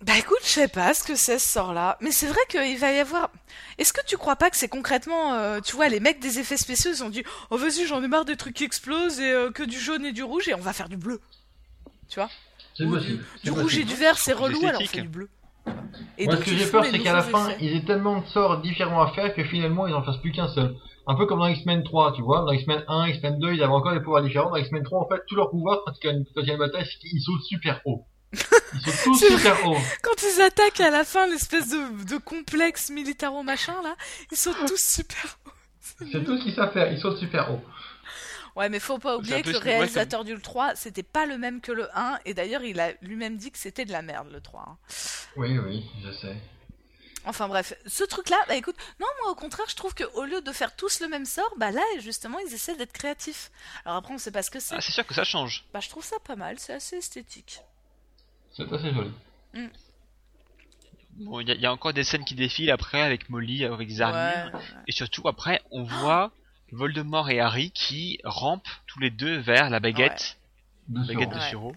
[SPEAKER 4] Bah écoute, je sais pas ce que c'est ce sort-là. Mais c'est vrai qu'il va y avoir. Est-ce que tu crois pas que c'est concrètement. euh, tu vois, les mecs des effets spéciaux, ils ont dit Oh vas-y, j'en ai marre des trucs qui explosent et euh, que du jaune et du rouge, et on va faire du bleu.
[SPEAKER 2] C'est
[SPEAKER 4] Ou
[SPEAKER 2] possible. c'est
[SPEAKER 4] Du rouge
[SPEAKER 2] possible.
[SPEAKER 4] et du vert, c'est relou, alors on
[SPEAKER 3] esthétique.
[SPEAKER 4] fait du bleu. Et
[SPEAKER 2] Moi,
[SPEAKER 4] donc,
[SPEAKER 2] ce que
[SPEAKER 4] ils
[SPEAKER 2] j'ai
[SPEAKER 4] font
[SPEAKER 2] peur,
[SPEAKER 4] les
[SPEAKER 2] c'est qu'à la
[SPEAKER 4] nouveaux
[SPEAKER 2] fin,
[SPEAKER 4] effets.
[SPEAKER 2] ils aient tellement de sorts différents à faire que finalement, ils en fassent plus qu'un seul. Un peu comme dans X-Men 3, tu vois. Dans X-Men 1, X-Men 2, ils avaient encore des pouvoirs différents. Dans X-Men 3, en fait, tous leurs pouvoirs, quand il y a une, quand il y a une bataille, c'est qu'ils sautent super haut. Ils sautent tous
[SPEAKER 4] C'est
[SPEAKER 2] super haut.
[SPEAKER 4] Quand ils attaquent à la fin l'espèce de, de complexe militaro-machin, là, ils sont tous super.
[SPEAKER 2] C'est tout ce qu'ils savent faire. Ils sautent super haut.
[SPEAKER 4] Ouais, mais faut pas oublier
[SPEAKER 3] peu
[SPEAKER 4] que le
[SPEAKER 3] ce que- ouais,
[SPEAKER 4] réalisateur du 3, c'était pas le même que le 1, et d'ailleurs, il a lui-même dit que c'était de la merde, le 3. hein.
[SPEAKER 2] Oui, oui, je sais.
[SPEAKER 4] Enfin bref, ce truc-là, bah écoute, non, moi au contraire, je trouve que au lieu de faire tous le même sort, bah là, justement, ils essaient d'être créatifs. Alors après, on sait pas ce que c'est.
[SPEAKER 3] Ah, C'est sûr que ça change.
[SPEAKER 4] Bah, je trouve ça pas mal, c'est assez esthétique.
[SPEAKER 2] C'est assez joli.
[SPEAKER 3] Bon, il y, a- il y a encore des scènes qui défilent après avec Molly, avec des armures.
[SPEAKER 4] Ouais.
[SPEAKER 3] Et surtout, après, on voit Voldemort et Harry qui rampent tous les deux vers la baguette,
[SPEAKER 2] De
[SPEAKER 3] baguette de
[SPEAKER 4] Ouais.
[SPEAKER 3] Suro.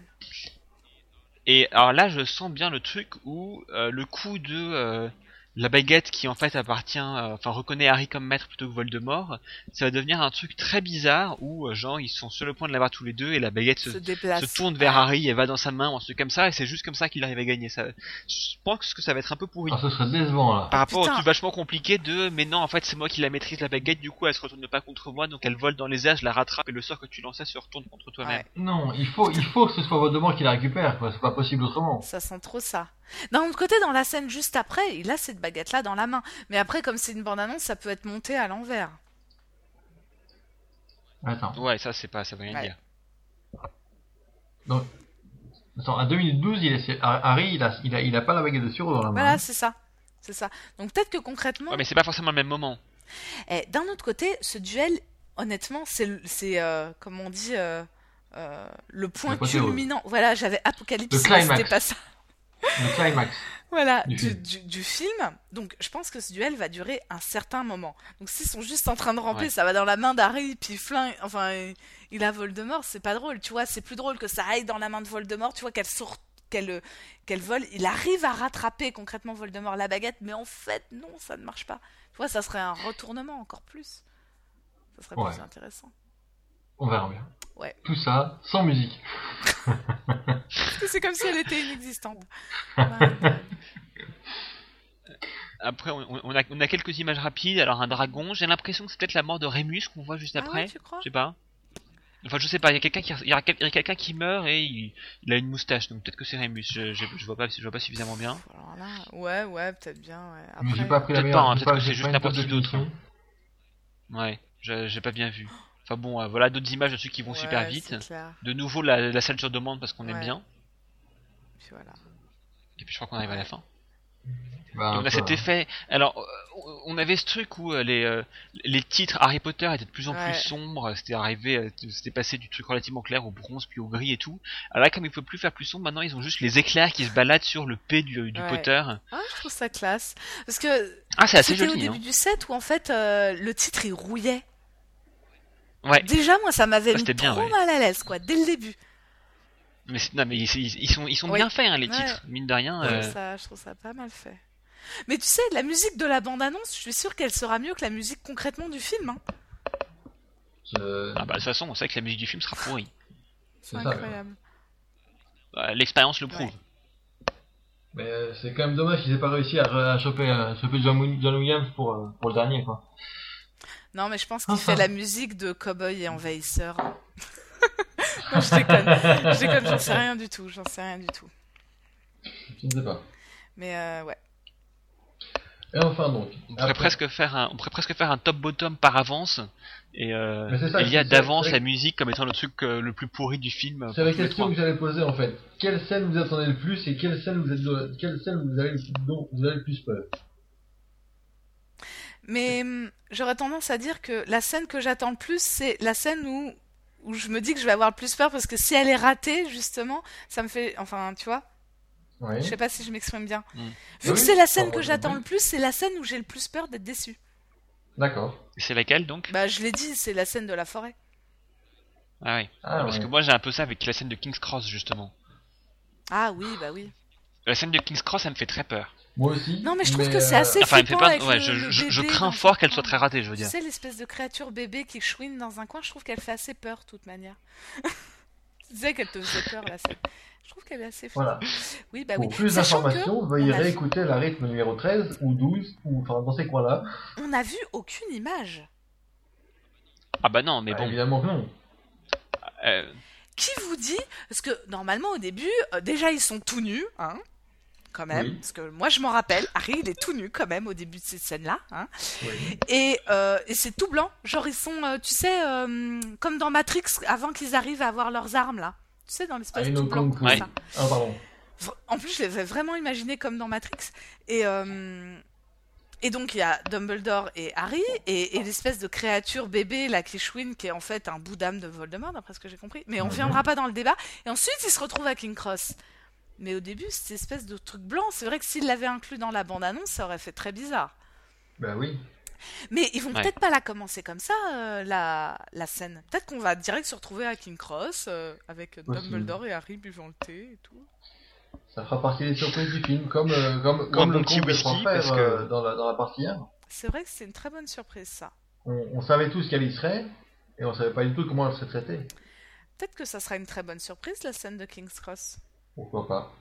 [SPEAKER 3] Et alors là, je sens bien le truc où euh, le coup de euh, la baguette qui en fait appartient, euh, enfin reconnaît Harry comme maître plutôt que Voldemort, ça va devenir un truc très bizarre où euh, genre ils sont sur le point de l'avoir tous les deux et la baguette se
[SPEAKER 4] Se déplace.
[SPEAKER 3] se tourne vers Harry et va dans sa main ou un truc comme ça, et c'est juste comme ça qu'il arrive à gagner. Ça, je pense que ça va être un peu pourri.
[SPEAKER 2] Ah, ce serait décevant, là.
[SPEAKER 3] Par rapport
[SPEAKER 4] putain.
[SPEAKER 3] au truc vachement compliqué de, mais non, en fait, c'est moi qui la maîtrise la baguette, du coup, elle se retourne pas contre moi, donc elle vole dans les airs, je la rattrape, et le sort que tu lançais se retourne contre toi-même.
[SPEAKER 4] Ouais.
[SPEAKER 2] Non, il faut, il faut que ce soit Voldemort qui la récupère, quoi. C'est pas possible autrement.
[SPEAKER 4] Ça sent trop ça. D'un autre côté, dans la scène juste après, il a cette baguette-là dans la main. Mais après, comme c'est une bande-annonce, ça peut être monté à l'envers.
[SPEAKER 2] Attends.
[SPEAKER 3] Ouais, ça, c'est pas, ça veut rien
[SPEAKER 4] Ouais.
[SPEAKER 3] dire.
[SPEAKER 2] Attends, à 2 minutes 12, il est, c'est- Harry, il a, il a, il a pas la baguette de suro dans la main. hein.
[SPEAKER 4] Voilà, c'est ça. C'est ça. Donc peut-être que concrètement,
[SPEAKER 3] Ouais, mais c'est pas forcément le même moment.
[SPEAKER 4] eh, d'un autre côté, ce duel, honnêtement, c'est, le- c'est euh, comme on dit, euh, euh, le point
[SPEAKER 2] Le poteau.
[SPEAKER 4] culminant. Voilà, j'avais Apocalypse,
[SPEAKER 2] Le
[SPEAKER 4] mais c'était
[SPEAKER 2] climax.
[SPEAKER 4] pas ça.
[SPEAKER 2] Le climax.
[SPEAKER 4] Voilà,
[SPEAKER 2] Du
[SPEAKER 4] du,
[SPEAKER 2] film.
[SPEAKER 4] du- du film. Donc, je pense que ce duel va durer un certain moment. Donc, s'ils sont juste en train de ramper,
[SPEAKER 3] Ouais.
[SPEAKER 4] ça va dans la main d'Harry, puis flingue, enfin, il- il a Voldemort, c'est pas drôle, tu vois. C'est plus drôle que ça aille dans la main de Voldemort, tu vois, qu'elle sort, qu'elle, euh, qu'elle vole. Il arrive à rattraper concrètement Voldemort la baguette, mais en fait, non, ça ne marche pas. Tu vois, ça serait un retournement encore plus. Ça serait
[SPEAKER 2] Ouais.
[SPEAKER 4] plus intéressant.
[SPEAKER 2] On verra bien.
[SPEAKER 4] Ouais.
[SPEAKER 2] Tout ça, sans musique.
[SPEAKER 4] Parce que c'est comme si elle était inexistante. Ouais.
[SPEAKER 3] Après, on, on- on a, on a quelques images rapides, alors un dragon, j'ai l'impression que c'est peut-être la mort de Rémus qu'on voit juste
[SPEAKER 4] Ah ouais,
[SPEAKER 3] après.
[SPEAKER 4] tu crois
[SPEAKER 3] Je sais pas. Enfin, je sais pas, il y a quelqu'un qui, il y a quel- il y a quelqu'un qui meurt et il, il a une moustache, donc peut-être que c'est Rémus. Je, je, je vois pas, je vois pas suffisamment bien.
[SPEAKER 4] Alors là, ouais, ouais, peut-être bien, ouais.
[SPEAKER 2] Mais j'ai
[SPEAKER 4] Après-
[SPEAKER 2] pas appris la
[SPEAKER 3] Peut-être
[SPEAKER 2] meilleure.
[SPEAKER 3] pas, hein,
[SPEAKER 2] j'ai
[SPEAKER 3] peut-être que
[SPEAKER 2] j'ai
[SPEAKER 3] c'est juste
[SPEAKER 2] une
[SPEAKER 3] n'importe
[SPEAKER 2] table
[SPEAKER 3] qui
[SPEAKER 2] de
[SPEAKER 3] d'autre, hein.
[SPEAKER 2] finition.
[SPEAKER 3] Ouais, je- j'ai pas bien vu. Enfin bon, euh, voilà d'autres images de ceux qui vont
[SPEAKER 4] Ouais,
[SPEAKER 3] super
[SPEAKER 4] c'est
[SPEAKER 3] vite.
[SPEAKER 4] clair.
[SPEAKER 3] De nouveau, la, la salle sur demande parce qu'on
[SPEAKER 4] Ouais.
[SPEAKER 3] aime bien.
[SPEAKER 4] Puis voilà.
[SPEAKER 3] Et puis je crois qu'on arrive à la fin.
[SPEAKER 2] Bah,
[SPEAKER 3] Et on
[SPEAKER 2] un
[SPEAKER 3] a cet
[SPEAKER 2] peu,
[SPEAKER 3] effet. Alors, euh, on avait ce truc où euh, les, euh, les titres Harry Potter étaient de plus en
[SPEAKER 4] Ouais.
[SPEAKER 3] plus sombres. C'était arrivé, euh, c'était passé du truc relativement clair au bronze puis au gris et tout. Alors là, comme ils ne peuvent plus faire plus sombre, maintenant ils ont juste les éclairs qui se baladent sur le P du, du
[SPEAKER 4] Ouais.
[SPEAKER 3] Potter.
[SPEAKER 4] Ah, je trouve ça classe. Parce que
[SPEAKER 3] Ah, c'est assez
[SPEAKER 4] c'était au
[SPEAKER 3] joli.
[SPEAKER 4] début
[SPEAKER 3] hein.
[SPEAKER 4] du set où en fait euh, le titre il rouillait.
[SPEAKER 3] Ouais.
[SPEAKER 4] Déjà, moi, ça m'avait
[SPEAKER 3] Ah,
[SPEAKER 4] mis
[SPEAKER 3] c'était bien,
[SPEAKER 4] trop
[SPEAKER 3] ouais.
[SPEAKER 4] mal à l'aise, quoi, dès le début.
[SPEAKER 3] Mais, c'est- non, mais ils, ils- ils sont, ils sont
[SPEAKER 4] Oui.
[SPEAKER 3] bien faits hein, les
[SPEAKER 4] Ouais.
[SPEAKER 3] titres, mine de rien.
[SPEAKER 4] Je,
[SPEAKER 3] euh,
[SPEAKER 4] trouve ça, je trouve ça pas mal fait. Mais tu sais, la musique de la bande-annonce, je suis sûre qu'elle sera mieux que la musique concrètement du film. hein.
[SPEAKER 2] euh,
[SPEAKER 3] Ah bah, de toute façon, on sait que la musique du film sera pourrie.
[SPEAKER 4] C'est
[SPEAKER 2] C'est ça,
[SPEAKER 4] incroyable.
[SPEAKER 3] Euh, L'expérience le prouve.
[SPEAKER 2] Mais euh, c'est quand même dommage qu'ils aient pas réussi à, re- à choper, euh, choper John, Wi- John Williams pour, euh, pour le dernier, quoi.
[SPEAKER 4] Non, mais je pense qu'il
[SPEAKER 2] Enfin.
[SPEAKER 4] fait la musique de Cowboy et Envahisseur. non, je déconne. Je déconne, j'en sais rien du tout. J'en sais rien du tout.
[SPEAKER 2] Je ne sais pas.
[SPEAKER 4] Mais euh, ouais.
[SPEAKER 2] Et enfin, donc.
[SPEAKER 3] On pourrait,
[SPEAKER 2] après-
[SPEAKER 3] presque faire un, on pourrait presque faire un top bottom par avance. Et euh,
[SPEAKER 2] Mais c'est ça,
[SPEAKER 3] il y a
[SPEAKER 2] c'est- c'est-
[SPEAKER 3] d'avance
[SPEAKER 2] c'est-
[SPEAKER 3] la musique comme étant le truc euh, le plus pourri du film. euh,
[SPEAKER 2] C'est
[SPEAKER 3] pour
[SPEAKER 2] la
[SPEAKER 3] tous les
[SPEAKER 2] question
[SPEAKER 3] trois.
[SPEAKER 2] que j'allais poser en fait. Quelle scène vous attendez le plus et quelle scène vous êtes quelle scène vous avez dont vous avez le plus peur
[SPEAKER 4] Mais hum, j'aurais tendance à dire que la scène que j'attends le plus, c'est la scène où, où je me dis que je vais avoir le plus peur parce que si elle est ratée, justement, ça me fait. Enfin, tu vois,
[SPEAKER 2] Oui.
[SPEAKER 4] je sais pas si je m'exprime bien.
[SPEAKER 3] Mm.
[SPEAKER 4] Vu que
[SPEAKER 2] Oui,
[SPEAKER 4] c'est la
[SPEAKER 2] ah,
[SPEAKER 4] scène que
[SPEAKER 2] moi,
[SPEAKER 4] j'attends
[SPEAKER 2] oui.
[SPEAKER 4] le plus, c'est la scène où j'ai le plus peur d'être déçu.
[SPEAKER 2] D'accord.
[SPEAKER 3] C'est laquelle donc
[SPEAKER 4] Bah, je l'ai dit, c'est la scène de la forêt.
[SPEAKER 3] Ah oui.
[SPEAKER 2] Ah,
[SPEAKER 3] Parce
[SPEAKER 2] ouais.
[SPEAKER 3] que moi j'ai un peu ça avec la scène de King's Cross justement.
[SPEAKER 4] Ah oui, bah oui.
[SPEAKER 3] La scène de King's Cross, elle me fait très peur.
[SPEAKER 2] Moi aussi. euh,
[SPEAKER 4] Non, mais je trouve que c'est assez
[SPEAKER 3] Enfin, elle me fait
[SPEAKER 4] flippant
[SPEAKER 3] peur.
[SPEAKER 4] avec
[SPEAKER 3] Ouais,
[SPEAKER 4] le-
[SPEAKER 3] je,
[SPEAKER 4] le
[SPEAKER 3] je- je
[SPEAKER 4] bébé
[SPEAKER 3] crains
[SPEAKER 4] dans
[SPEAKER 3] fort
[SPEAKER 4] un
[SPEAKER 3] qu'elle soit
[SPEAKER 4] coin.
[SPEAKER 3] très ratée, je veux
[SPEAKER 4] Tu
[SPEAKER 3] dire.
[SPEAKER 4] sais, l'espèce de créature bébé qui chouine dans un coin, je trouve qu'elle fait assez peur, de toute manière. tu disais qu'elle te faisait peur, la scène. Je trouve qu'elle est assez flippante.
[SPEAKER 2] Voilà.
[SPEAKER 4] Oui, bah
[SPEAKER 2] Pour
[SPEAKER 4] oui.
[SPEAKER 2] plus
[SPEAKER 4] Sachant que
[SPEAKER 2] d'informations, veuillez
[SPEAKER 4] on a-
[SPEAKER 2] réécouter la rythme numéro 13 ou 12 ou enfin dans ces coins-là.
[SPEAKER 4] on n'a vu aucune image.
[SPEAKER 3] Ah bah non, mais
[SPEAKER 2] Ah,
[SPEAKER 3] bon.
[SPEAKER 2] Évidemment que non. Ah
[SPEAKER 3] euh,
[SPEAKER 4] Qui vous dit Parce que normalement, au début, euh, déjà, ils sont tout nus, hein quand même,
[SPEAKER 2] Oui.
[SPEAKER 4] parce que moi je m'en rappelle, Harry il est tout nu quand même au début de cette scène-là, hein.
[SPEAKER 2] Oui.
[SPEAKER 4] et, euh, et c'est tout blanc, genre ils sont, euh, tu sais, euh, comme dans Matrix avant qu'ils arrivent à avoir leurs armes là, tu sais dans l'espace
[SPEAKER 2] Ah, ils
[SPEAKER 4] tout
[SPEAKER 2] nous
[SPEAKER 4] blanc.
[SPEAKER 2] comptent,
[SPEAKER 4] comme
[SPEAKER 2] oui.
[SPEAKER 4] ça.
[SPEAKER 2] Ah pardon.
[SPEAKER 4] Vra- En plus, je l'avais vraiment imaginé comme dans Matrix. Et, euh, et donc, il y a Dumbledore et Harry, et, et l'espèce de créature bébé, la Kishwin, qui est en fait un bout d'âme de Voldemort, d'après ce que j'ai compris. Mais on ne
[SPEAKER 2] Mhm.
[SPEAKER 4] viendra pas dans le débat. Et ensuite, il se retrouve à King Cross. Mais au début, cette espèce de truc blanc, c'est vrai que s'il l'avait inclus dans la bande-annonce, ça aurait fait très bizarre.
[SPEAKER 2] Bah oui.
[SPEAKER 4] Mais ils vont
[SPEAKER 3] Ouais.
[SPEAKER 4] peut-être pas la commencer comme ça, euh, la, la scène. Peut-être qu'on va direct se retrouver à King Cross, euh, avec
[SPEAKER 2] Possible.
[SPEAKER 4] Dumbledore et Harry buvant le thé et tout.
[SPEAKER 2] Ça fera partie des surprises du film, comme euh, comme
[SPEAKER 3] un
[SPEAKER 2] comme
[SPEAKER 3] bon
[SPEAKER 2] le
[SPEAKER 3] petit
[SPEAKER 2] conte des trois
[SPEAKER 3] whisky,
[SPEAKER 2] frères
[SPEAKER 3] parce que-
[SPEAKER 2] euh, dans la dans la partie 1.
[SPEAKER 4] C'est vrai que c'est une très bonne surprise, ça.
[SPEAKER 2] On, on savait tous qu'elle y serait et on savait pas du tout comment elle serait traitée.
[SPEAKER 4] Peut-être que ça sera une très bonne surprise, la scène de King's Cross.
[SPEAKER 2] Pourquoi pas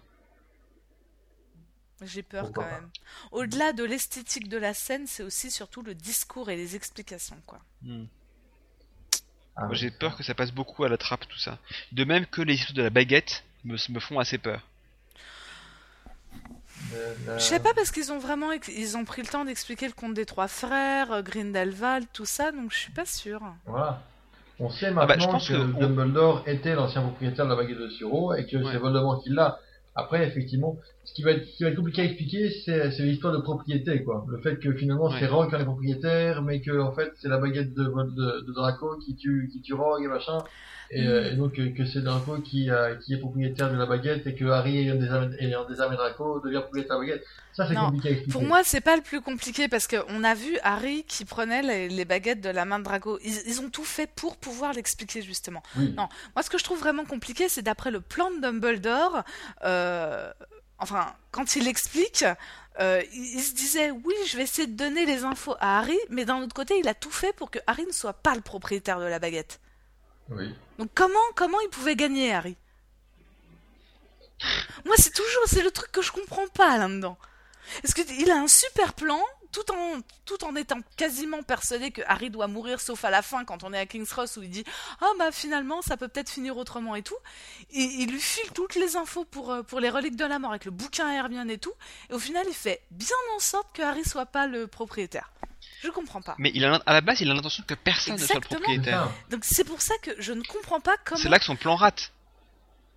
[SPEAKER 4] J'ai peur
[SPEAKER 2] Pourquoi
[SPEAKER 4] quand
[SPEAKER 2] pas.
[SPEAKER 4] même. Au-delà de l'esthétique de la scène, c'est aussi surtout le discours et les explications, quoi.
[SPEAKER 3] hmm.
[SPEAKER 2] Ah,
[SPEAKER 3] Moi,
[SPEAKER 2] oui.
[SPEAKER 3] J'ai peur que ça passe beaucoup à la trappe, tout ça. De même que les histoires de la baguette me, me font assez peur.
[SPEAKER 2] Euh,
[SPEAKER 4] Je sais pas parce qu'ils ont vraiment, ex- ils ont pris le temps d'expliquer le conte des trois frères, euh, Grindelwald, tout ça, donc je suis pas sûre.
[SPEAKER 2] Voilà. On sait
[SPEAKER 3] bah,
[SPEAKER 2] maintenant
[SPEAKER 3] je pense
[SPEAKER 2] que,
[SPEAKER 3] que-
[SPEAKER 2] Dumbledore était l'ancien propriétaire de la baguette de Suro et que
[SPEAKER 3] Ouais.
[SPEAKER 2] c'est Voldemort qui l'a. Après, effectivement, ce qui va être, ce qui va être compliqué à expliquer, c'est c'est l'histoire de propriété, quoi. Le fait que finalement
[SPEAKER 3] Ouais.
[SPEAKER 2] c'est Rogue qui en est propriétaire, mais que en fait c'est la baguette de, Vol- de, de Draco qui tue, qui tue Rogue et machin, et,
[SPEAKER 4] Mm.
[SPEAKER 2] euh, et donc que, que c'est Draco qui, euh, qui est propriétaire de la baguette et que Harry ayant désarmé, ayant désarmé Draco devient propriétaire de la baguette. Ça c'est
[SPEAKER 4] Non.
[SPEAKER 2] compliqué à expliquer.
[SPEAKER 4] Pour moi, c'est pas le plus compliqué parce qu'on a vu Harry qui prenait les, les baguettes de la main de Drago. Ils, ils ont tout fait pour pouvoir l'expliquer justement.
[SPEAKER 2] oui.
[SPEAKER 4] non. Moi, ce que je trouve vraiment compliqué, c'est d'après le plan de Dumbledore, euh, enfin, quand il explique, euh, il, il se disait oui, je vais essayer de donner les infos à Harry, mais d'un autre côté, il a tout fait pour que Harry ne soit pas le propriétaire de la baguette.
[SPEAKER 2] Oui.
[SPEAKER 4] Donc comment, comment il pouvait gagner, Harry Moi, c'est toujours, c'est le truc que je comprends pas là-dedans. Est-ce qu'il a un super plan tout en, tout en étant quasiment persuadé que Harry doit mourir, sauf à la fin, quand on est à King's Cross, où il dit « Ah bah finalement, ça peut peut-être finir autrement et tout ». Et il lui file toutes les infos pour, euh, pour les reliques de la mort, avec le bouquin Hermione et tout. Et au final, il fait bien en sorte que Harry soit pas le propriétaire. Je comprends pas.
[SPEAKER 3] Mais il a, à la base, il a l'intention que personne ne soit le
[SPEAKER 4] Exactement.
[SPEAKER 2] C'est
[SPEAKER 3] propriétaire.
[SPEAKER 2] ça. Ah.
[SPEAKER 4] Donc c'est pour ça que je ne comprends pas comment...
[SPEAKER 3] C'est là que son plan rate.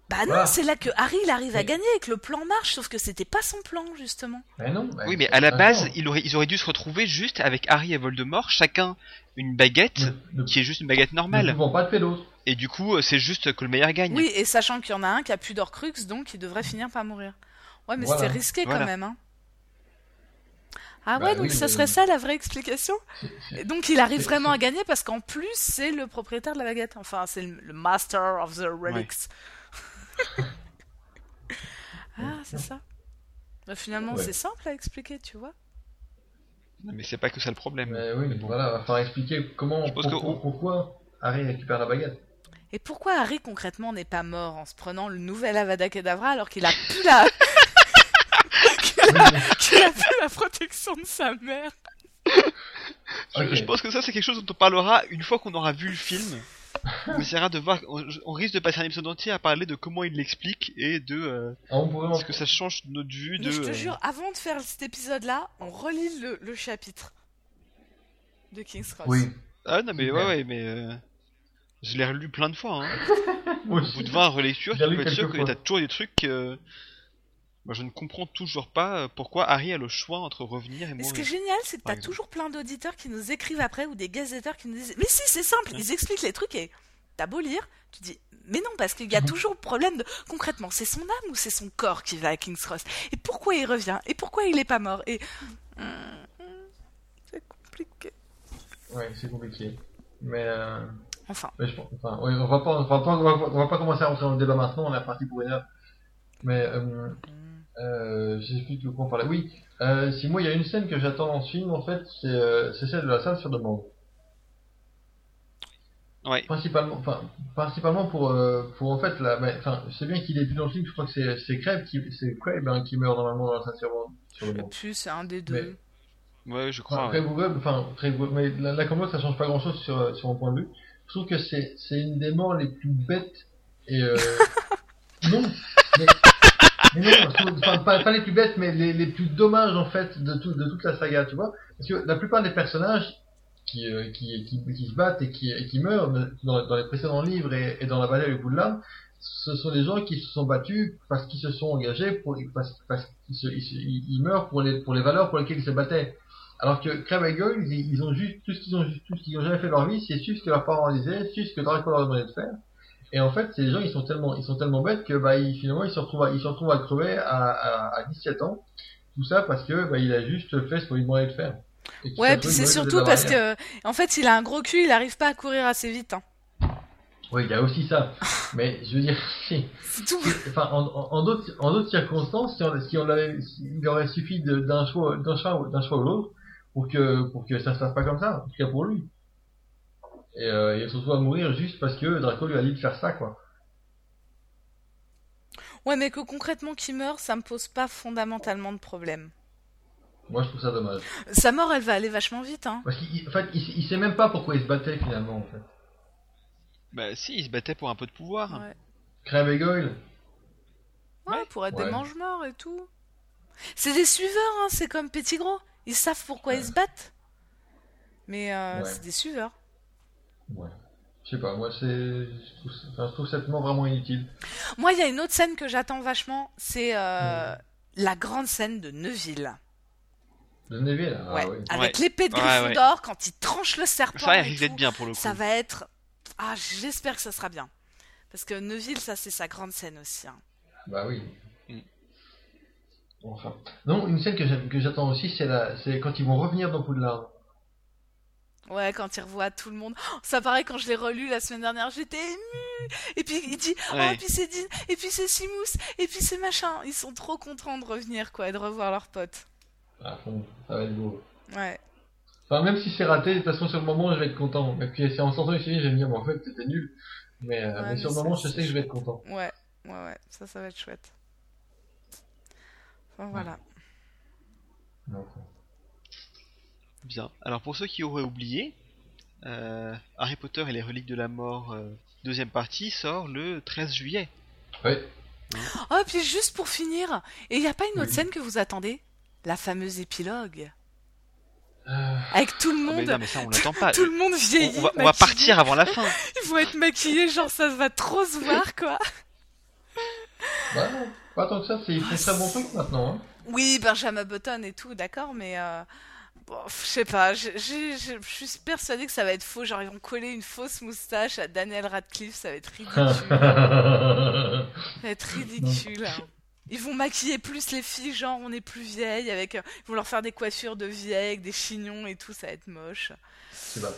[SPEAKER 4] Bah non,
[SPEAKER 2] Voilà.
[SPEAKER 4] c'est là que Harry il arrive à
[SPEAKER 2] Oui.
[SPEAKER 4] gagner et que le plan marche, sauf que c'était pas son plan justement.
[SPEAKER 2] Mais non. bah,
[SPEAKER 3] Oui, mais à la
[SPEAKER 2] attends.
[SPEAKER 3] base, ils auraient, ils auraient dû se retrouver juste avec Harry et Voldemort, chacun une baguette,
[SPEAKER 2] Ne, ne-
[SPEAKER 3] qui est juste une baguette
[SPEAKER 2] ne
[SPEAKER 3] normale.
[SPEAKER 2] pouvons pas tuer l'autre.
[SPEAKER 3] Et du coup, euh, c'est juste que le meilleur gagne.
[SPEAKER 4] Oui, et sachant qu'il y en a un qui a plus d'Orcrux, donc il devrait finir par mourir. Ouais, mais
[SPEAKER 2] Voilà.
[SPEAKER 4] c'était risqué quand
[SPEAKER 3] Voilà.
[SPEAKER 4] même. Hein. Ah
[SPEAKER 2] Bah
[SPEAKER 4] ouais, donc
[SPEAKER 2] oui,
[SPEAKER 4] ça
[SPEAKER 2] mais-
[SPEAKER 4] serait ça la vraie explication
[SPEAKER 2] C'est- c'est-
[SPEAKER 4] Et Donc il arrive
[SPEAKER 2] C'est-
[SPEAKER 4] vraiment
[SPEAKER 2] c'est-
[SPEAKER 4] à gagner parce qu'en plus c'est le propriétaire de la baguette. Enfin, c'est le, le master of the relics. ah, c'est ça. Bah, finalement,
[SPEAKER 2] Ouais.
[SPEAKER 4] c'est simple à expliquer, tu vois.
[SPEAKER 3] Non, Mais c'est pas que ça le problème.
[SPEAKER 2] Mais oui, voilà, va falloir expliquer comment,
[SPEAKER 3] Je pense que-
[SPEAKER 2] pourquoi, pourquoi Harry récupère la baguette.
[SPEAKER 4] Et pourquoi Harry concrètement n'est pas mort en se prenant le nouvel Avada Kedavra alors qu'il a plus la qu'il a, qu'il a plus la protection de sa mère
[SPEAKER 3] Je-
[SPEAKER 2] Ok.
[SPEAKER 3] Je pense que ça, c'est quelque chose dont on parlera une fois qu'on aura vu le film. on essaiera de voir. On, on risque de passer un épisode entier à parler de comment il l'explique et de euh,
[SPEAKER 2] Ah, on pourrait en
[SPEAKER 3] ce que ça change de notre vue. De,
[SPEAKER 4] Mais je te
[SPEAKER 3] euh,
[SPEAKER 4] jure, avant de faire cet épisode-là, on relit le, le chapitre de King's Cross.
[SPEAKER 2] Oui.
[SPEAKER 3] Ah non, mais
[SPEAKER 2] Super.
[SPEAKER 3] ouais, ouais, mais. euh, Je l'ai relu plein de fois. Hein.
[SPEAKER 2] Moi
[SPEAKER 3] Au bout
[SPEAKER 2] aussi.
[SPEAKER 3] de 20 relectures,
[SPEAKER 2] J'ai
[SPEAKER 3] tu
[SPEAKER 2] lu
[SPEAKER 3] peux être sûr
[SPEAKER 2] quelques
[SPEAKER 3] que
[SPEAKER 2] fois.
[SPEAKER 3] t'as toujours des trucs. euh, Moi, je ne comprends toujours pas euh, pourquoi Harry a le choix entre revenir et
[SPEAKER 4] Mais ce
[SPEAKER 3] mourir.
[SPEAKER 4] qui est génial, c'est que
[SPEAKER 3] Par
[SPEAKER 4] t'as
[SPEAKER 3] exemple.
[SPEAKER 4] toujours plein d'auditeurs qui nous écrivent après ou des gazetteurs qui nous disent Mais si, c'est simple, ils expliquent les trucs et t'as beau lire, tu dis Mais non, parce qu'il y a toujours le problème de concrètement, c'est son âme ou c'est son corps qui va à King's Cross Et pourquoi il revient Et pourquoi il est pas mort Et. Hum, hum, C'est compliqué.
[SPEAKER 2] Ouais, c'est compliqué. Mais, euh,
[SPEAKER 4] Enfin,
[SPEAKER 2] mais je pense- enfin, oui, on, va pas, on, va pas, on, va, on va pas commencer à rentrer dans le débat maintenant, on est parti pour une heure. Mais euh,
[SPEAKER 4] Mm.
[SPEAKER 2] euh, j'explique le point par là. Oui, euh, si moi il y a une scène que j'attends dans ce film, en fait, c'est euh, c'est celle de la salle sur demande.
[SPEAKER 3] Ouais.
[SPEAKER 2] Principalement, enfin, principalement pour, euh, pour en fait, la, ben, enfin, c'est bien qu'il est plus dans le film, je crois que c'est c'est Crabbe qui, c'est Crabbe, hein, qui meurt normalement dans la salle sur sur demande.
[SPEAKER 4] plus, c'est un des
[SPEAKER 2] deux.
[SPEAKER 4] deux.
[SPEAKER 3] Ouais, je crois.
[SPEAKER 2] Enfin,
[SPEAKER 3] ouais.
[SPEAKER 2] Brave Web, enfin, Brave Web, mais la, la combo, ça change pas grand chose sur, euh, sur mon point de vue. Je trouve que c'est, c'est une des morts les plus bêtes et euh... non, mais, mais non, je trouve- enfin, pas, pas les plus bêtes, mais les, les plus dommages en fait de, tout, de toute la saga, tu vois. Parce que la plupart des personnages qui, euh, qui, qui, qui se battent et qui, et qui meurent dans, dans les précédents livres et, et dans la vallée du bout de l'âme, ce sont des gens qui se sont battus parce qu'ils se sont engagés, pour, parce, parce qu'ils se- ils se- ils- ils meurent pour les, pour les valeurs pour lesquelles ils se battaient. Alors que Crabbe et Goyle, ils, ils ont juste tout ce qu'ils ont juste tout ce qu'ils ont jamais fait de leur vie, c'est juste ce que leurs parents disaient, juste ce que Draco leur demandait de faire. Et en fait, ces gens, ils sont tellement, ils sont tellement bêtes que bah, ils, finalement, ils se retrouvent, à, ils se retrouvent à crever à, à, à 17 ans. Tout ça parce que bah, il a juste fait ce qu'on lui demandait de faire. Et qu'il
[SPEAKER 4] Ouais,
[SPEAKER 2] s'est
[SPEAKER 4] puis
[SPEAKER 2] retrouvé
[SPEAKER 4] c'est
[SPEAKER 2] mauvais
[SPEAKER 4] surtout
[SPEAKER 2] de
[SPEAKER 4] parce
[SPEAKER 2] derrière.
[SPEAKER 4] que, en fait, il a un gros cul, il arrive pas à courir assez vite. hein.
[SPEAKER 2] Oui, il y a aussi ça. Mais je veux dire, si.
[SPEAKER 4] C'est tout.
[SPEAKER 2] Enfin, en, en, en d'autres, en d'autres circonstances, si on, si on l'avait, si- il aurait suffi de- d'un choix, d'un choix, d'un choix ou l'autre pour que, pour que ça se passe pas comme ça, en tout cas pour lui. Et euh, il se retrouve à mourir juste parce que Draco lui a dit de faire ça, quoi.
[SPEAKER 4] Ouais, mais que concrètement, qui meurt, ça me pose pas fondamentalement de problème.
[SPEAKER 2] Moi, je trouve ça dommage.
[SPEAKER 4] Sa mort, elle va aller vachement vite. Hein.
[SPEAKER 2] Parce qu'il, en fait, il, il sait même pas pourquoi il se battait finalement, en fait.
[SPEAKER 3] Bah, si, il se battait pour un peu de pouvoir.
[SPEAKER 4] Ouais.
[SPEAKER 2] Crabbe et Goyle.
[SPEAKER 4] Ouais, pour être
[SPEAKER 2] Ouais.
[SPEAKER 4] des mange-morts et tout. C'est des suiveurs, hein, c'est comme Petit Gros. Ils savent pourquoi ils se battent. Mais euh,
[SPEAKER 2] Ouais.
[SPEAKER 4] c'est des suiveurs.
[SPEAKER 2] Ouais. Je sais pas, moi, c'est, je trouve, enfin, je trouve cette mort vraiment inutile.
[SPEAKER 4] Moi, il y a une autre scène que j'attends vachement. C'est
[SPEAKER 2] Hmm.
[SPEAKER 4] euh, la grande scène de Neuville.
[SPEAKER 2] De Neville, ah
[SPEAKER 4] ouais.
[SPEAKER 2] oui.
[SPEAKER 4] Avec
[SPEAKER 3] Ouais.
[SPEAKER 4] l'épée de
[SPEAKER 3] Ouais,
[SPEAKER 4] Gryffondor, quand il tranche le serpent.
[SPEAKER 3] Ça, il
[SPEAKER 4] et
[SPEAKER 3] risque
[SPEAKER 4] tout.
[SPEAKER 3] d'être bien pour le coup.
[SPEAKER 4] Ça va être. Ah, j'espère que ça sera bien. Parce que Neuville, ça, c'est sa grande scène aussi. hein.
[SPEAKER 2] Bah oui.
[SPEAKER 3] Mm.
[SPEAKER 2] Enfin. Non, une scène que j'a- que j'attends aussi, c'est la, c'est quand ils vont revenir dans Poudlard.
[SPEAKER 4] Ouais, quand il revoit tout le monde. Oh, ça paraît quand je l'ai relu la semaine dernière, j'étais émue. Et puis il dit, oh,
[SPEAKER 3] Ouais.
[SPEAKER 4] et puis c'est Dean, et puis c'est Simous, et puis c'est machin. Ils sont trop contents de revenir, quoi, et de revoir leurs potes.
[SPEAKER 2] Ah, bon, ça va être beau.
[SPEAKER 4] Ouais.
[SPEAKER 2] Enfin, même si c'est raté, de toute façon, sur le moment, je vais être content. Et puis, c'est en sortant du film, je vais me dire, mais en fait, c'était nul. Mais, euh,
[SPEAKER 4] Ouais,
[SPEAKER 2] mais
[SPEAKER 4] mais
[SPEAKER 2] sur le
[SPEAKER 4] ça,
[SPEAKER 2] moment, je
[SPEAKER 4] c'est
[SPEAKER 2] sais que je vais être content.
[SPEAKER 4] Ouais, ouais, ouais. Ça, ça va être chouette. Enfin, voilà.
[SPEAKER 2] Donc,
[SPEAKER 3] Bien. Alors pour ceux qui auraient oublié, euh, Harry Potter et les reliques de la mort, euh, deuxième partie, sort le 13 juillet.
[SPEAKER 2] euh, Ouais.
[SPEAKER 4] Oh, et puis juste pour finir, et il n'y a pas une autre
[SPEAKER 2] Oui.
[SPEAKER 4] scène que vous attendez La fameuse épilogue.
[SPEAKER 2] Euh,
[SPEAKER 4] Avec tout le
[SPEAKER 3] Ah, mais
[SPEAKER 4] monde.
[SPEAKER 3] non, mais ça on l'attend pas.
[SPEAKER 4] Tout le monde
[SPEAKER 3] On-
[SPEAKER 4] vieillit.
[SPEAKER 3] on, va, on va
[SPEAKER 4] maquillé.
[SPEAKER 3] partir avant la fin.
[SPEAKER 4] Ils vont être maquillés, genre ça va trop se voir, quoi.
[SPEAKER 6] Bah, non, pas tant que ça, c'est ils font très bon truc maintenant. Hein.
[SPEAKER 4] Oui, Benjamin Button et tout, d'accord, mais euh, bon, pff, je sais pas, j'ai- j'ai- j'ai- je suis persuadée que ça va être faux. Genre, ils vont coller une fausse moustache à Daniel Radcliffe, ça va être ridicule.
[SPEAKER 3] euh,
[SPEAKER 4] Ça va être ridicule. hein. Ils vont maquiller plus les filles, genre on est plus vieilles, avec, euh, ils vont leur faire des coiffures de vieilles, avec des chignons et tout, ça va être moche.
[SPEAKER 6] C'est pas-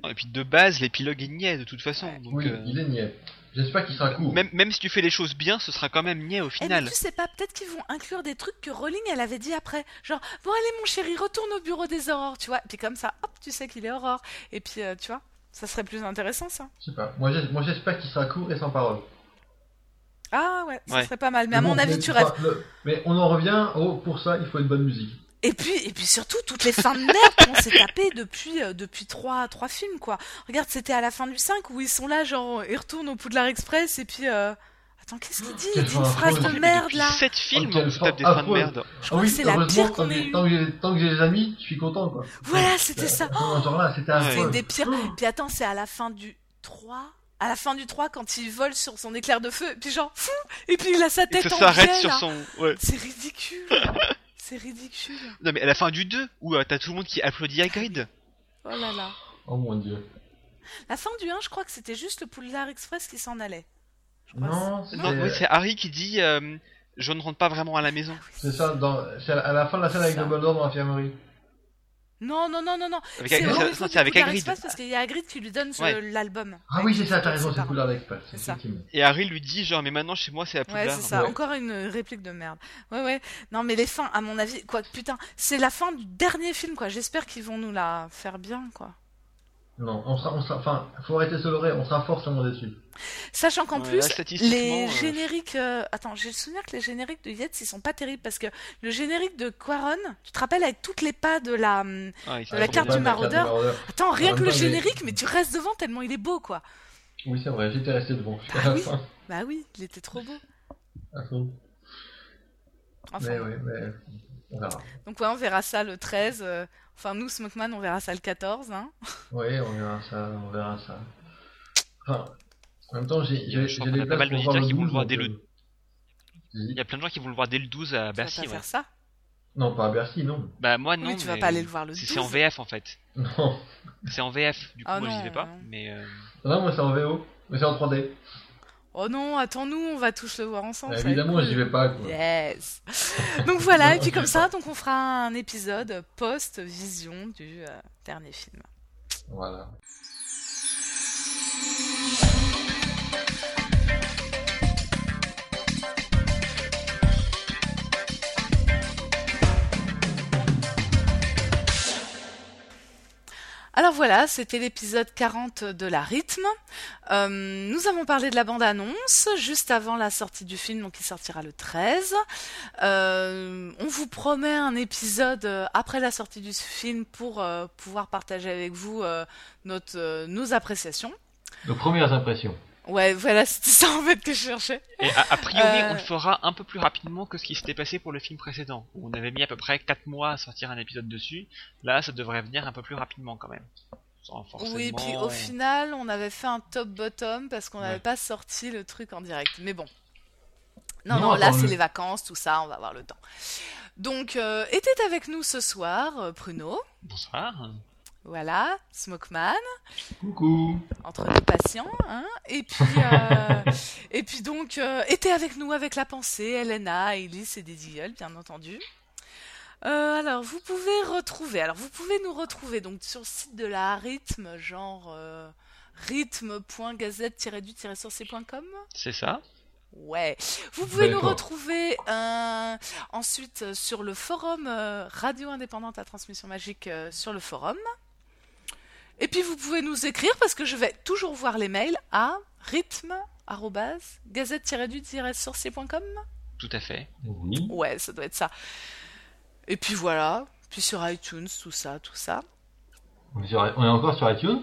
[SPEAKER 3] Non, Et puis de base, l'épilogue est niais de toute façon. donc,
[SPEAKER 6] Oui,
[SPEAKER 3] euh,
[SPEAKER 6] il est niais. J'espère qu'il sera court.
[SPEAKER 3] même, même si tu fais les choses bien, ce sera quand même niais au
[SPEAKER 4] Eh
[SPEAKER 3] final.
[SPEAKER 4] mais tu sais pas, peut-être qu'ils vont inclure des trucs que Rowling elle avait dit après. Genre, bon allez mon chéri, retourne au bureau des aurores, tu vois. Et puis comme ça, hop, tu sais qu'il est aurore. Et puis, euh, tu vois, ça serait plus intéressant ça.
[SPEAKER 6] Je sais pas. Moi, j'ai- moi, j'espère qu'il sera court et sans parole.
[SPEAKER 4] Ah ouais, ça
[SPEAKER 3] Ouais.
[SPEAKER 4] serait pas mal. Mais à
[SPEAKER 6] bon,
[SPEAKER 4] mon avis,
[SPEAKER 6] mais-
[SPEAKER 4] tu rêves.
[SPEAKER 6] enfin, le- Mais on en revient au pour ça, il faut une bonne musique.
[SPEAKER 4] Et puis, et puis surtout, toutes les fins de merde qu'on s'est tapées depuis, euh, depuis trois, trois films, quoi. Regarde, c'était à la fin du 5 où ils sont là, genre, ils retournent au Poudlard Express et puis. euh, Attends, qu'est-ce qu'il dit Il
[SPEAKER 6] Quelle
[SPEAKER 4] dit une
[SPEAKER 6] fin
[SPEAKER 4] phrase de
[SPEAKER 6] affreuse.
[SPEAKER 4] merde là
[SPEAKER 3] 7 films,
[SPEAKER 6] Oh, quelle
[SPEAKER 3] on se tape des
[SPEAKER 6] fin
[SPEAKER 3] fins de merde.
[SPEAKER 4] Je
[SPEAKER 6] Ah
[SPEAKER 4] crois
[SPEAKER 6] oui,
[SPEAKER 4] que c'est la
[SPEAKER 6] heureusement, ah
[SPEAKER 4] pire
[SPEAKER 6] tant
[SPEAKER 4] qu'on
[SPEAKER 6] que
[SPEAKER 4] ait
[SPEAKER 6] j'ai-
[SPEAKER 4] eue.
[SPEAKER 6] tant que j'ai- tant que j'ai les amis, je suis content quoi.
[SPEAKER 4] Voilà, c'était ça.
[SPEAKER 6] Dans ce genre-là, c'était
[SPEAKER 3] C'est
[SPEAKER 4] C'est
[SPEAKER 6] affreux.
[SPEAKER 4] une des pires. Puis attends, c'est à la fin du 3. À la fin du 3, quand il vole sur son éclair de feu, puis genre, fou Et puis il a sa
[SPEAKER 3] Et
[SPEAKER 4] tête
[SPEAKER 3] ça
[SPEAKER 4] en
[SPEAKER 3] s'arrête
[SPEAKER 4] biais,
[SPEAKER 3] sur
[SPEAKER 4] là.
[SPEAKER 3] son. Ouais.
[SPEAKER 4] C'est ridicule. c'est ridicule.
[SPEAKER 3] Non, mais à la fin du 2, où euh, t'as tout le monde qui applaudit Hagrid.
[SPEAKER 4] Oh là là.
[SPEAKER 6] Oh mon dieu.
[SPEAKER 4] La fin du 1, je crois que c'était juste le Poudlard Express qui s'en allait. Je crois
[SPEAKER 6] Non,
[SPEAKER 3] Non, oui, c'est Harry qui dit euh, Je ne rentre pas vraiment à la maison.
[SPEAKER 6] c'est ça, dans, c'est à la- à la fin de la scène avec
[SPEAKER 4] Ça.
[SPEAKER 6] Dumbledore dans l'infirmerie.
[SPEAKER 4] Non, non, non, non, non.
[SPEAKER 3] Avec
[SPEAKER 4] C'est
[SPEAKER 3] Hagrid-
[SPEAKER 4] au
[SPEAKER 3] c'est-
[SPEAKER 4] rendez-vous
[SPEAKER 3] non,
[SPEAKER 4] du
[SPEAKER 3] c'est avec
[SPEAKER 4] Poudlard
[SPEAKER 3] Hagrid.
[SPEAKER 4] Express parce qu'il y a Hagrid qui lui donne ce-
[SPEAKER 3] Ouais.
[SPEAKER 4] l'album.
[SPEAKER 6] Ah
[SPEAKER 4] Avec
[SPEAKER 6] oui, c'est ça, t'as
[SPEAKER 4] ses
[SPEAKER 6] raison, c'est
[SPEAKER 4] parents.
[SPEAKER 6] Poudlard Express.
[SPEAKER 4] C'est ça.
[SPEAKER 6] effectivement.
[SPEAKER 3] Et Harry lui dit Genre, mais maintenant chez moi, c'est à
[SPEAKER 4] Ouais,
[SPEAKER 3] Poudlard.
[SPEAKER 4] c'est ça.
[SPEAKER 6] Ouais.
[SPEAKER 4] Encore une réplique de merde. Ouais, ouais. Non, mais les fins, à mon avis, quoi, putain, c'est la fin du dernier film, quoi. J'espère qu'ils vont nous la faire bien, quoi.
[SPEAKER 6] Non, on sera, on sera, enfin, faut arrêter de se leurrer, on sera forcément déçus.
[SPEAKER 4] Sachant qu'en
[SPEAKER 3] Ouais, là,
[SPEAKER 4] plus,
[SPEAKER 3] statistiquement,
[SPEAKER 4] les
[SPEAKER 3] euh,
[SPEAKER 4] génériques. euh, Attends, j'ai le souvenir que les génériques de Yates, ils sont pas terribles parce que le générique de Quaron, tu te rappelles avec toutes les pas de la. hum,
[SPEAKER 3] Ah, il s'est
[SPEAKER 4] De la
[SPEAKER 3] pas
[SPEAKER 4] carte
[SPEAKER 3] bien.
[SPEAKER 4] du maraudeur. Attends, rien
[SPEAKER 6] En
[SPEAKER 4] que le
[SPEAKER 6] même temps, il est-
[SPEAKER 4] générique, mais tu restes devant tellement il est beau, quoi.
[SPEAKER 6] Oui, c'est vrai, j'étais resté devant jusqu'à
[SPEAKER 4] Ah
[SPEAKER 6] la
[SPEAKER 4] oui.
[SPEAKER 6] fin.
[SPEAKER 4] Bah oui, il était trop beau.
[SPEAKER 6] À fond.
[SPEAKER 4] Enfin,
[SPEAKER 6] Mais oui, mais on verra.
[SPEAKER 4] Donc ouais, on verra ça le 13. euh, Enfin, nous, Smokeman, on verra ça le 14. Hein.
[SPEAKER 6] Oui, on verra ça, on verra ça. Enfin, en même temps, j'ai j'ai-
[SPEAKER 3] Je
[SPEAKER 6] j'ai
[SPEAKER 3] crois qu'on a
[SPEAKER 6] des
[SPEAKER 3] pas mal
[SPEAKER 6] places pour voir
[SPEAKER 3] d'auditeurs qui vont le
[SPEAKER 6] douze,
[SPEAKER 3] voir
[SPEAKER 6] donc,
[SPEAKER 3] dès le-
[SPEAKER 6] euh,
[SPEAKER 3] Il y a plein de gens qui vont le voir dès le 12 à
[SPEAKER 4] tu vas
[SPEAKER 3] Bercy.
[SPEAKER 4] pas
[SPEAKER 3] ouais.
[SPEAKER 4] faire ça
[SPEAKER 6] Non, pas à Bercy, Bah non.
[SPEAKER 3] Bah, moi, non.
[SPEAKER 4] Oui, tu vas
[SPEAKER 3] mais
[SPEAKER 4] pas aller le voir le 12.
[SPEAKER 3] C'est c'est en VF en fait.
[SPEAKER 6] Non,
[SPEAKER 3] C'est en VF, du coup,
[SPEAKER 4] Ah
[SPEAKER 3] moi,
[SPEAKER 4] non,
[SPEAKER 3] j'y vais pas.
[SPEAKER 4] non.
[SPEAKER 3] Mais. euh,
[SPEAKER 6] non moi c'est en VO, mais c'est en 3D.
[SPEAKER 4] Oh non, attends-nous, on va tous le voir ensemble. Oh, ça va être
[SPEAKER 6] Bah, Évidemment,
[SPEAKER 4] cool.
[SPEAKER 6] j'y vais pas, quoi.
[SPEAKER 4] Yes. Donc voilà,
[SPEAKER 6] Non,
[SPEAKER 4] et
[SPEAKER 6] j'y
[SPEAKER 4] puis
[SPEAKER 6] vais
[SPEAKER 4] comme
[SPEAKER 6] pas.
[SPEAKER 4] ça, donc on fera un épisode post-vision du euh, dernier film.
[SPEAKER 6] Voilà.
[SPEAKER 4] Alors voilà, c'était l'épisode 40 de La Rythme. Euh, nous avons parlé de la bande-annonce juste avant la sortie du film, donc il sortira le 13. Euh, on vous promet un épisode euh, après la sortie du film pour euh, pouvoir partager avec vous euh, notre, euh, nos appréciations.
[SPEAKER 2] Nos premières impressions.
[SPEAKER 4] Ouais, voilà, c'était ça en fait que je cherchais.
[SPEAKER 3] Et a, a priori,
[SPEAKER 4] Euh.
[SPEAKER 3] on le fera un peu plus rapidement que ce qui s'était passé pour le film précédent, où on avait mis à peu près 4 mois à sortir un épisode dessus. Là, ça devrait venir un peu plus rapidement quand même. Sans forcément... euh,
[SPEAKER 4] Oui, puis au final, on avait fait un top-bottom parce qu'on n'avait
[SPEAKER 3] Ouais.
[SPEAKER 4] pas sorti le truc en direct. Mais bon. Non, non,
[SPEAKER 6] Non,
[SPEAKER 4] là,
[SPEAKER 6] attends,
[SPEAKER 4] c'est
[SPEAKER 6] le-
[SPEAKER 4] les vacances, tout ça, on va avoir le temps. Donc, euh, était avec nous ce soir euh, Pruno,
[SPEAKER 3] Bonsoir.
[SPEAKER 4] voilà, Smokeman,
[SPEAKER 2] Coucou.
[SPEAKER 4] entre deux patients, hein, et puis, euh, et puis donc, euh, était avec nous avec la pensée, Elena, Elise et Dizzy Gueule, bien entendu. Euh, alors, vous pouvez retrouver, alors vous pouvez nous retrouver donc sur le site de la rythme, genre euh, rythme.gazette-du-sorcier.com.
[SPEAKER 3] C'est ça.
[SPEAKER 4] Ouais. Vous pouvez nous
[SPEAKER 6] D'accord.
[SPEAKER 4] retrouver euh, ensuite euh, sur le forum euh, Radio Indépendante à Transmission Magique euh, sur le forum. Et puis vous pouvez nous écrire parce que je vais toujours voir les mails à rythme-gazette-du-sorcier.com.
[SPEAKER 3] Tout à fait.
[SPEAKER 2] Oui.
[SPEAKER 4] Ouais, ça doit être ça. Et puis voilà. Puis sur iTunes, tout ça, tout ça.
[SPEAKER 2] On est sur- on est encore sur iTunes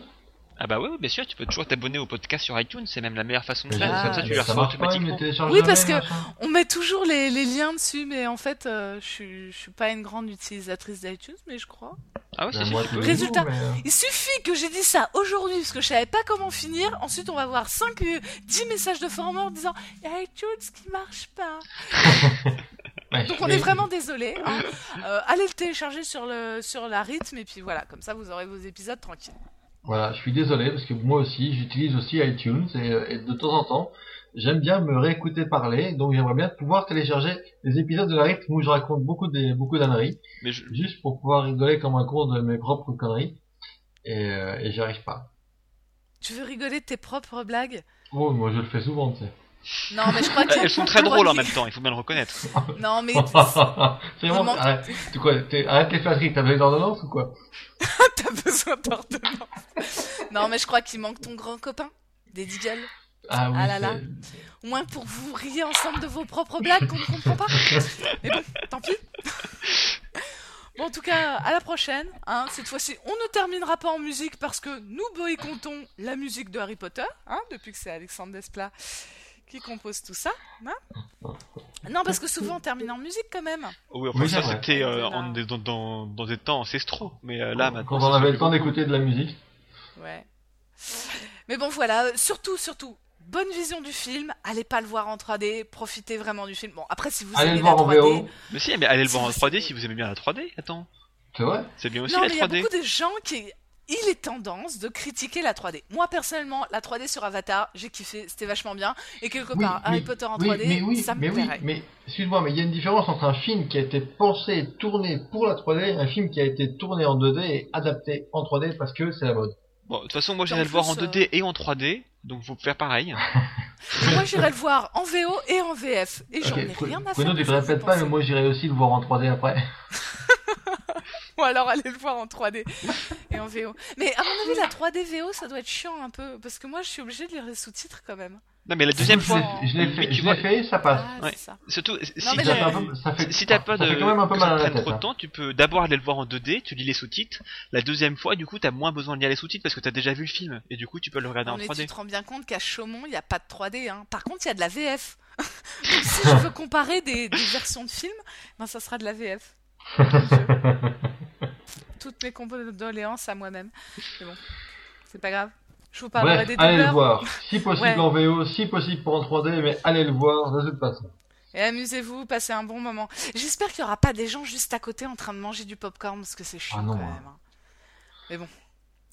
[SPEAKER 3] Ah bah oui, oui, bien sûr, tu peux toujours t'abonner au podcast sur iTunes, c'est même la meilleure façon de faire.
[SPEAKER 4] Ah.
[SPEAKER 3] Comme ça, tu
[SPEAKER 2] Mais
[SPEAKER 3] le
[SPEAKER 2] ça
[SPEAKER 3] reçois
[SPEAKER 2] marche pas, il
[SPEAKER 3] automatiquement.
[SPEAKER 2] me télécharge
[SPEAKER 4] Oui,
[SPEAKER 2] jamais,
[SPEAKER 4] parce que-
[SPEAKER 2] machin.
[SPEAKER 4] On met toujours les, les liens dessus, mais en fait, euh, je, suis- je suis pas une grande utilisatrice d'iTunes, mais je crois.
[SPEAKER 3] Ah ouais,
[SPEAKER 2] Ben,
[SPEAKER 3] c'est
[SPEAKER 2] moi,
[SPEAKER 3] sûr.
[SPEAKER 2] tous les
[SPEAKER 4] Résultat.
[SPEAKER 2] jours, mais, euh,
[SPEAKER 4] Il suffit que j'ai dit ça aujourd'hui parce que je savais pas comment finir. Ensuite, on va voir 5 10 messages de forums en disant il y a quelque chose qui marche pas.
[SPEAKER 2] ouais,
[SPEAKER 4] Donc on
[SPEAKER 2] mais-
[SPEAKER 4] est vraiment désolé. hein. Euh, allez le télécharger sur le sur la rythme et puis voilà, comme ça vous aurez vos épisodes tranquilles.
[SPEAKER 2] Voilà, je suis désolé parce que moi aussi, j'utilise aussi iTunes et, euh, et de temps en temps, j'aime bien me réécouter parler, donc j'aimerais bien pouvoir télécharger les épisodes de la rythme où je raconte beaucoup des beaucoup d'âneries,
[SPEAKER 3] Mais je-
[SPEAKER 2] juste pour pouvoir rigoler comme un con de mes propres conneries, et, euh, et j'y arrive pas.
[SPEAKER 4] Tu veux rigoler de tes propres blagues
[SPEAKER 2] Oh, moi je le fais souvent, tu sais.
[SPEAKER 4] Non, mais je crois
[SPEAKER 3] Euh,
[SPEAKER 4] que
[SPEAKER 3] Elles sont très drôles en même temps, il faut bien le reconnaître.
[SPEAKER 4] Non, mais t'as
[SPEAKER 2] c'est vraiment...
[SPEAKER 4] manque-
[SPEAKER 2] Arrête, tu quoi, t'es- arrête les flatteries, t'as besoin d'ordonnance ou quoi
[SPEAKER 4] besoin d'ordonnance. Non, mais je crois qu'il manque ton grand copain des Deagle.
[SPEAKER 2] Ah oui,
[SPEAKER 4] Ah là là.
[SPEAKER 2] c'est-
[SPEAKER 4] Au moins pour vous riez ensemble de vos propres blagues qu'on ne comprend pas. Mais bon, tant pis. Bon, en tout cas, à la prochaine. hein. Cette fois-ci, on ne terminera pas en musique parce que nous boycottons la musique de Harry Potter, hein, depuis que c'est Alexandre Desplat qui compose tout ça. hein. non, parce que souvent on termine en musique quand même.
[SPEAKER 3] Oui, enfin,
[SPEAKER 2] Oui,
[SPEAKER 3] ça
[SPEAKER 2] c'est vrai.
[SPEAKER 3] c'était euh,
[SPEAKER 4] Voilà.
[SPEAKER 3] en- dans, dans, dans des temps ancestraux, mais euh, là maintenant.
[SPEAKER 2] Quand on
[SPEAKER 3] ça
[SPEAKER 2] avait
[SPEAKER 3] se
[SPEAKER 2] le
[SPEAKER 3] fait
[SPEAKER 2] temps
[SPEAKER 3] beaucoup.
[SPEAKER 2] d'écouter de la musique.
[SPEAKER 4] Ouais. Mais bon, voilà, euh, surtout, surtout, bonne vision du film. Allez pas le voir en 3D, profitez vraiment du film. Bon, après, si vous
[SPEAKER 2] Allez
[SPEAKER 4] aimez
[SPEAKER 2] le voir
[SPEAKER 4] la
[SPEAKER 2] en
[SPEAKER 4] 3D,
[SPEAKER 2] VO,
[SPEAKER 3] Mais si, mais allez le
[SPEAKER 4] Si
[SPEAKER 3] voir en
[SPEAKER 4] vous-
[SPEAKER 3] 3D si vous aimez bien la 3D, attends.
[SPEAKER 2] c'est vrai
[SPEAKER 3] C'est bien aussi
[SPEAKER 4] Non,
[SPEAKER 3] la
[SPEAKER 4] mais il y a
[SPEAKER 3] 3D.
[SPEAKER 4] beaucoup de gens qui. Il est tendance de critiquer la 3D. Moi, personnellement, la 3D sur Avatar, j'ai kiffé, c'était vachement bien. Et quelque
[SPEAKER 2] Oui,
[SPEAKER 4] part,
[SPEAKER 2] mais-
[SPEAKER 4] Harry Potter en
[SPEAKER 2] Oui,
[SPEAKER 4] 3D,
[SPEAKER 2] mais oui,
[SPEAKER 4] ça me
[SPEAKER 2] mais oui,
[SPEAKER 4] plairait.
[SPEAKER 2] mais excuse-moi, mais il y a une différence entre un film qui a été pensé et tourné pour la 3D et un film qui a été tourné en 2D et adapté en 3D parce que c'est la mode.
[SPEAKER 3] Bon, de toute façon, moi
[SPEAKER 4] En
[SPEAKER 3] j'irai le voir en
[SPEAKER 4] plus, euh,
[SPEAKER 3] 2D et en 3D, donc faut faire pareil.
[SPEAKER 4] Mais moi, j'irai le voir en VO et en VF. Et j'en
[SPEAKER 2] Ok,
[SPEAKER 4] ai rien à faire.
[SPEAKER 2] Bruno,
[SPEAKER 4] de
[SPEAKER 2] tu
[SPEAKER 4] ce
[SPEAKER 2] te
[SPEAKER 4] que
[SPEAKER 2] répètes
[SPEAKER 4] vous
[SPEAKER 2] pas,
[SPEAKER 4] pensez.
[SPEAKER 2] mais moi j'irai aussi le voir en 3D après.
[SPEAKER 4] Ou alors aller le voir en 3D et en VO. Mais à mon avis, la 3D VO, ça doit être chiant un peu. Parce que moi, je suis obligée de lire les sous-titres quand même.
[SPEAKER 3] Non, mais la deuxième
[SPEAKER 2] Je l'ai-
[SPEAKER 3] fois,
[SPEAKER 2] je l'ai
[SPEAKER 3] Oui,
[SPEAKER 2] fait,
[SPEAKER 3] tu
[SPEAKER 2] je
[SPEAKER 3] vois-
[SPEAKER 2] l'ai fait, ça passe.
[SPEAKER 4] Ah,
[SPEAKER 3] ouais.
[SPEAKER 4] c'est ça.
[SPEAKER 3] surtout si
[SPEAKER 4] mais
[SPEAKER 3] t'as-
[SPEAKER 2] Ça fait un peu- ça fait- Ah,
[SPEAKER 3] Si t'as pas
[SPEAKER 2] ça
[SPEAKER 3] de.
[SPEAKER 2] fait quand même un peu
[SPEAKER 3] que
[SPEAKER 2] mal
[SPEAKER 3] ça
[SPEAKER 2] à
[SPEAKER 3] te
[SPEAKER 2] la
[SPEAKER 3] prenne
[SPEAKER 2] tête.
[SPEAKER 3] trop de
[SPEAKER 2] hein.
[SPEAKER 3] temps, tu peux d'abord aller le voir en 2D, tu lis les sous-titres. La deuxième fois, du coup, t'as moins besoin de lire les sous-titres parce que t'as déjà vu le film. Et du coup, tu peux le regarder
[SPEAKER 4] Non,
[SPEAKER 3] en
[SPEAKER 4] mais
[SPEAKER 3] 3D.
[SPEAKER 4] tu te rends bien compte qu'à Chaumont, il n'y a pas de 3D. Hein. Par contre, il y a de la VF. Donc, si je veux comparer des, des versions de films, ben, ça sera de la VF. Toutes mes condoléances à moi-même. Mais bon, c'est pas grave. Je vous parlerai
[SPEAKER 2] Bref,
[SPEAKER 4] des
[SPEAKER 2] allez le
[SPEAKER 4] doubleurs.
[SPEAKER 2] voir, si possible
[SPEAKER 4] Ouais.
[SPEAKER 2] en VO, si possible pour en 3D, mais allez le voir de toute façon.
[SPEAKER 4] Et amusez-vous, passez un bon moment. J'espère qu'il n'y aura pas des gens juste à côté en train de manger du popcorn, parce que c'est chiant
[SPEAKER 2] Ah non,
[SPEAKER 4] quand
[SPEAKER 2] hein.
[SPEAKER 4] même. hein.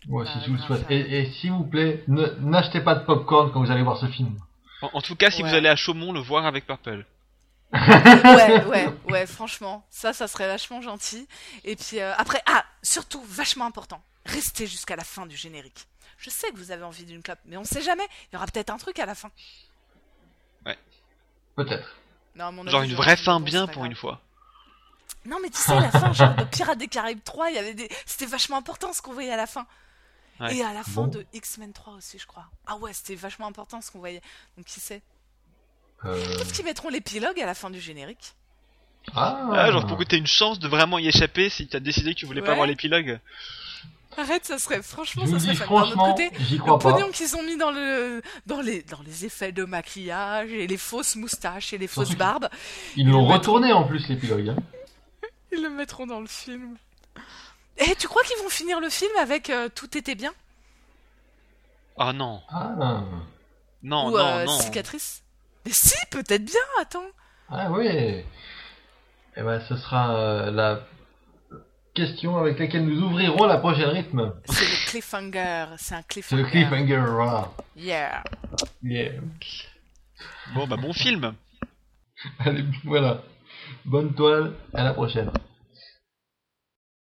[SPEAKER 2] Moi, si
[SPEAKER 4] Bah,
[SPEAKER 2] je vous le
[SPEAKER 4] rien
[SPEAKER 2] souhaite.
[SPEAKER 4] faire.
[SPEAKER 2] Et, et s'il vous plaît, ne- n'achetez pas de popcorn quand vous allez voir ce film.
[SPEAKER 3] En, en tout cas, si
[SPEAKER 4] Ouais.
[SPEAKER 3] vous allez à Chaumont, le voir avec Purple.
[SPEAKER 4] ouais, ouais, ouais, franchement, ça, ça serait vachement gentil. Et puis euh, après, ah, surtout, vachement important, restez jusqu'à la fin du générique. Je sais que vous avez envie d'une clope, mais on sait jamais, il y aura peut-être un truc à la fin.
[SPEAKER 2] Peut-être.
[SPEAKER 4] Non, à mon
[SPEAKER 3] Genre
[SPEAKER 4] avis,
[SPEAKER 3] une
[SPEAKER 4] j'aurais
[SPEAKER 3] vraie
[SPEAKER 4] dit,
[SPEAKER 3] fin
[SPEAKER 4] bon,
[SPEAKER 3] bien
[SPEAKER 4] c'est pas
[SPEAKER 3] pour une
[SPEAKER 4] grave.
[SPEAKER 3] fois.
[SPEAKER 4] Non, mais tu sais, la fin, genre de Pirates des Caraïbes 3, il y avait des... c'était vachement important ce qu'on voyait à la fin.
[SPEAKER 3] Ouais.
[SPEAKER 4] Et à la fin
[SPEAKER 2] Bon.
[SPEAKER 4] de X-Men 3 aussi, je crois. Ah ouais, c'était vachement important ce qu'on voyait. Donc qui sait
[SPEAKER 2] Euh...
[SPEAKER 4] Peut-être qu'ils mettront l'épilogue à la fin du générique.
[SPEAKER 2] Ah,
[SPEAKER 3] Ah, genre pour que t'aies une chance de vraiment y échapper si t'as décidé que tu voulais pas
[SPEAKER 4] Ouais.
[SPEAKER 3] voir l'épilogue.
[SPEAKER 4] Arrête, ça serait, franchement,
[SPEAKER 2] je vous
[SPEAKER 4] ça serait
[SPEAKER 2] dis
[SPEAKER 4] fun. D'un autre
[SPEAKER 2] franchement,
[SPEAKER 4] côté,
[SPEAKER 2] j'y crois
[SPEAKER 4] Le
[SPEAKER 2] pas.
[SPEAKER 4] pognon qu'ils ont mis dans le dans les dans les effets de maquillage et les fausses moustaches et les fausses
[SPEAKER 2] Surtout-
[SPEAKER 4] barbes,
[SPEAKER 2] Ils l'ont retourné en plus l'épilogue. Hein.
[SPEAKER 4] ils le mettront dans le film. Et Eh, tu crois qu'ils vont finir le film avec euh, tout était bien
[SPEAKER 3] Ah non,
[SPEAKER 2] Ah,
[SPEAKER 3] non,
[SPEAKER 4] ou
[SPEAKER 3] non,
[SPEAKER 4] euh,
[SPEAKER 3] non.
[SPEAKER 4] cicatrice Mais si, peut-être bien. Attends.
[SPEAKER 2] ah oui. Eh ben, ce sera euh, la question avec laquelle nous ouvrirons la prochaine rythme.
[SPEAKER 4] C'est le cliffhanger. C'est un
[SPEAKER 2] C'est
[SPEAKER 4] cliffhanger.
[SPEAKER 2] le cliffhanger, voilà.
[SPEAKER 4] Yeah.
[SPEAKER 2] Yeah.
[SPEAKER 3] Bon bah bon film.
[SPEAKER 2] Allez, voilà. Bonne toile, à la prochaine.